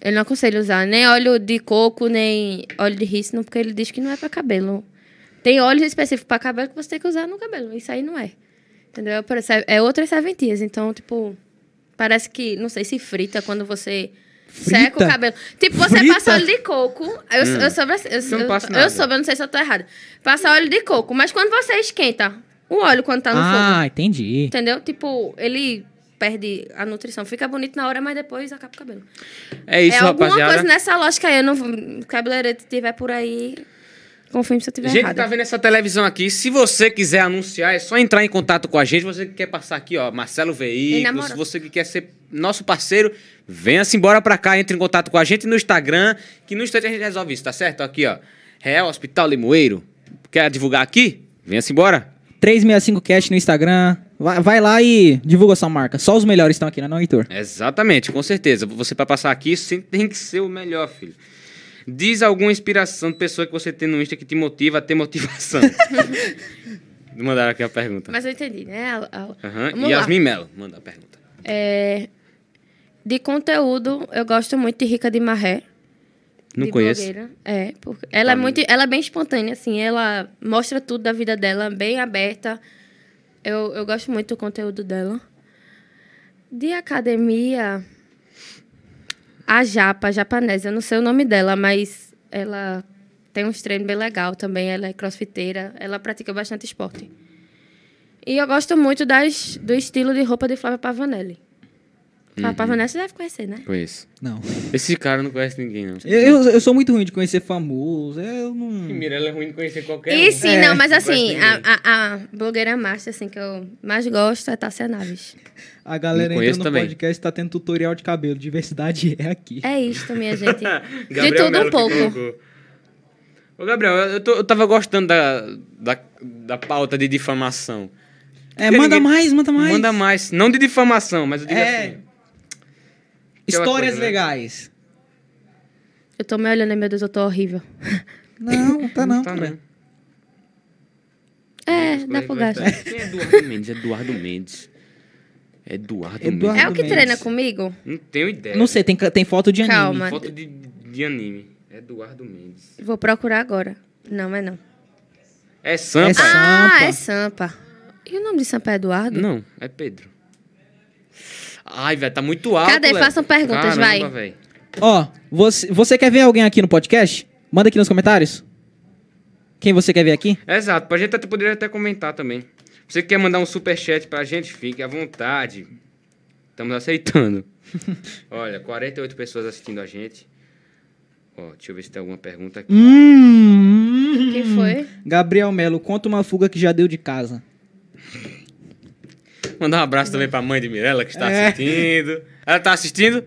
C: Ele não aconselha usar nem óleo de coco, nem óleo de rícino, porque ele diz que não é pra cabelo. Tem óleos específicos pra cabelo que você tem que usar no cabelo. Isso aí não é. Entendeu? Parece- É outras serventias. Então, tipo, parece que, não sei se frita quando você seca
D: Frita?
C: o cabelo. Tipo, você
D: Frita?
C: passa óleo de coco. Eu, eu soube assim- Eu,
A: Eu não
C: eu-
A: passo
C: eu
A: nada.
C: soube, eu não sei se eu tô errada. Passa óleo de coco. Mas quando você esquenta o óleo quando tá no fogo.
D: Ah, entendi.
C: Entendeu? Tipo, ele perde a nutrição. Fica bonito na hora, mas depois acaba o cabelo.
A: É isso,
C: é alguma
A: rapaziada.
C: coisa nessa lógica aí. Eu não... vou- Cabeleireiro, se tiver por aí, confirme se eu tiver
A: Gente que
C: errada.
A: tá vendo essa televisão aqui, se você quiser anunciar, é só entrar em contato com a gente. Você que quer passar aqui, ó, Marcelo
C: Ele
A: Veículos,
C: namora.
A: você que quer ser nosso parceiro, venha-se embora pra cá, entre em contato com a gente no Instagram, que no instante a gente resolve isso, tá certo? Aqui, ó, Real Hospital Limoeiro. Quer divulgar aqui? Venha-se embora.
D: 365cast no Instagram. Vai, vai lá e divulga sua marca. Só os melhores estão aqui, né, não, Heitor?
A: Exatamente, com certeza. Você para passar aqui sempre tem que ser o melhor, filho. Diz alguma inspiração de pessoa que você tem no Insta que te motiva a ter motivação. Mandaram aqui a pergunta.
C: Mas eu entendi, né? A- a-
A: Aham,
C: Vamos lá.
A: Yasmin Mello manda a pergunta.
C: É, De conteúdo, eu gosto muito de Rica de Marré.
A: Não
C: de
A: conheço. Tá
C: blogueira. É, porque ela é muito, ela é bem espontânea assim, ela mostra tudo da vida dela, bem aberta. Eu, eu gosto muito do conteúdo dela. De academia, a Japa, a japonesa, eu não sei o nome dela, mas ela tem uns treinos bem legal também, ela é crossfiteira, ela pratica bastante esporte. E eu gosto muito das, do estilo de roupa de Flávia Pavanelli.
A: Uhum.
C: Flávia Pavanelli você deve conhecer, né?
A: Conheço.
D: Não.
A: Esse cara não conhece ninguém, não.
D: Eu, eu, eu sou muito ruim de conhecer famoso. Eu não.
A: Mirella é ruim de conhecer qualquer É.
C: E sim, não, mas assim,
A: conhece
C: a, a, a blogueira master, assim, que eu mais gosto é Tássia Naves.
D: A
A: Não
D: galera
A: conheço
D: entrando no
A: também.
D: podcast tá tendo tutorial de cabelo. Diversidade é aqui.
C: É isto, minha gente. De tudo um pouco.
A: Ô, Gabriel, eu, tô- eu tava gostando da, da, da pauta de difamação.
D: É, manda mais, manda mais.
A: Manda mais. Não de difamação, mas eu digo
D: É.
A: assim. Aquela
D: Histórias
A: coisa, né?
D: legais.
C: Eu tô me olhando, e, meu Deus, eu tô horrível.
D: Não, tá não.
A: Tá
D: cara.
A: mesmo.
C: É, dá pro gasto. É
A: Quem é Eduardo Mendes? Eduardo Mendes. Eduardo,
D: Eduardo-
A: Mendes.
C: o que É treina comigo?
A: Não tenho ideia.
D: Não sei, tem, ca- tem foto de anime.
C: Calma.
A: Foto de, de anime. Eduardo Mendes.
C: Vou procurar agora. Não, mas não.
A: É Sampa?
D: É Sampa.
C: Ah, é Sampa. E o nome de Sampa é Eduardo?
A: Não, é Pedro. Ai, velho, tá muito alto.
C: Cadê?
A: Léo.
C: Façam perguntas,
A: Caramba,
C: vai.
A: velho.
D: Ó, você, você quer ver alguém aqui no podcast? Manda aqui nos comentários. Quem você quer ver aqui?
A: Exato, pra gente até poderia até comentar também. Você que quer mandar um superchat pra gente, fique à vontade. Estamos aceitando. Olha, 48 pessoas assistindo a gente. Ó, deixa eu ver se tem alguma pergunta aqui.
D: Hum.
C: Quem foi?
D: Gabriel Melo, conta uma fuga que já deu de casa.
A: Mandar um abraço também pra mãe de Mirella que está assistindo. Ela tá assistindo?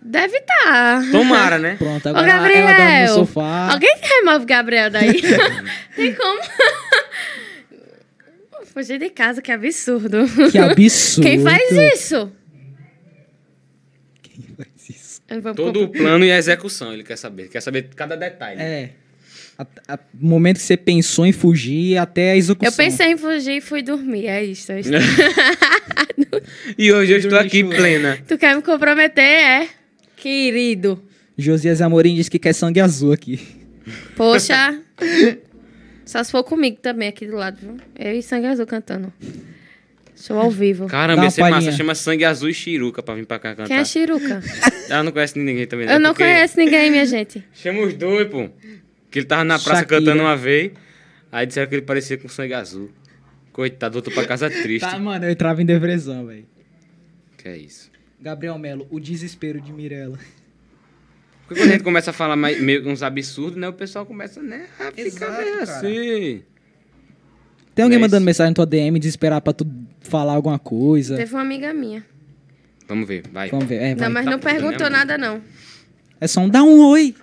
C: Deve estar.
A: Tomara, né?
D: Pronto,
C: Ô,
D: agora ela-
C: Gabriel.
D: ela dorme no sofá.
C: Alguém que remove o Gabriel daí? Tem como. Fugir de casa, que é absurdo.
D: Que absurdo.
C: Quem faz isso? Quem faz isso?
A: Todo o plano e a execução, ele quer saber. Quer saber cada detalhe.
D: É. A- a- O momento que você pensou em fugir até a execução.
C: Eu pensei em fugir e fui dormir, é isso. É isso.
A: Né? E hoje eu estou aqui
D: Deixa eu-
A: plena.
C: tu quer me comprometer, é? Querido.
D: Josias Amorim disse que quer sangue azul aqui.
C: Poxa. Só se for comigo também aqui do lado, viu? Eu e Sangue Azul cantando. Show ao vivo.
A: Caramba,
D: Dá
A: ia
D: uma
A: ser massa.
D: palhinha.
A: Chama Sangue Azul e Chiruca pra vir pra cá cantar.
C: Quem é Chiruca?
A: Ela não conhece ninguém também, né?
C: Eu não
A: tá. Porque-
C: conheço ninguém, minha gente.
A: Chama os dois, pô. Que ele tava na praça
D: Shakira.
A: cantando uma vez. Aí disseram que ele parecia com sangue azul. Coitado, voltou pra casa triste.
D: Tá, mano, eu entrava em depressão, velho.
A: Que é isso.
D: Gabriel Melo, o desespero de Mirella.
A: Porque quando a gente começa a falar mais- meio que uns absurdos, né? O pessoal começa, né? A ficar
F: Exato,
A: meio
F: cara.
A: assim.
D: Tem alguém
A: É
D: mandando
A: isso.
D: mensagem na tua DM desesperar pra tu falar alguma coisa?
C: Teve uma amiga minha.
A: Vamos ver, vai.
D: Vamos ver. É, vai.
C: Não, mas
A: tá
C: não
A: puta, né,
C: perguntou
A: mano?
C: nada, não.
D: é só um dá um oi.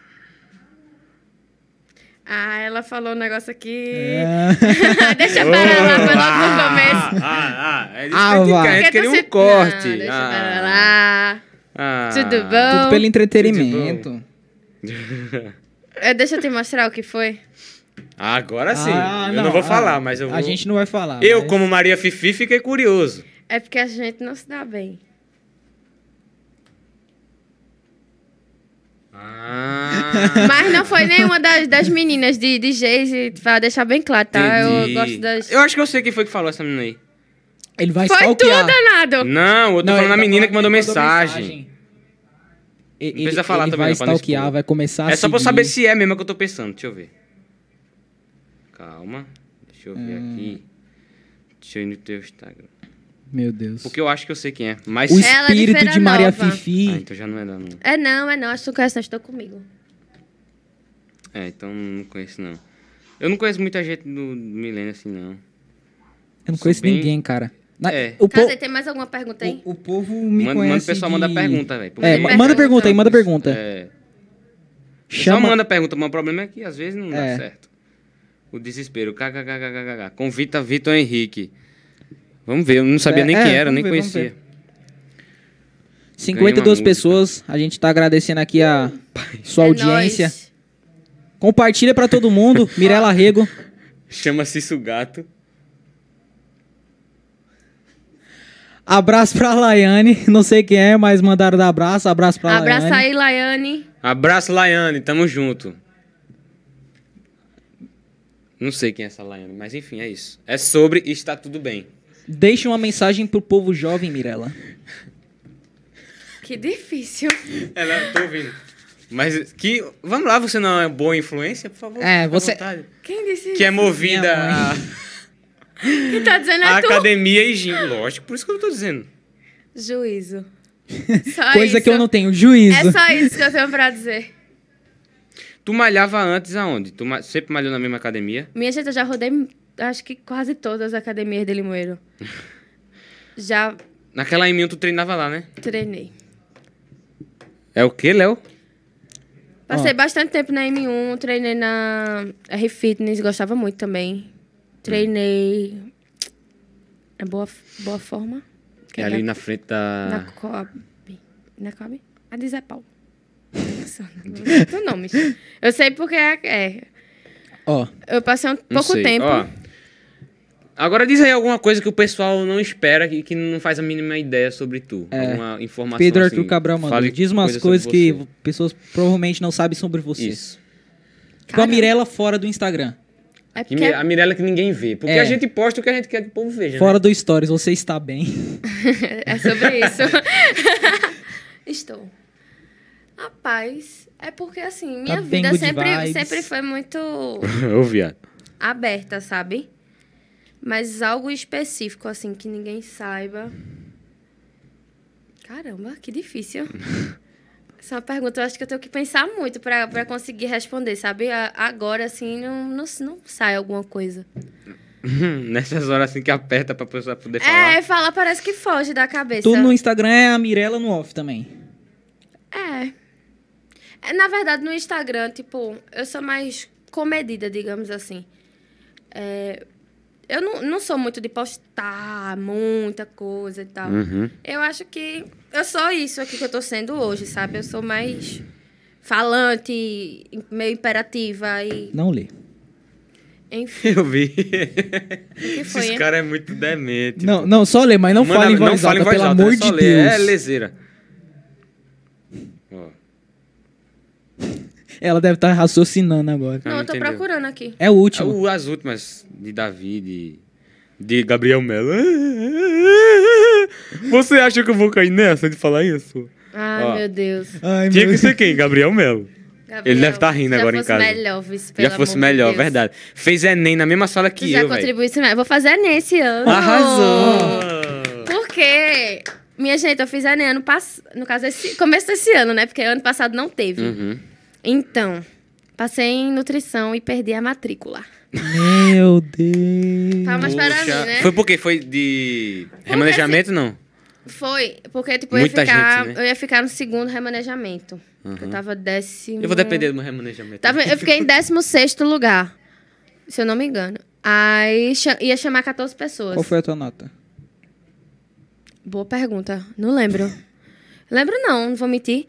C: Ah, ela falou um negócio aqui.
D: É.
C: deixa eu parar lá, foi logo no
A: Ah,
C: começo.
A: ah, ah. É isso
D: Ah,
A: que a gente
D: vai.
A: quer, a gente
C: Porque
A: queria
C: tu
A: um
C: se-
A: corte.
C: Não, deixa
A: ah,
C: eu parar lá.
A: ah.
C: Tudo bom?
D: Tudo pelo entretenimento.
C: É, deixa eu te mostrar o que foi.
A: Agora sim.
D: Ah,
A: eu não vou
D: ah,
A: falar, mas eu vou...
D: A gente não vai falar.
A: Eu,
D: mas-
A: como Maria Fifi, fiquei curioso.
C: É porque a gente não se dá bem.
A: Ah...
C: Mas não foi nenhuma das, das meninas de, de Geise, pra deixar bem claro, tá?
A: Entendi.
C: Eu gosto das.
A: Eu acho que eu sei quem foi que falou essa menina aí.
D: Ele vai
C: Foi tu,
D: stalkear.
C: danado!
A: Não, eu tô
D: Não,
A: falando
D: ele
A: da
D: tá
A: menina
D: falando
A: que mandou
D: ele
A: mensagem.
D: E- Ele,
A: precisa falar
D: ele
A: também,
D: vai
A: não, pra não
D: stalkear,
A: expor.
D: vai começar a
A: É só pra eu
D: seguir.
A: saber se é mesmo que eu tô pensando. Deixa eu ver. Calma. Deixa eu ver
D: Hum.
A: aqui. Deixa eu ir no teu Instagram.
D: Meu Deus.
A: Porque eu acho que eu sei quem é. Mas.
D: O
C: Ela é de
D: espírito de,
C: Feira
D: Maria
C: Nova.
A: Ah,
D: Fifi.
A: então já não é da. Não.
C: É não, é não, acho que tu conhece, não, estou comigo.
A: É, então não conheço não. Eu não conheço muita gente do milênio assim, não.
D: Eu não conheço
A: bem-
D: ninguém, cara. Na-
A: É.
D: o, po-
C: Casei, tem mais alguma pergunta aí?
D: o, o povo me
A: Manda,
D: conhece
A: manda o pessoal
D: de-
A: mandar pergunta, velho. porque-
D: É, ma- manda pergunta aí, manda pergunta.
A: É, Só
D: Chama...
A: manda pergunta, mas o problema é que às vezes não dá
D: É.
A: certo. O desespero. KKKKKK. Convita Vitor Henrique. Vamos ver, eu não sabia
D: É,
A: nem
D: é,
A: quem era,
D: vamos
A: nem
D: ver, vamos
A: conhecia.
D: 52
A: música.
D: pessoas. A gente tá agradecendo aqui a sua
C: É
D: audiência.
C: nóis.
D: Compartilha pra todo mundo. Mirela Rego.
A: Chama-se isso gato.
D: Abraço pra Laiane. Não sei quem é, mas mandaram dar abraço. Abraço pra
C: Abraça
D: Laiane.
C: aí, Laiane.
A: Abraço, Laiane, tamo junto. Não sei quem é essa Laiane, mas enfim, é isso. É sobre e está tudo bem.
D: Deixa uma mensagem pro povo jovem, Mirela.
C: Que difícil.
A: Ela, tô ouvindo. Mas que. Vamos lá, você não é boa influência, por favor. fica
D: É,
A: à
D: você-
A: vontade.
C: Quem disse isso?
A: Que é movida
D: Minha
A: à
C: Quem tá dizendo
A: à
C: é tu.
A: academia e gin. Lógico, por isso que eu tô dizendo.
C: Juízo. Só
D: Coisa
C: isso.
D: que eu não tenho juízo.
C: É só isso que eu tenho pra dizer.
A: Tu malhava antes aonde? Tu ma- sempre malhou na mesma academia?
C: Minha gente, eu já rodei, acho que quase todas as academias de Limoeiro. Já
A: Naquela em mim tu treinava lá, né?
C: treinei.
A: É o quê, Léo?
C: Passei
D: Ó.
C: bastante tempo na M1, treinei na R Fitness, gostava muito também. Treinei. É boa, boa forma?
A: Que é ali na frente da.
C: Na Coab. Na Coab? A de Zé Paulo. Nossa, não sei o nome. Eu sei porque é. é.
D: Ó,
C: Eu passei um
A: Não
C: pouco
A: sei.
C: tempo.
A: Ó, Agora diz aí alguma coisa que o pessoal não espera e que não faz a mínima ideia sobre tu.
D: É.
A: Alguma informação
D: Pedro
A: assim,
D: Arthur Cabral mandou.
A: fale
D: Diz umas
A: sobre
D: coisas que
A: você.
D: pessoas provavelmente não sabem sobre você.
A: Isso.
D: Tipo a Mirella fora do Instagram.
C: É
A: Que
C: porque
A: mi- A Mirella que ninguém vê. Porque
D: É.
A: a gente posta o que a gente quer que o povo veja. né?
D: Fora do Stories, você está bem.
C: É sobre isso. Estou. Rapaz, é porque assim, minha
D: bem
C: vida
D: good
C: sempre,
D: Tá vibes.
C: sempre foi muito
A: né? Ô, viado.
C: aberta, sabe? Mas algo específico, assim, que ninguém saiba. Caramba, que difícil. Essa é uma pergunta, eu acho que eu tenho que pensar muito pra pra conseguir responder, sabe? A- Agora, assim, não, não, não sai alguma coisa.
A: Nessas horas assim que aperta pra pessoa poder falar.
C: É, falar parece que foge da cabeça.
D: Tu no Instagram é a Mirella no off também.
C: É. É, Na verdade, no Instagram, tipo, eu sou mais comedida, digamos assim. É, eu não, não sou muito de postar muita coisa e tal.
A: Hum. Uhum.
C: Eu acho que eu sou isso aqui que eu tô sendo hoje, sabe? Eu sou mais falante, meio imperativa e.
D: Não
A: Tipo,
D: lê.
C: Enfim,
A: Eu vi.
C: que foi,
A: Esses
C: hein?
A: caras é muito demente.
D: Não, não, só lê, mas não
A: Manda-
D: fala em voz
A: fala
D: alta, pelo
A: alta,
D: amor
A: é só
D: de
A: ler. É
D: Deus.
A: lezeira. Ó, é
D: Ela deve estar raciocinando agora.
A: Ah,
C: não, eu tô
A: entendeu.
C: procurando aqui.
D: É o
A: é
D: último.
A: o- as últimas de Davi, de, de Gabriel Melo. Você acha que eu vou cair nessa de falar isso?
C: Ai,
A: Ó.
C: meu Deus.
D: Ai,
A: Tinha
D: meu
A: que ser quem? Gabriel Melo.
C: Gabriel,
A: deve tá rindo
C: já
A: agora em
C: fosse
A: casa.
C: Melhor, vice, pelo
A: Já fosse
C: amor de
A: melhor,
C: Deus.
A: verdade. Fez Enem na mesma sala
C: Tu
A: que
C: já
A: eu, velho.
C: contribuísse mais. Vou fazer Enem esse ano.
A: Arrasou!
C: Porque, minha gente, eu fiz Enem ano passado. No caso, esse, começo desse ano, né? Porque ano passado não teve.
A: Uhum.
C: Então, passei em nutrição e perdi a matrícula.
D: Meu Deus.
C: Palmas para
A: Poxa.
C: mim, né? assim,
A: Foi por quê? Foi de remanejamento, não?
C: Foi, porque tipo,
A: Muita
C: eu, ia ficar,
A: gente, né? Uhum.
C: eu ia ficar no segundo remanejamento. Eu tava décimo.
A: Eu vou depender do meu remanejamento.
C: Tava- eu fiquei em 16 lugar, se eu não me engano. Aí cha- ia chamar 14 pessoas.
D: Qual foi a tua nota?
C: Boa pergunta. Não lembro. lembro não, não vou mentir.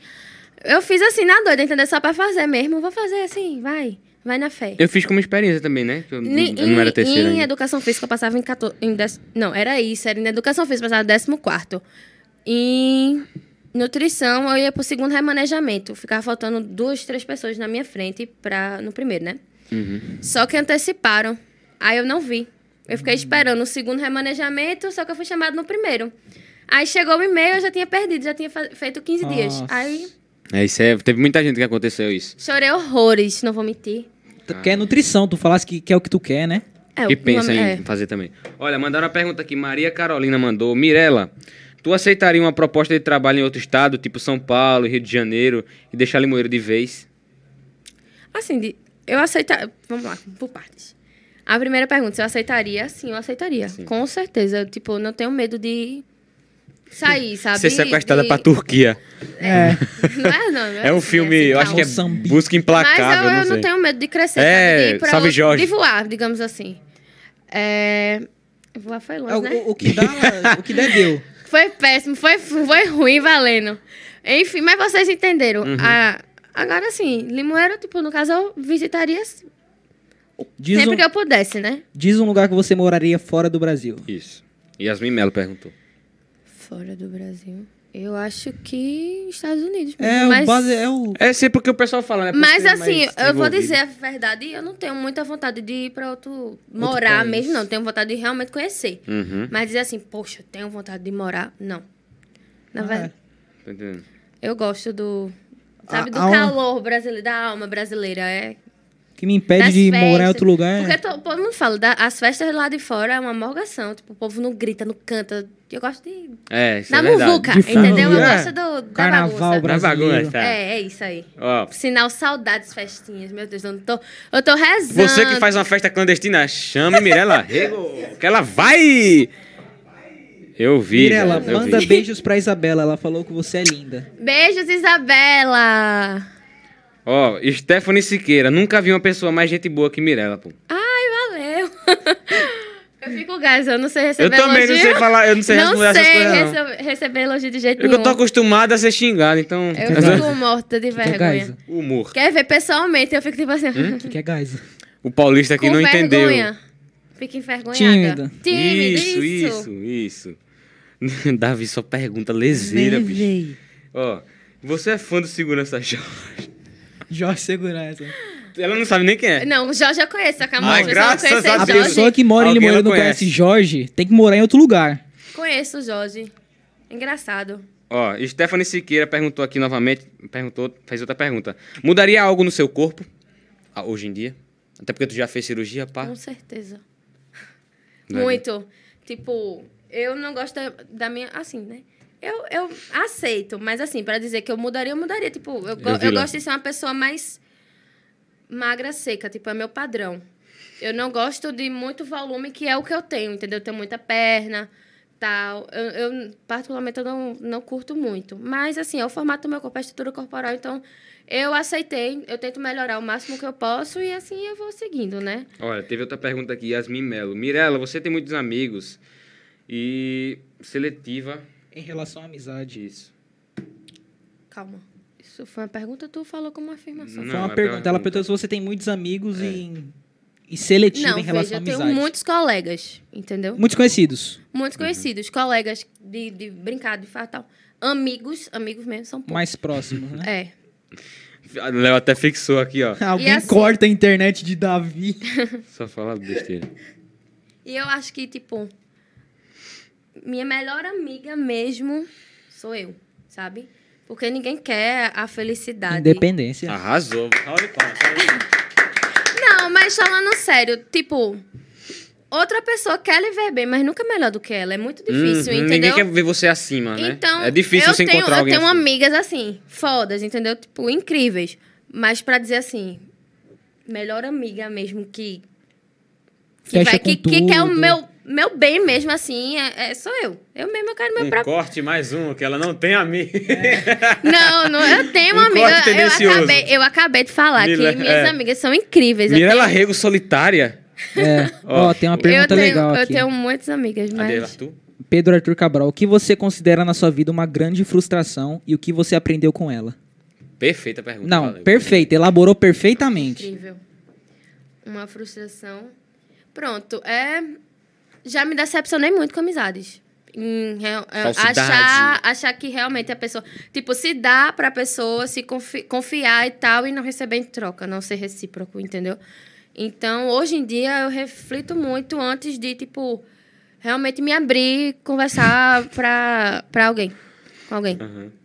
C: Eu fiz assim na doida, entendeu? Só pra fazer mesmo. Vou fazer assim, vai. Vai na fé.
A: Eu fiz como experiência também, né? Que eu,
C: Ni-
A: eu não era terceiro.
C: em
A: ainda.
C: educação física eu passava em 14. Em dez- não, era isso. Era em educação física, eu passava em 14. Em nutrição, eu ia pro segundo remanejamento. Ficava faltando duas, três pessoas na minha frente pra, no primeiro, né?
A: Uhum.
C: Só que anteciparam. Aí eu não vi. Eu fiquei esperando o segundo remanejamento, só que eu fui chamado no primeiro. Aí chegou o e-mail, eu já tinha perdido, já tinha fa- feito 15 dias.
D: Nossa.
C: Aí
A: É, isso é, teve muita gente que aconteceu isso.
C: chorei horrores, não vou mentir.
A: Tá.
D: Tu quer nutrição, tu falasse que, que é o que tu quer, né?
C: É,
A: que
C: o
A: pensa
C: nome-
A: em
C: é.
A: fazer também. Olha, mandaram uma pergunta aqui. Maria Carolina mandou. Mirela, tu aceitaria uma proposta de trabalho em outro estado, tipo São Paulo, Rio de Janeiro, e deixar Limoeiro de vez?
C: Assim, de- eu aceitaria. Vamos lá, por partes. A primeira pergunta, se eu aceitaria? Sim, eu aceitaria. Com certeza. Eu, Tipo, não tenho medo de sair, sabe?
A: Ser sequestrada
C: de...
A: pra Turquia.
C: Não é, não. não
A: É um
C: assim,
A: filme,
C: assim,
A: eu
C: calma.
A: acho que é
D: Moçambique.
A: Busca
C: Mas eu,
A: Implacável,
C: eu
A: não sei.
C: tenho medo de crescer,
A: É,
C: sabe? De, ir pra
A: salve,
C: outro-
A: Jorge.
C: de voar, digamos assim. É... Voar foi longe,
D: É, o,
C: né?
D: o- o que dá, o que der deu.
C: Foi péssimo, foi, foi ruim valendo. Enfim, mas vocês entenderam.
A: Uhum.
C: Ah, agora sim, Limoeiro, tipo, no caso, eu visitaria
D: Diz
C: sempre
D: um,
C: que eu pudesse, né?
D: diz um lugar que você moraria fora do Brasil.
A: Isso. Yasmin Melo perguntou.
C: Fora do Brasil. Eu acho que Estados Unidos.
D: É,
C: mesmo,
D: o
C: mas,
D: base, é o...
A: É sempre porque o pessoal fala, né? Por
C: mas
A: ser
C: assim,
A: mais
C: eu vou
A: desenvolvido.
C: dizer a verdade, eu não tenho muita vontade de ir pra outro. morar
D: país.
C: mesmo, não. Tenho vontade de realmente conhecer.
A: Uhum.
C: Mas dizer assim, poxa, tenho vontade de morar, não. Na
D: Ah,
C: verdade,
A: Tô entendendo.
C: eu gosto do. Sabe,
D: A-
C: do
D: a alma-
C: calor brasileiro, da alma brasileira. É.
D: que me impede
C: Das
D: de
C: festas.
D: morar em outro lugar.
C: Porque to- todo mundo fala, da- as festas lá de fora é uma morgação. Tipo, o povo não grita, não canta. Eu gosto de.
A: É, isso
C: Na
A: é verdade.
C: muvuca,
D: De fundo,
C: entendeu? Eu
D: é.
C: gosto do, da
D: Carnaval
C: bagunça.
A: Na
D: brasileiro.
A: bagunça, tá?
C: É, é isso aí.
A: Ó,
C: Sinal saudades festinhas. Meu Deus, eu não tô. Eu tô rezando.
A: Você que faz uma festa clandestina, chame Mirella Rego, que ela vai! Eu vi.
D: Mirella,
A: velho, eu
D: manda
A: vi.
D: beijos pra Isabela. Ela falou que você é linda.
C: Beijos, Isabela!
A: Ó, Stephanie Siqueira, nunca vi uma pessoa mais gente boa que Mirella, pô.
C: Valeu! Eu fico gás, eu não sei
A: Eu
C: receber
A: também
C: elogio.
A: não sei falar, eu não sei
C: Não
A: responder essas
C: sei é
A: coisas, não.
C: recebe- receber elogio de jeito
A: É que eu tô
C: nenhum.
A: acostumado a ser xingado, então...
C: Eu fico morta de
D: Que é
C: vergonha.
D: Gaisa?
A: Humor.
C: Quer ver pessoalmente? Eu fico tipo assim.
D: Que que é Gaisa?
A: O paulista Hum? aqui
C: com
A: não
C: vergonha.
A: entendeu.
C: Fica envergonhada.
D: Tímida.
C: Tímida,
A: isso, isso, isso. Davi só pergunta leseira, bicho. Ó, você é fã do segurança Jorge?
D: Jorge Segurança.
A: Ela não sabe nem quem é.
C: Não, o Jorge eu conheço, só que a
A: Ai,
C: maioria
A: graças
C: não conhece
A: a
D: A
A: Jorge?
D: pessoa que mora em
A: Alguém
D: Limoeiro e
A: ela
D: não conhece
A: conhece.
D: Jorge tem que morar em outro lugar.
C: Conheço o Jorge. Engraçado.
A: Ó, Stephanie Siqueira perguntou aqui novamente, perguntou, fez outra pergunta. Mudaria algo no seu corpo ah, hoje em dia? Até porque tu já fez cirurgia, pá.
C: Com certeza.
A: Não é?
C: Muito. Tipo, eu não gosto da, da minha. Assim, né? Eu, eu aceito, mas assim, pra dizer que eu mudaria, eu mudaria. Tipo, eu, go-
A: Eu
C: eu,
A: vi lá.
C: gosto de ser uma pessoa mais magra, seca. Tipo, é meu padrão. Eu não gosto de muito volume, que é o que eu tenho, entendeu? Eu tenho muita perna, tal. Eu, eu, particularmente, eu não, não curto muito. Mas, assim, é o formato do meu corpo, é a estrutura corporal. Então, eu aceitei. Eu tento melhorar o máximo que eu posso e, assim, eu vou seguindo, né?
A: Olha, teve outra pergunta aqui, Yasmin Melo. Mirella, você tem muitos amigos e seletiva.
F: Em relação à amizade.
A: Isso.
C: Calma. Isso foi uma pergunta, tu falou como uma afirmação.
A: Não,
D: Foi uma
A: é
D: pergunta. Ela
A: pergunta.
D: perguntou se você tem muitos amigos e, e seletiva
C: Não,
D: em relação
C: veja,
D: à
C: eu tenho
D: amizade. Uhum.
C: muitos colegas, entendeu?
D: Muitos conhecidos.
C: Muitos conhecidos, colegas de, de brincar, de falar tal. Amigos, amigos mesmo são poucos.
D: Mais próximos, né?
C: É.
A: A Léo até fixou aqui, ó.
D: Alguém
C: assim-
D: corta a internet de Davi.
A: Só fala besteira.
C: E eu acho que, tipo, minha melhor amiga mesmo sou eu, sabe? Porque ninguém quer a felicidade.
D: Independência.
A: Arrasou. Olha, palmas.
C: Não, mas falando sério, tipo, outra pessoa quer lhe ver bem, mas nunca é melhor do que ela. É muito difícil,
A: Uhum,
C: entendeu?
A: Ninguém quer ver você acima, né?
C: Então,
A: é difícil
C: eu
A: você
C: tenho,
A: encontrar
C: eu
A: alguém
C: tenho
A: assim.
C: amigas assim, fodas, entendeu? Tipo, incríveis. Mas pra dizer assim, melhor amiga mesmo que. Que,
D: Fecha com
C: que, que quer o
D: tudo.
C: meu, meu bem mesmo, assim, é, é- sou eu. Eu mesmo eu quero meu
A: Um
C: próprio.
A: corte mais um, que ela não tem amigo.
C: É. Não, não, eu tenho
A: Um
C: uma amiga.
A: corte
C: Eu, eu
A: tendencioso.
C: acabei, eu acabei de falar
A: Mila-
C: que minhas
A: é.
C: amigas são incríveis. Eu
A: Mirella
C: tenho-
A: Rego solitária.
D: É.
A: Ah.
D: Ó, tem uma
C: eu
D: pergunta
C: tenho,
D: legal
C: eu
D: aqui.
C: tenho muitas amigas,
A: Cadê
C: mas.
A: Arthur?
D: Pedro Arthur Cabral, o que você considera na sua vida uma grande frustração e o que você aprendeu com ela?
A: Perfeita pergunta.
D: Não,
A: valeu.
D: perfeito, elaborou perfeitamente.
C: Incrível. Uma frustração. Pronto, é. Já me decepcionei muito com amizades. Em real- é,
A: Falsidade.
C: achar, achar que realmente a pessoa. Tipo, se dá pra pessoa se confi- confiar e tal, e não receber em troca, não ser recíproco, entendeu? Então, hoje em dia, eu reflito muito antes de, tipo, realmente me abrir, conversar pra, pra alguém. Com alguém.
A: Aham.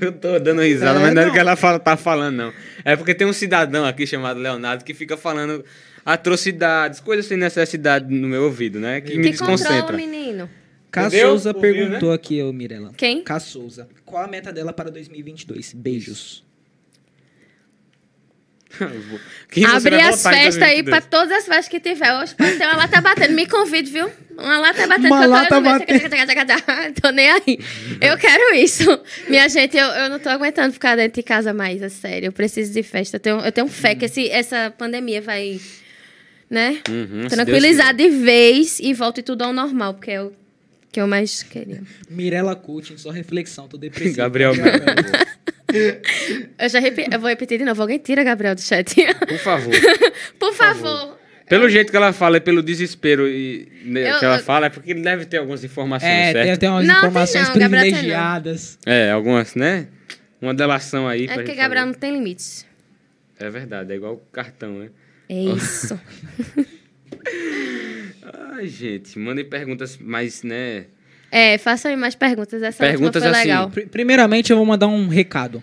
A: Eu tô dando risada, mas não é do que ela fala- tá falando, não. É porque tem um cidadão aqui chamado Leonardo que fica falando atrocidades, coisas sem necessidade no meu ouvido, né? Que me
C: que controla o
A: desconcentra.
C: menino.
D: Cá
A: Entendeu?
D: Souza
A: Ouviu, né?
D: perguntou aqui, ô Mirella.
C: Quem?
D: Cá Souza, qual a meta dela para 2022? Beijos.
A: Quem você
C: Abrir
A: vai
C: as
A: votar em
C: festas aí
A: 2022?
C: pra todas as festas que tiver. Hoje pode ter uma lata batendo. Me convide, viu? Uma lata batendo.
D: Uma
C: que eu tô
D: lata
C: olhando mesmo.
D: batendo.
C: Taca, taca, taca, taca. Tô nem aí. Eu quero isso. Minha gente, eu, eu não tô aguentando ficar dentro de casa mais, é sério. Eu preciso de festa. Eu tenho, eu tenho fé que esse, essa pandemia vai, né?
A: Uhum, se
C: tranquilizar de vez e volte tudo ao normal, porque é o que eu mais queria.
D: Mirella Coutinho, só reflexão, tô
A: Deus
D: depressivo.
A: quiser. Gabriel,
C: Eu já repi- eu vou repetir de novo. Alguém tira Gabriel do chat.
A: por favor.
C: Por favor.
A: Pelo jeito que ela fala, e pelo desespero e, né,
C: Eu-
A: que ela
C: eu-
A: fala, é porque deve ter algumas informações,
D: É, tem,
A: certo?
D: tem umas
C: Não, tem
D: informações
C: não, Gabriel, tem não.
D: privilegiadas.
A: É, algumas, né? Uma delação aí.
C: É
A: pra
C: porque
A: gente
C: Gabriel
A: fazer.
C: não tem limites.
A: É verdade, é igual o cartão, né?
C: É isso.
A: Ai, gente, mandem perguntas mais, né?
C: É, façam aí mais perguntas. Essa
A: Perguntas
C: última foi
A: assim.
C: legal.
D: Pri- Primeiramente, eu vou mandar um recado.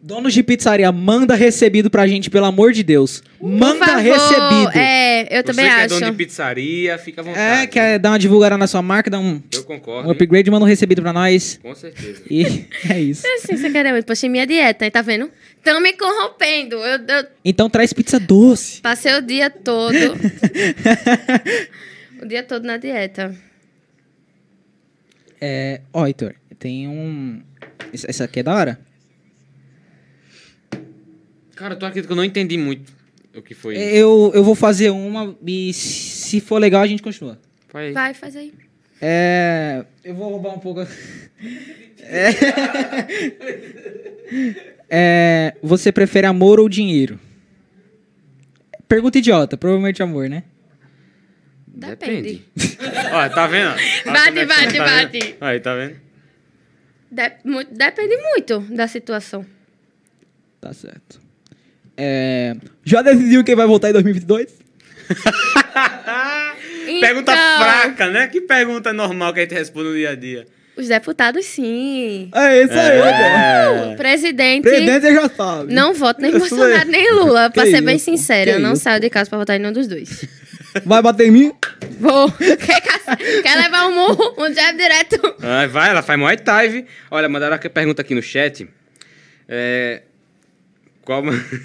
D: Donos de pizzaria, manda recebido pra gente, pelo amor de Deus.
C: Por
D: Manda
C: favor,
D: recebido.
C: É, eu
A: Você
C: também
A: que é
C: acho.
A: dono de pizzaria, fica à vontade.
D: É, quer dar uma divulgada na sua marca, dar um,
A: Eu concordo.
D: um upgrade, manda um recebido pra nós.
A: Com certeza.
D: E é isso.
C: Assim, você quer muito. Poxa, minha dieta, hein? Tá vendo? Tão me corrompendo. Eu, eu
D: Então traz pizza doce.
C: passei o dia todo. o dia todo na dieta.
D: É, ó, Heitor, tem um. Esse- Essa aqui é da hora?
A: Cara, eu tô aqui que eu não entendi muito o que foi.
C: É,
A: isso.
D: Eu, eu vou fazer uma e se for legal a gente continua.
A: Vai.
C: Vai, faz aí.
D: É. Eu vou roubar um pouco. É, É, você prefere amor ou dinheiro? Pergunta idiota, provavelmente amor, né?
C: Depende.
A: Olha, tá vendo? Ó,
C: Bate,
A: como é que-
C: bate,
A: tá vendo?
C: bate.
A: Aí, tá vendo?
C: De- mu- depende muito da situação.
B: Tá certo. É, Já decidiu quem vai voltar em 2022?
A: Pergunta
C: Então,
A: fraca, né? Que pergunta normal que a gente responde no dia a dia.
C: Os deputados, sim.
B: É isso aí, cara.
A: É.
C: O presidente.
B: Presidente já sabe.
C: Não voto nem
B: Eu sou eu.
C: Bolsonaro nem Lula, pra
B: Que
C: ser bem
B: isso,
C: sincera.
B: que
C: Eu não
B: isso.
C: saio de casa pra votar em nenhum dos dois.
B: Vai bater em mim?
C: Vou. Quer, caça- quer levar um murro, um jab direto.
A: Ah, vai, ela faz Muay Thai. vi. Olha, mandaram aqui a pergunta aqui no chat. É, qual, ma-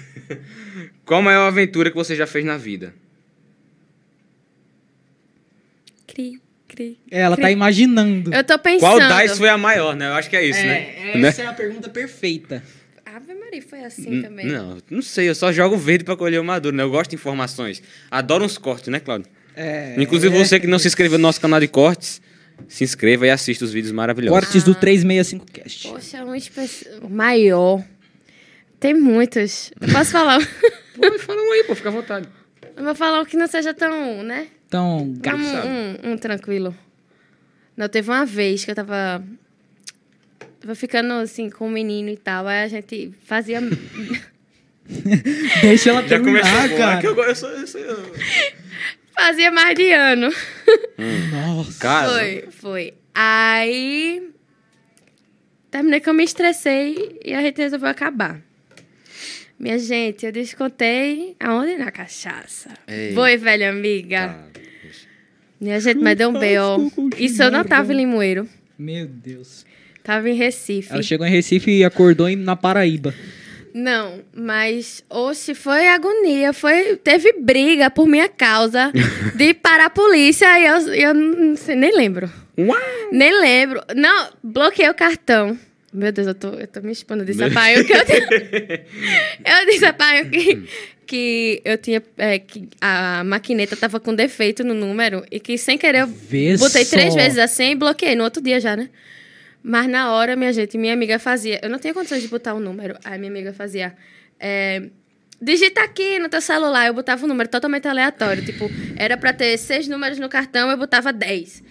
A: qual a maior aventura que você já fez na vida?
C: Cri, cri.
D: Ela tá imaginando.
C: Eu tô pensando.
A: Qual DICE foi a maior, né? Eu acho que é isso,
D: É,
A: né? Né?
D: essa é a pergunta perfeita.
C: Ave Maria, foi assim
A: N-
C: também.
A: Não, não sei, eu só jogo verde pra colher o maduro, né? Eu gosto de informações. Adoro uns cortes, né, Claudio?
D: É.
A: Inclusive você que não se inscreveu no nosso canal de cortes, se inscreva e assista os vídeos maravilhosos.
D: Cortes
C: Ah.
D: do 365 Cast.
C: Poxa, um especial. Maior. Tem muitos. Eu posso falar.
A: Pô, fala um aí, pô, fica à vontade.
C: Eu vou falar o que não seja tão, né?
D: Então,
C: Um,
D: gato.
C: um, um tranquilo. Não, teve uma vez que eu tava. Tava ficando assim com o menino e tal. Aí a gente fazia.
D: Deixa ela
A: Já
D: terminar,
A: começou, pô, é
D: cara.
A: que eu, eu sou... Eu sou eu-
C: fazia mais de ano.
D: Nossa.
A: Cara,
C: Foi, foi. Aí. Terminei que eu me estressei e a gente resolveu acabar. Minha gente, eu descontei aonde? Na cachaça.
A: Eita.
C: Foi, velha amiga.
A: tá.
C: Minha gente, mas deu um B.O. Isso eu não tava em Limoeiro.
D: Meu Deus.
C: Tava em Recife.
D: Ela chegou em Recife e acordou em- na Paraíba.
C: Não, mas, oxe, foi agonia. Foi, teve briga por minha causa de parar a polícia e eu, eu não sei, nem lembro. Nem lembro. Não, bloqueei o cartão. Meu Deus, eu tô, eu tô me expondo. Eu disse a Paiu que eu tinha... eu disse a Paiu que, que eu tinha... é, que a maquineta tava com defeito no número e que sem querer eu
D: Vê
C: botei
D: só.
C: três vezes assim e bloqueei no outro dia já, né? Mas na hora, minha gente, minha amiga fazia... Eu não tinha condições de botar o número. Aí minha amiga fazia... é, Digita aqui no teu celular. Eu botava um número totalmente aleatório. Tipo, era pra ter seis números no cartão, eu botava dez.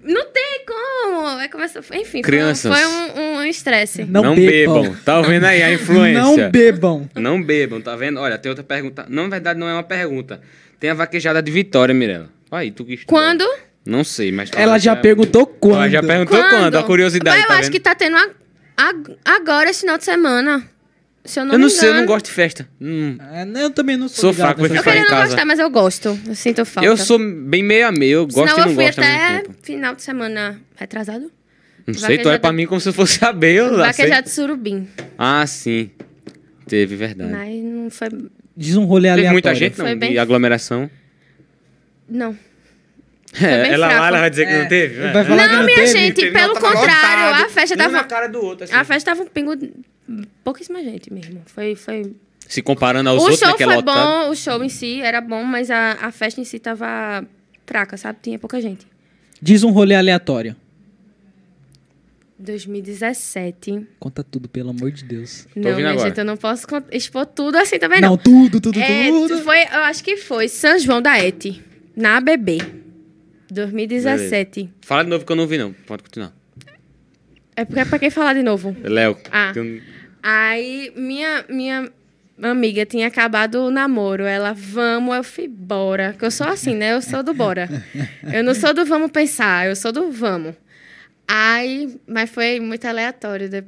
C: Não tem como! Aí começou... Enfim, foi um-
A: Crianças.
C: foi um um estresse.
A: Não, bebam. Tá vendo aí a influência?
D: Não bebam.
A: Não bebam, tá vendo? Olha, tem outra pergunta. Não, na verdade, não é uma pergunta. Tem a vaquejada de Vitória, Mirella. Aí, tu que estuda.
C: Quando?
A: Não sei, mas...
D: Ela já perguntou quando.
A: Ela já perguntou quando, a curiosidade,
C: Mas eu
A: tá
C: acho
A: vendo?
C: que tá tendo a- a- agora esse final de semana. Se eu não
A: eu
C: me
A: não sei, eu não
C: engano.
A: gosto de festa. Hum.
D: É, não, eu também não
A: Sou
D: sou, ligado
A: fraco, eu
D: nessas
C: Eu
A: ficar
C: queria
A: em
C: não
A: casa.
C: gostar, mas eu gosto. Eu sinto falta.
A: Eu sou bem meio a meio, eu gosto
C: Senão
A: e não
C: eu fui
A: gosto ao mesmo
C: até
A: tempo.
C: final de semana retrasado.
A: Não sei, tu olha
C: Vaquejada-
A: pra mim como se eu fosse saber, eu lá sei.
C: Vaquejada de surubim.
A: Ah, sim. Teve, verdade.
C: Mas não foi...
D: Diz um rolê
A: Teve
D: aleatório.
A: muita gente, não,
C: Foi bem-
A: de aglomeração.
C: Não. bem
A: ela lá,
C: fraco.
A: ela vai dizer que não teve? né?
D: Vai falar que
C: Não,
D: não
C: minha
D: teve?
C: gente,
A: Teve, não,
C: pelo
A: tava
C: contrário.
A: lotado.
C: A festa
A: Um
C: tava...
A: na cara do outro, assim.
C: A festa tava um pingo... Pouquíssima gente mesmo. Foi... foi...
A: Se comparando aos
C: o
A: outros,
C: show
A: né, que é
C: foi
A: lotado.
C: bom, o show em si era bom, mas a, a festa em si tava fraca, sabe? Tinha pouca gente.
D: Diz um rolê aleatório.
C: 2017.
D: Conta tudo, pelo amor de Deus.
C: Não,
A: ouvindo
C: minha
A: agora.
C: gente, eu não posso con- expor tudo assim também, não.
D: Não, tudo, tudo,
C: É,
D: tudo.
C: foi, eu acho que foi São João da ETE, na ABB, 2017.
A: Fala de novo que eu não vi, não. Pode continuar.
C: É porque é pra quem falar de novo.
A: Léo.
C: Ah.
A: tem um-
C: Aí, minha, minha amiga tinha acabado o namoro. Ela, vamos, eu fui bora. Que eu sou assim, né? Eu sou do bora. Eu não sou do vamos pensar, eu sou do vamos. Aí, mas foi muito aleatório. De...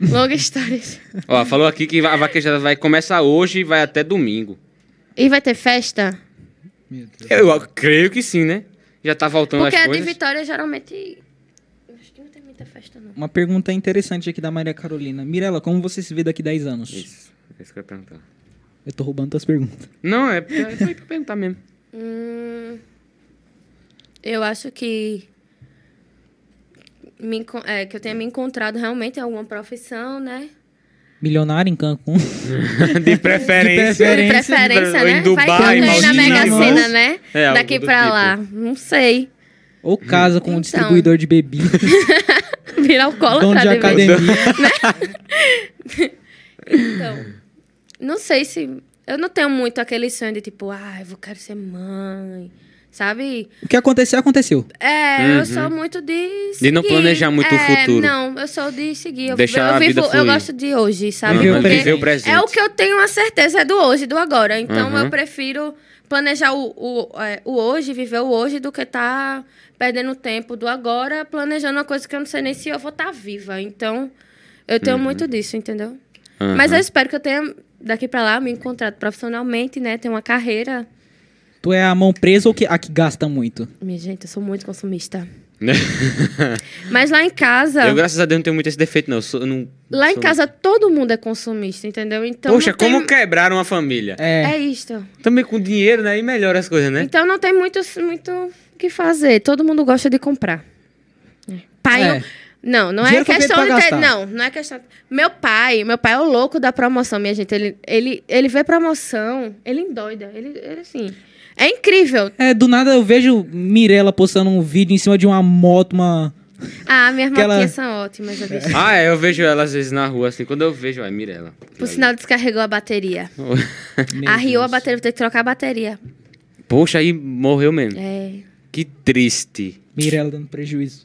C: Longa história.
A: Ó, falou aqui que a vaquejada vai começar hoje e vai até domingo.
C: E vai ter festa?
D: Meu Deus.
A: Eu, eu creio que sim, né? Já tá voltando
C: Porque
A: as
C: a de
A: coisas.
C: Vitória geralmente. Acho que não tem muita festa, não.
D: Uma pergunta interessante aqui da Maria Carolina. Mirella, como você se vê daqui 10 anos?
A: Isso, é isso que eu ia perguntar.
D: Eu tô roubando tuas perguntas.
A: Não, é, é foi pra perguntar mesmo.
C: Hum, eu acho que me enco- é, que eu tenha me encontrado realmente em alguma profissão, né?
D: Milionário em Cancún.
A: De preferência.
D: De preferência.
C: de preferência,
A: Em
C: né? Vai que
A: Dubai,
C: eu ganho na
D: Maldivas.
C: Mega Sena,
D: Maldivas.
C: né?
A: É, algo
C: Daqui
A: do
C: pra
A: tipo.
C: lá. Não sei.
D: Ou casa com um
C: Então.
D: distribuidor de bebida.
C: Virar
D: dono
C: alcoólatra
D: de
C: de vez.
D: academia.
C: Então, não sei se... Eu não tenho muito aquele sonho de tipo, ah, eu vou- quero ser mãe, Sabe?
D: O que aconteceu, aconteceu.
C: É,
A: Uhum.
C: eu sou muito de seguir.
A: De não planejar muito o
C: É,
A: futuro.
C: Não, eu sou de seguir. Eu,
A: Deixar
C: eu
A: a vida
C: eu
A: fluir.
C: gosto de hoje, sabe?
A: Uhum,
D: Porque
A: viver o presente.
C: É o que eu tenho a certeza, é do hoje, do agora. Então
A: Uhum.
C: eu prefiro planejar o, o, é, o hoje, viver o hoje, do que tá perdendo tempo do agora, planejando uma coisa que eu não sei nem se eu vou estar viva. Então, eu tenho
A: Uhum.
C: muito disso, entendeu?
A: Aham.
C: Mas eu espero que eu tenha, daqui pra lá, me encontrado profissionalmente, né? Ter uma carreira.
D: Tu é a mão presa ou que, a que gasta muito?
C: Minha gente, eu sou muito consumista.
A: Né?
C: Mas lá em casa.
A: Eu, graças a Deus, não tenho muito esse defeito, não. Eu sou- eu não
C: Lá em
A: sou-
C: casa todo mundo é consumista, entendeu? Então
A: Poxa,
C: não tem-
A: como quebrar uma família?
D: É.
C: É isto.
A: Também com dinheiro, né? E melhora as coisas, né?
C: Então não tem muito muito o que fazer. Todo mundo gosta de comprar. Pai,
D: É.
C: não, não é
D: Dinheiro foi feito
C: questão
D: pra
C: de ter,
D: gastar.
C: não, não é questão. Meu pai, meu pai é o louco da promoção, minha gente. Ele ele ele vê promoção, ele endoida, ele, ele assim. É incrível.
D: É, do nada eu vejo Mirella postando um vídeo em cima de uma moto, uma.
C: Ah, minhas
D: Aquela-
C: motinhas são ótimas, eu deixo.
A: Ah, é, eu vejo ela às vezes na rua, assim. Quando eu vejo, ai, Mirella.
C: Por sinal, descarregou a bateria.
D: É. Meu
C: Arriou a
D: Deus.
C: bateria, vou ter que trocar a bateria.
A: Poxa, aí morreu mesmo.
C: É,
A: Que triste.
D: Mirella dando prejuízo.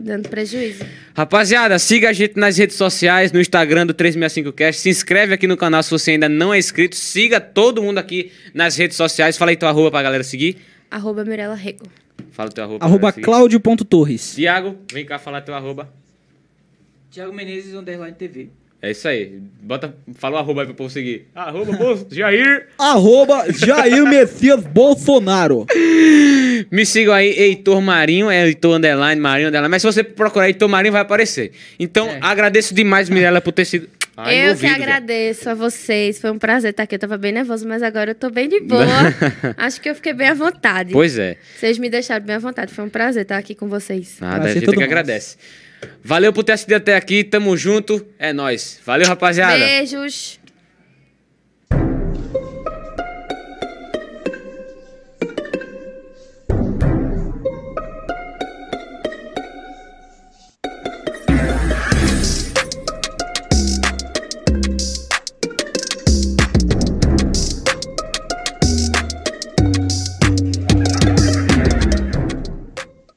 C: dando prejuízo.
A: Rapaziada, siga a gente nas redes sociais, no Instagram do 365Cast. Se inscreve aqui no canal se você ainda não é inscrito. Siga todo mundo aqui nas redes sociais. Fala aí teu arroba pra galera seguir.
C: Arroba Mirella Rego.
A: Fala teu arroba. pra
D: Arroba
A: galera seguir.
D: Claudio.torres.
A: Tiago, vem cá falar teu arroba.
B: Tiago Menezes, Underline TV.
A: É isso aí. Bota, fala o arroba aí pro povo seguir. Arroba, moço, Jair.
D: Arroba Jair Messias Bolsonaro.
A: Me sigam aí, Heitor Marinho, é Heitor Underline, Marinho Underline. Mas se você procurar Heitor Marinho, vai aparecer. Então, agradeço demais, Mirella, por ter sido. Ai,
C: É.
A: meu
C: eu que
A: ouvido, velho.
C: agradeço a vocês. Foi um prazer estar aqui. Eu tava bem nervosa, mas agora eu tô bem de boa. Acho que eu fiquei bem à vontade.
A: Pois é.
C: Vocês me deixaram bem à vontade. Foi um prazer estar aqui com vocês.
A: Nada, a
D: Prazer
A: gente é
D: todo
A: que
D: nosso.
A: agradece. Valeu por ter assistido até aqui, tamo junto, é nóis. Valeu, rapaziada.
C: Beijos.